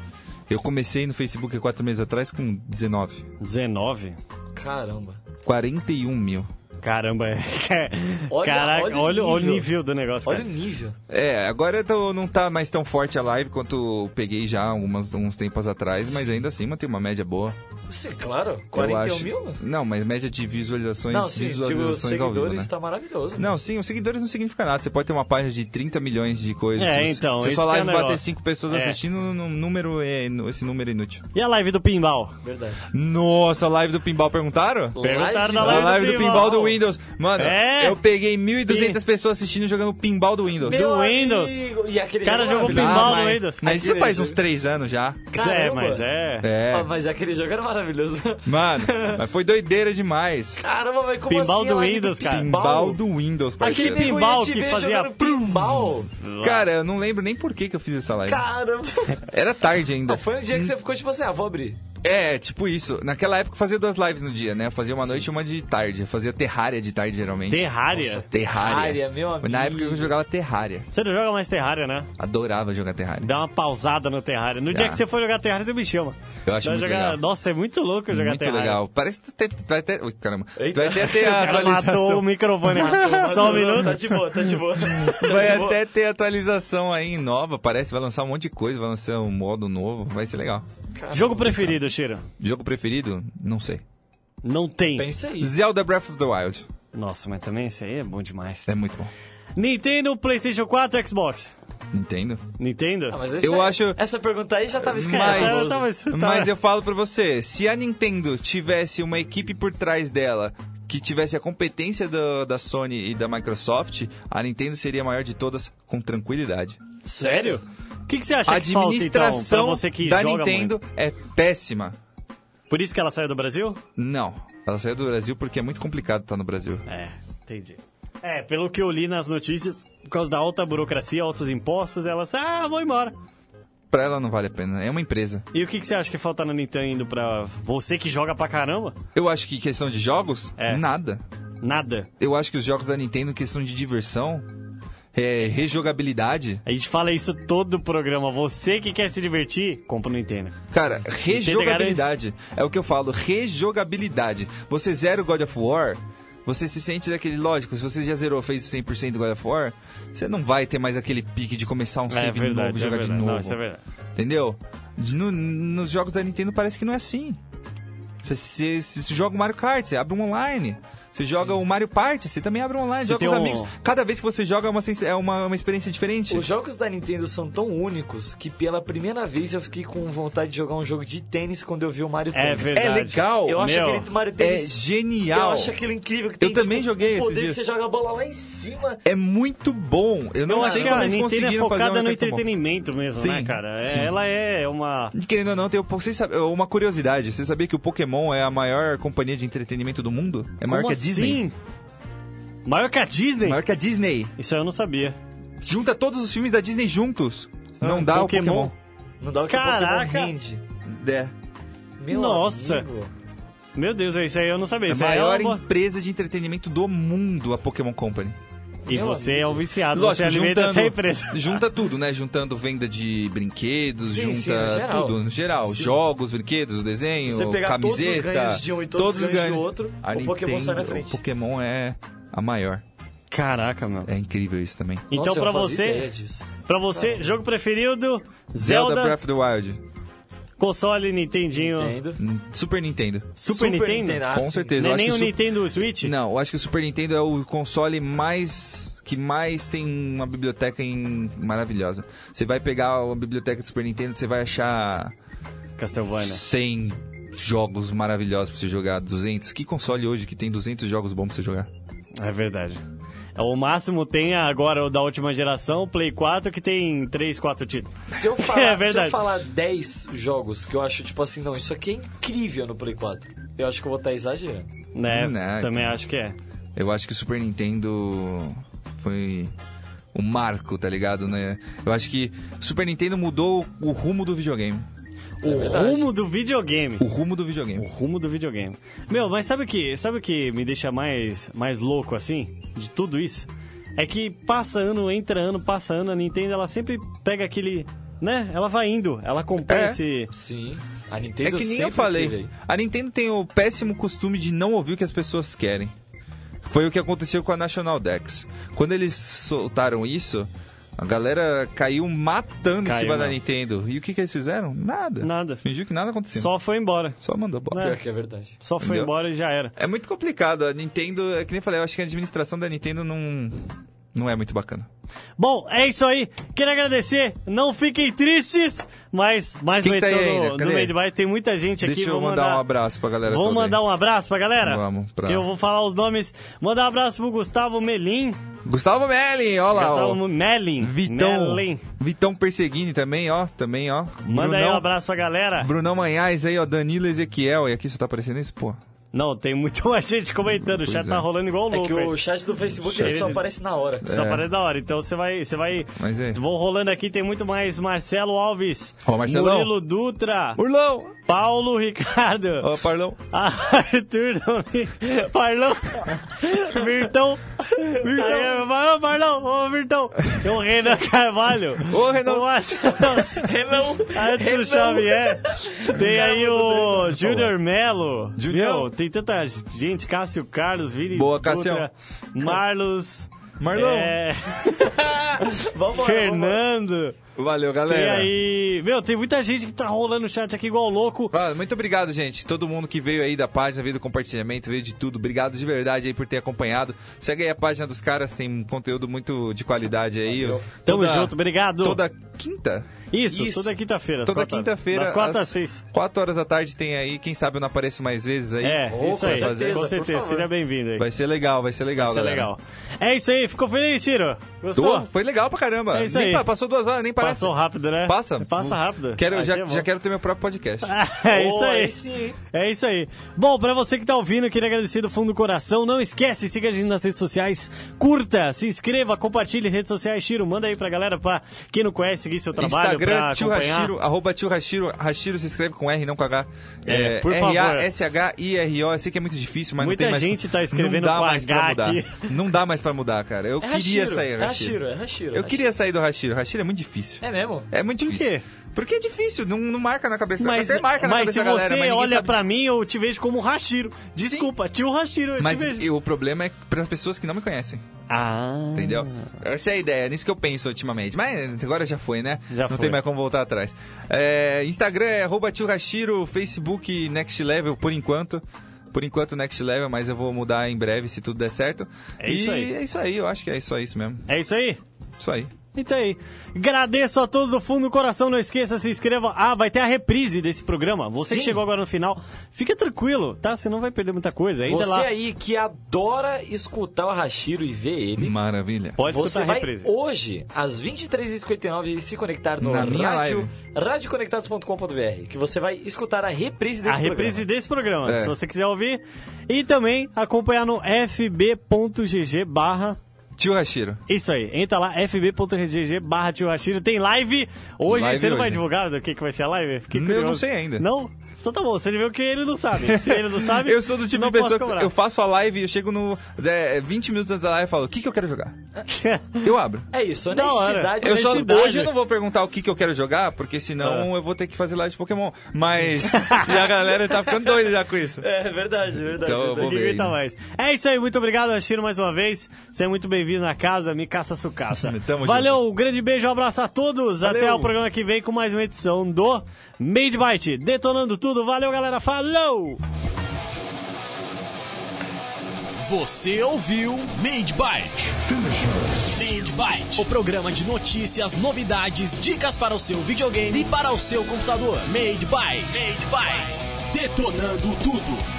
[SPEAKER 3] Eu comecei no Facebook há 4 meses atrás com 19.
[SPEAKER 1] 19?
[SPEAKER 2] [LAUGHS] Caramba.
[SPEAKER 3] 41 mil.
[SPEAKER 1] Caramba, [LAUGHS] é.
[SPEAKER 2] Olha-
[SPEAKER 1] Caraca,
[SPEAKER 2] olha
[SPEAKER 1] olha,
[SPEAKER 2] o
[SPEAKER 1] o
[SPEAKER 2] nível.
[SPEAKER 1] nível do negócio,
[SPEAKER 2] Olha o
[SPEAKER 1] cara.
[SPEAKER 2] nível.
[SPEAKER 3] É, agora eu tô- não tá mais tão forte a live quanto eu peguei já algumas, uns tempos atrás, mas ainda assim mantém uma média boa.
[SPEAKER 2] Sim, claro.
[SPEAKER 3] eu
[SPEAKER 2] 41
[SPEAKER 3] acho.
[SPEAKER 2] mil?
[SPEAKER 3] Não, mas média de visualizações,
[SPEAKER 2] Não, sim,
[SPEAKER 1] tipo,
[SPEAKER 2] digo, os
[SPEAKER 3] visualizações ao vivo,
[SPEAKER 2] seguidores
[SPEAKER 3] né?
[SPEAKER 2] tá maravilhoso.
[SPEAKER 3] Não, sim, os seguidores não significa nada. Você pode ter uma página de 30 milhões de coisas.
[SPEAKER 1] É,
[SPEAKER 3] Se-
[SPEAKER 1] então,
[SPEAKER 3] Se
[SPEAKER 1] esse
[SPEAKER 3] sua
[SPEAKER 1] que é
[SPEAKER 3] live
[SPEAKER 1] o
[SPEAKER 3] bater
[SPEAKER 1] negócio.
[SPEAKER 3] 5 pessoas
[SPEAKER 1] É.
[SPEAKER 3] assistindo, num número é, inu- esse número é inútil.
[SPEAKER 1] E a live do pinball?
[SPEAKER 2] Verdade.
[SPEAKER 3] Nossa, a live do pinball perguntaram?
[SPEAKER 1] Perguntaram na
[SPEAKER 3] a
[SPEAKER 1] live do
[SPEAKER 3] live do pinball do Windows. Mano,
[SPEAKER 1] É?
[SPEAKER 3] eu peguei 1.200 pessoas assistindo jogando pinball do Windows. Ah,
[SPEAKER 1] Do Windows.
[SPEAKER 2] Amigo, E aquele
[SPEAKER 1] O cara
[SPEAKER 2] jogo
[SPEAKER 1] jogou
[SPEAKER 2] maravilhoso.
[SPEAKER 1] pinball no
[SPEAKER 3] mas-
[SPEAKER 1] Windows.
[SPEAKER 3] Mas isso faz uns 3 anos já.
[SPEAKER 1] É,
[SPEAKER 2] Caramba.
[SPEAKER 1] mas é.
[SPEAKER 3] É.
[SPEAKER 2] Ah, mas aquele jogo era maravilhoso.
[SPEAKER 3] Mano,
[SPEAKER 1] [LAUGHS]
[SPEAKER 3] mas foi doideira demais.
[SPEAKER 2] [LAUGHS] Caramba, velho, como
[SPEAKER 1] Pinball
[SPEAKER 2] assim?
[SPEAKER 1] do
[SPEAKER 2] ela ainda
[SPEAKER 1] Windows, cara.
[SPEAKER 3] Pinball do Windows,
[SPEAKER 2] Aquele
[SPEAKER 3] parceiro.
[SPEAKER 2] nego
[SPEAKER 1] Pinball
[SPEAKER 2] ia te
[SPEAKER 1] que
[SPEAKER 2] ver
[SPEAKER 1] fazia
[SPEAKER 2] jogando Pinball.
[SPEAKER 3] Cara, eu não lembro nem por que, que eu fiz essa live.
[SPEAKER 2] Caramba.
[SPEAKER 3] [LAUGHS] Era tarde
[SPEAKER 1] ah,
[SPEAKER 3] ainda.
[SPEAKER 2] Foi um dia que você ficou tipo assim, ah, vou abrir.
[SPEAKER 3] É, tipo isso. Naquela época eu fazia duas lives no dia, né? Eu fazia uma noite e uma de tarde. Eu fazia Terraria de tarde, geralmente.
[SPEAKER 1] Terraria.
[SPEAKER 3] Terraria.
[SPEAKER 2] Terraria, meu amigo.
[SPEAKER 3] Na época eu jogava Terraria.
[SPEAKER 1] Você não joga mais Terraria, né?
[SPEAKER 3] Adorava jogar Terraria.
[SPEAKER 1] Dá uma pausada no Terraria. No dia
[SPEAKER 3] Dá.
[SPEAKER 1] que você for jogar Terraria, você me chama.
[SPEAKER 3] Eu acho
[SPEAKER 1] Vai
[SPEAKER 3] muito
[SPEAKER 1] jogar-
[SPEAKER 3] legal.
[SPEAKER 1] Nossa, é muito louco jogar
[SPEAKER 3] Muito
[SPEAKER 1] Terraria.
[SPEAKER 3] legal. Parece que tu vai ter... Ui, caramba. Tu vai ter até a
[SPEAKER 1] Ela matou [LAUGHS] o
[SPEAKER 3] atualização...
[SPEAKER 1] microfone. Só um minuto.
[SPEAKER 2] Tá de boa, tá de boa. Tá
[SPEAKER 3] [LAUGHS] Vai
[SPEAKER 2] de boa.
[SPEAKER 3] até ter atualização aí nova, parece. Vai lançar um monte de coisa, vai lançar um modo novo. Vai ser legal.
[SPEAKER 1] [LAUGHS] Jogo preferido, Shiro?
[SPEAKER 3] Jogo preferido? Não sei.
[SPEAKER 1] Não tem.
[SPEAKER 2] Pensa aí.
[SPEAKER 3] Zelda Breath of the Wild.
[SPEAKER 1] Nossa, mas também esse aí é bom demais.
[SPEAKER 3] É muito bom.
[SPEAKER 1] Nintendo, PlayStation 4, Xbox.
[SPEAKER 3] Nintendo.
[SPEAKER 1] Nintendo?
[SPEAKER 2] Ah, mas esse
[SPEAKER 3] Eu
[SPEAKER 2] é-
[SPEAKER 3] acho-
[SPEAKER 2] Essa pergunta aí já tava escrita.
[SPEAKER 3] Mas,
[SPEAKER 1] eu tava- eu tava-
[SPEAKER 3] mas eu falo pra você, se a Nintendo tivesse uma equipe por trás dela que tivesse a competência do- da Sony e da Microsoft, a Nintendo seria a maior de todas com tranquilidade.
[SPEAKER 1] Sério? O que, que você acha
[SPEAKER 3] A
[SPEAKER 1] que falta, então, pra
[SPEAKER 3] administração
[SPEAKER 1] você que
[SPEAKER 3] da
[SPEAKER 1] joga
[SPEAKER 3] Nintendo é péssima.
[SPEAKER 1] muito? Por isso que ela saiu do Brasil?
[SPEAKER 3] Não, ela saiu do Brasil porque é muito complicado estar no Brasil.
[SPEAKER 1] É, entendi. É, pelo que eu li nas notícias, por causa da alta burocracia, altos impostos, ela disse, ah, vou embora.
[SPEAKER 3] Pra ela não vale a pena, é uma empresa.
[SPEAKER 1] E o que, que você acha que falta na Nintendo pra você que joga pra caramba?
[SPEAKER 3] Eu acho que questão de jogos,
[SPEAKER 1] É.
[SPEAKER 3] nada.
[SPEAKER 1] Nada.
[SPEAKER 3] Eu acho que os jogos da Nintendo, questão de diversão, é, rejogabilidade,
[SPEAKER 1] A gente fala isso todo o programa. Você que quer se divertir, compra o Nintendo.
[SPEAKER 3] Cara, rejogabilidade. É o que eu falo, rejogabilidade. Você zera o God of War, você se sente daquele... Lógico, se você já zerou, fez o 100% do God of War, você não vai ter mais aquele pique de começar um
[SPEAKER 1] é
[SPEAKER 3] save
[SPEAKER 1] verdade,
[SPEAKER 3] novo,
[SPEAKER 1] é
[SPEAKER 3] jogar
[SPEAKER 1] verdade.
[SPEAKER 3] de novo.
[SPEAKER 1] Não, isso é verdade.
[SPEAKER 3] Entendeu? No- nos jogos da Nintendo parece que não é assim. Você, você- você joga o Mario Kart, você abre um online. Você joga o Mario Party, você também abre um online,
[SPEAKER 1] Você
[SPEAKER 3] joga
[SPEAKER 1] tem
[SPEAKER 3] com os
[SPEAKER 1] um-
[SPEAKER 3] amigos. Cada vez que você joga é uma, sens- é uma, uma experiência
[SPEAKER 1] Tipo-
[SPEAKER 3] diferente. É
[SPEAKER 2] Os jogos da Nintendo são tão únicos que pela primeira vez eu fiquei com vontade de jogar um jogo de tênis quando eu vi o Mario
[SPEAKER 1] É
[SPEAKER 2] Tênis.
[SPEAKER 1] verdade.
[SPEAKER 3] legal.
[SPEAKER 2] Eu acho
[SPEAKER 1] Meu,
[SPEAKER 2] aquele Mario
[SPEAKER 3] É
[SPEAKER 2] Tênis. eu
[SPEAKER 3] genial.
[SPEAKER 2] acho aquilo incrível que
[SPEAKER 3] Eu
[SPEAKER 2] tem. tipo,
[SPEAKER 3] também joguei
[SPEAKER 2] o
[SPEAKER 3] esses
[SPEAKER 2] poder
[SPEAKER 3] dias.
[SPEAKER 2] que você joga a bola lá em cima.
[SPEAKER 3] É muito bom. Eu não
[SPEAKER 1] Eu acho
[SPEAKER 3] sei
[SPEAKER 1] que
[SPEAKER 3] como
[SPEAKER 1] a
[SPEAKER 3] eles
[SPEAKER 1] Nintendo é
[SPEAKER 3] conseguiram fazer um
[SPEAKER 1] focada
[SPEAKER 3] uma
[SPEAKER 1] no
[SPEAKER 3] coisa tão boa.
[SPEAKER 1] entretenimento mesmo,
[SPEAKER 3] Sim,
[SPEAKER 1] né, cara? É,
[SPEAKER 3] sim.
[SPEAKER 1] ela é uma.
[SPEAKER 3] Querendo ou não, tem um o po- vocês sabem- uma curiosidade. Você sabia que o Pokémon é a maior companhia de entretenimento do mundo? É maior
[SPEAKER 1] Como
[SPEAKER 3] que a Disney?
[SPEAKER 1] assim? Maior que a Disney?
[SPEAKER 3] Maior que a Disney.
[SPEAKER 1] Isso eu não sabia.
[SPEAKER 3] Junta todos os filmes da Disney juntos. não dá
[SPEAKER 1] Ah, Pokémon.
[SPEAKER 3] o Pokémon.
[SPEAKER 2] Não dá o que o
[SPEAKER 1] Caraca.
[SPEAKER 2] Pokémon rende.
[SPEAKER 3] É.
[SPEAKER 2] Meu
[SPEAKER 1] Nossa.
[SPEAKER 2] amigo.
[SPEAKER 1] Meu Deus, isso aí eu não sabia.
[SPEAKER 3] É a
[SPEAKER 1] Isso aí
[SPEAKER 3] maior
[SPEAKER 1] é uma...
[SPEAKER 3] empresa de entretenimento do mundo, a Pokémon Company.
[SPEAKER 1] E
[SPEAKER 2] Meu
[SPEAKER 1] você é um viciado, você
[SPEAKER 3] Lógico,
[SPEAKER 1] alimenta
[SPEAKER 3] juntando,
[SPEAKER 1] essa empresa. [LAUGHS]
[SPEAKER 3] [LAUGHS] junta tudo, né? Juntando venda de brinquedos,
[SPEAKER 2] Sim,
[SPEAKER 3] junta
[SPEAKER 2] sim, no geral.
[SPEAKER 3] tudo, no geral. Jogos, brinquedos, desenho,
[SPEAKER 2] Se você pegar todos os
[SPEAKER 3] camiseta.
[SPEAKER 2] ganhos de um e todos os ganhos de outro,
[SPEAKER 3] A
[SPEAKER 2] o Pokémon
[SPEAKER 3] Ah, Nintendo-
[SPEAKER 2] sai na frente.
[SPEAKER 3] O Pokémon é a maior.
[SPEAKER 1] Caraca, meu.
[SPEAKER 3] É incrível isso também.
[SPEAKER 1] Então,
[SPEAKER 2] Nossa, eu
[SPEAKER 1] pra
[SPEAKER 2] não fazia
[SPEAKER 1] você,
[SPEAKER 2] ideia disso.
[SPEAKER 1] pra você, jogo preferido:
[SPEAKER 3] Zelda,
[SPEAKER 1] Zelda,
[SPEAKER 3] Breath of the Wild.
[SPEAKER 1] console Nintendinho,
[SPEAKER 2] Entendo.
[SPEAKER 3] Hum, Super Nintendo.
[SPEAKER 1] Super, Nintendo.
[SPEAKER 2] Ah,
[SPEAKER 3] Com
[SPEAKER 2] sim.
[SPEAKER 3] certeza. eu
[SPEAKER 1] Nem,
[SPEAKER 3] acho que
[SPEAKER 1] nem o
[SPEAKER 3] o Su-
[SPEAKER 1] Nintendo Switch?
[SPEAKER 3] Não, eu acho que o Super Nintendo é o console mais que mais tem uma biblioteca em- maravilhosa. Você vai pegar a biblioteca do Super Nintendo, você vai achar
[SPEAKER 1] Castlevania.
[SPEAKER 3] 100 jogos maravilhosos pra você jogar, 200. Que console hoje que tem 200 jogos bons pra você jogar?
[SPEAKER 1] É verdade. É, O máximo tem agora o da última geração, o Play 4, que tem 3, 4 títulos.
[SPEAKER 3] [LAUGHS]
[SPEAKER 2] Se eu, falar,
[SPEAKER 1] É
[SPEAKER 2] se
[SPEAKER 1] verdade.
[SPEAKER 2] eu falar 10 jogos que eu acho, tipo assim, não, isso aqui é incrível no Play 4. Eu acho que eu vou estar exagerando.
[SPEAKER 1] Né?
[SPEAKER 3] Né,
[SPEAKER 1] Também acho que é.
[SPEAKER 3] Eu acho que o Super Nintendo foi o marco, tá ligado, né? Eu acho que o Super Nintendo mudou o rumo do videogame.
[SPEAKER 1] O rumo do videogame.
[SPEAKER 3] O rumo do
[SPEAKER 1] O
[SPEAKER 3] videogame.
[SPEAKER 1] rumo do videogame. Meu, mas sabe o que, sabe o que me deixa mais, mais louco assim? De tudo isso? É que passa ano, entra ano, passa ano, a Nintendo ela sempre pega aquele. Né? Ela vai indo, ela acompanha
[SPEAKER 3] É.
[SPEAKER 1] esse.
[SPEAKER 2] Sim. A
[SPEAKER 3] É
[SPEAKER 2] Nintendo
[SPEAKER 3] que nem
[SPEAKER 2] sempre
[SPEAKER 3] eu falei.
[SPEAKER 2] teve aí.
[SPEAKER 3] A Nintendo tem o péssimo costume de não ouvir o que as pessoas querem. Foi o que aconteceu com a National Dex. Quando eles soltaram isso, a galera caiu matando em
[SPEAKER 1] Caiu,
[SPEAKER 3] cima da
[SPEAKER 1] não.
[SPEAKER 3] Nintendo. E o que, que eles fizeram? Nada.
[SPEAKER 1] Nada.
[SPEAKER 3] Fingiu que nada aconteceu.
[SPEAKER 1] Só foi embora.
[SPEAKER 3] Só mandou bola.
[SPEAKER 2] Pior que é verdade.
[SPEAKER 1] Só foi
[SPEAKER 3] Entendeu?
[SPEAKER 1] embora e já era.
[SPEAKER 3] É muito complicado. A Nintendo, é que nem eu falei, eu acho que a administração da Nintendo não. Não é muito bacana.
[SPEAKER 1] Bom, é isso aí. Quero agradecer. Não fiquem tristes, mas mais
[SPEAKER 3] Quem
[SPEAKER 1] uma
[SPEAKER 3] tá aí
[SPEAKER 1] edição
[SPEAKER 3] ainda?
[SPEAKER 1] do, do
[SPEAKER 3] Cadê?
[SPEAKER 1] Made by. Tem muita gente aqui.
[SPEAKER 3] Deixa eu
[SPEAKER 1] vou
[SPEAKER 3] mandar, um abraço pra galera
[SPEAKER 1] Vamos
[SPEAKER 3] toda aí.
[SPEAKER 1] mandar um abraço pra galera?
[SPEAKER 3] Vamos, pra-
[SPEAKER 1] Que eu vou falar os nomes. Mandar um abraço pro Gustavo Melim.
[SPEAKER 3] Gustavo Melli, ó lá, ó.
[SPEAKER 1] um- Gustavo Melin.
[SPEAKER 3] Vitão,
[SPEAKER 1] Melin.
[SPEAKER 3] Vitão Perseguini também, ó, também, ó.
[SPEAKER 1] Manda aí um
[SPEAKER 3] Brunão-
[SPEAKER 1] abraço pra galera.
[SPEAKER 3] Brunão Manhães aí, ó, Danilo Ezequiel. E aqui só tá aparecendo isso, pô.
[SPEAKER 1] Não, tem muito [LAUGHS] mais gente comentando. O
[SPEAKER 3] Pois
[SPEAKER 1] chat
[SPEAKER 3] é.
[SPEAKER 1] tá rolando igual
[SPEAKER 2] É
[SPEAKER 1] louco.
[SPEAKER 2] que o
[SPEAKER 1] hein?
[SPEAKER 2] chat do Facebook ele só
[SPEAKER 1] Ele-
[SPEAKER 2] aparece na hora.
[SPEAKER 1] Essa
[SPEAKER 3] É.
[SPEAKER 1] parada é da hora. Então você vai. Você vai.
[SPEAKER 3] Mas é.
[SPEAKER 1] Vou rolando aqui, tem muito mais Marcelo Alves.
[SPEAKER 3] Ó, Marcelão.
[SPEAKER 1] Murilo Dutra.
[SPEAKER 3] Urlão!
[SPEAKER 1] Paulo Ricardo.
[SPEAKER 3] Ó, Parlão.
[SPEAKER 1] Ah, [LAUGHS] Arthur Domi- Parlão. Virtão. Virtão. Ô, Parlão. Ô, Virtão. E o Renan Carvalho.
[SPEAKER 3] Ô, Renan.
[SPEAKER 1] O Matheus.
[SPEAKER 2] Renan.
[SPEAKER 1] Antes do
[SPEAKER 2] Renan.
[SPEAKER 1] Xavier. Tem aí o Júnior Melo.
[SPEAKER 3] Júnior.
[SPEAKER 1] Meu, Tem tanta gente. Cássio Carlos, Vini.
[SPEAKER 3] Boa,
[SPEAKER 1] Dutra,
[SPEAKER 3] Cássio.
[SPEAKER 1] Marlos.
[SPEAKER 3] Marlão.
[SPEAKER 1] é,
[SPEAKER 2] Vamos lá.
[SPEAKER 1] Fernando.
[SPEAKER 3] Valeu,
[SPEAKER 1] Tem
[SPEAKER 3] galera.
[SPEAKER 1] aí. Meu, tem muita gente que tá rolando no chat aqui igual louco.
[SPEAKER 3] Ah, muito obrigado, gente. Todo mundo que veio aí da página, veio do compartilhamento, veio de tudo. Obrigado de verdade aí por ter acompanhado. Segue aí a página dos caras, tem um conteúdo muito de qualidade aí.
[SPEAKER 1] Tamo
[SPEAKER 3] Toda-
[SPEAKER 1] junto, obrigado.
[SPEAKER 3] Toda quinta?
[SPEAKER 1] Isso,
[SPEAKER 3] Isso.
[SPEAKER 1] toda quinta-feira. às
[SPEAKER 3] Toda
[SPEAKER 1] quatro horas.
[SPEAKER 3] quinta-feira.
[SPEAKER 1] Das quatro às
[SPEAKER 3] às
[SPEAKER 1] seis.
[SPEAKER 3] 4 horas da tarde tem aí. Quem sabe eu não apareço mais vezes aí.
[SPEAKER 1] É,
[SPEAKER 3] Ou
[SPEAKER 1] isso
[SPEAKER 3] pra
[SPEAKER 1] aí.
[SPEAKER 3] fazer.
[SPEAKER 1] Com certeza,
[SPEAKER 2] favor.
[SPEAKER 1] seja bem-vindo aí.
[SPEAKER 3] Vai ser legal, vai ser legal,
[SPEAKER 1] Vai ser
[SPEAKER 3] galera.
[SPEAKER 1] legal. É isso aí, ficou feliz, Ciro? Gostou?
[SPEAKER 3] Tô, foi legal pra caramba.
[SPEAKER 1] É isso
[SPEAKER 3] Nem
[SPEAKER 1] aí.
[SPEAKER 3] pa- Passou duas horas, nem parece.
[SPEAKER 1] Passou rápido, né?
[SPEAKER 3] Passa.
[SPEAKER 1] Passa rápido.
[SPEAKER 3] Quero,
[SPEAKER 1] Aqui
[SPEAKER 3] já,
[SPEAKER 1] é bom.
[SPEAKER 3] já quero ter meu próprio podcast.
[SPEAKER 1] [LAUGHS] É
[SPEAKER 2] Boa,
[SPEAKER 1] isso aí.
[SPEAKER 2] aí sim.
[SPEAKER 1] É isso aí. Bom, pra você que tá ouvindo, queria agradecer do fundo do coração. Não esquece, siga a gente nas redes sociais. Curta, se inscreva, compartilhe redes sociais. Ciro, manda aí pra galera, pra quem não conhece, seguir seu trabalho, pra
[SPEAKER 3] Instagram, tio
[SPEAKER 1] acompanhar.
[SPEAKER 3] Hashiro, arroba tio Hashiro. Hashiro se escreve com R, não com H.
[SPEAKER 1] É, por favor.
[SPEAKER 3] R-A-S-H-I-R-O. Eu sei que é muito difícil, mas
[SPEAKER 1] Muita
[SPEAKER 3] não tem mais...
[SPEAKER 1] gente tá escrevendo
[SPEAKER 3] não dá
[SPEAKER 1] com
[SPEAKER 3] mais
[SPEAKER 1] H
[SPEAKER 3] pra mudar.
[SPEAKER 1] aqui.
[SPEAKER 3] Não dá mais pra mudar, cara. Eu
[SPEAKER 2] É
[SPEAKER 3] queria
[SPEAKER 2] Hashiro,
[SPEAKER 3] sair,
[SPEAKER 2] é
[SPEAKER 3] Hashiro.
[SPEAKER 2] Hashiro, é Hashiro,
[SPEAKER 3] Eu
[SPEAKER 2] Hashiro.
[SPEAKER 3] queria sair do Hashiro. Hashiro é muito difícil.
[SPEAKER 2] É mesmo?
[SPEAKER 3] É muito
[SPEAKER 1] Por
[SPEAKER 3] difícil.
[SPEAKER 1] quê?
[SPEAKER 3] Porque é difícil, não, não marca na cabeça.
[SPEAKER 1] Mas,
[SPEAKER 3] Até marca na
[SPEAKER 1] mas
[SPEAKER 3] cabeça
[SPEAKER 1] se
[SPEAKER 3] da galera,
[SPEAKER 1] você
[SPEAKER 3] mas ninguém
[SPEAKER 1] olha
[SPEAKER 3] sabe
[SPEAKER 1] pra mim, eu te vejo como Hashiro. Desculpa, tio Hashiro, eu
[SPEAKER 3] Mas
[SPEAKER 1] te vejo.
[SPEAKER 3] e- o problema é para as pessoas que não me conhecem,
[SPEAKER 1] Ah.
[SPEAKER 3] entendeu? Essa é a ideia, nisso que eu penso ultimamente. Mas agora já foi, né?
[SPEAKER 1] Já
[SPEAKER 3] não
[SPEAKER 1] foi.
[SPEAKER 3] tem mais como voltar atrás. É, Instagram é arroba tio Hashiro, Facebook Next Level, por enquanto. Por enquanto, Next Level, mas eu vou mudar em breve, se tudo der certo.
[SPEAKER 1] É
[SPEAKER 3] e
[SPEAKER 1] isso aí.
[SPEAKER 3] é isso aí, eu acho que é só isso mesmo.
[SPEAKER 1] É isso aí?
[SPEAKER 3] Isso aí.
[SPEAKER 1] Então aí, agradeço a todos do fundo do coração, não esqueça, se inscreva. Ah, vai ter a reprise desse programa. Você que
[SPEAKER 2] Sim.
[SPEAKER 1] chegou agora no final, fica tranquilo, tá? Você não vai perder muita coisa. Ainda
[SPEAKER 2] Você
[SPEAKER 1] lá,
[SPEAKER 2] aí que adora escutar o Hashiro e ver
[SPEAKER 3] Hum,
[SPEAKER 2] ele.
[SPEAKER 3] Maravilha.
[SPEAKER 1] Hum? pode
[SPEAKER 2] Você
[SPEAKER 1] escutar a
[SPEAKER 2] vai
[SPEAKER 1] reprise.
[SPEAKER 2] hoje, às 23h59, se conectar no
[SPEAKER 3] Na minha
[SPEAKER 2] rádio,
[SPEAKER 3] live.
[SPEAKER 2] radioconectados.com.br, que você vai escutar a reprise
[SPEAKER 1] A
[SPEAKER 2] desse
[SPEAKER 1] reprise
[SPEAKER 2] programa.
[SPEAKER 1] desse programa,
[SPEAKER 3] É.
[SPEAKER 1] se você quiser ouvir. E também acompanhar no fb.gg barra...
[SPEAKER 3] Tio Hashiro.
[SPEAKER 1] Isso aí, entra lá, fb.gg barra tio Hashiro. Tem live hoje.
[SPEAKER 3] Live
[SPEAKER 1] você não vai
[SPEAKER 3] hoje.
[SPEAKER 1] divulgar do que, que vai ser a live? Fiquei
[SPEAKER 3] Eu
[SPEAKER 1] curioso.
[SPEAKER 3] não sei ainda.
[SPEAKER 1] Não? Então tá bom, você vê o que ele não sabe. Se ele não
[SPEAKER 3] [LAUGHS]
[SPEAKER 1] sabe,
[SPEAKER 3] Eu sou do tipo
[SPEAKER 1] não
[SPEAKER 3] de pessoa
[SPEAKER 1] posso cobrar.
[SPEAKER 3] que eu faço a live, eu chego no é, 20 minutos antes da live e falo, o que, que eu quero jogar?
[SPEAKER 1] [LAUGHS]
[SPEAKER 3] Eu abro.
[SPEAKER 2] É isso,
[SPEAKER 1] Da hora.
[SPEAKER 2] honestidade.
[SPEAKER 3] Eu só,
[SPEAKER 1] Honestidade.
[SPEAKER 3] hoje eu não vou perguntar o que, que eu quero jogar, porque senão eu vou ter que fazer live de Pokémon. Mas [LAUGHS] e a galera tá ficando doida já com isso.
[SPEAKER 2] É verdade, verdade.
[SPEAKER 3] Então eu vou
[SPEAKER 1] Ninguém
[SPEAKER 3] ver.
[SPEAKER 1] aguenta
[SPEAKER 3] ainda.
[SPEAKER 1] mais. É isso aí, muito obrigado, Ashiro, mais uma vez. Você é muito bem-vindo na casa, me caça sucaça.
[SPEAKER 3] [LAUGHS] Tamo
[SPEAKER 1] Valeu, um grande beijo, um abraço a todos.
[SPEAKER 3] Valeu.
[SPEAKER 1] Até o programa que vem com mais uma edição do Made Byte. Detonando tudo. Valeu, galera. Falou!
[SPEAKER 4] Você ouviu Made Byte. Made Byte, o programa de notícias, novidades, dicas para o seu videogame e para o seu computador. Made Byte. Made Byte. Detonando tudo.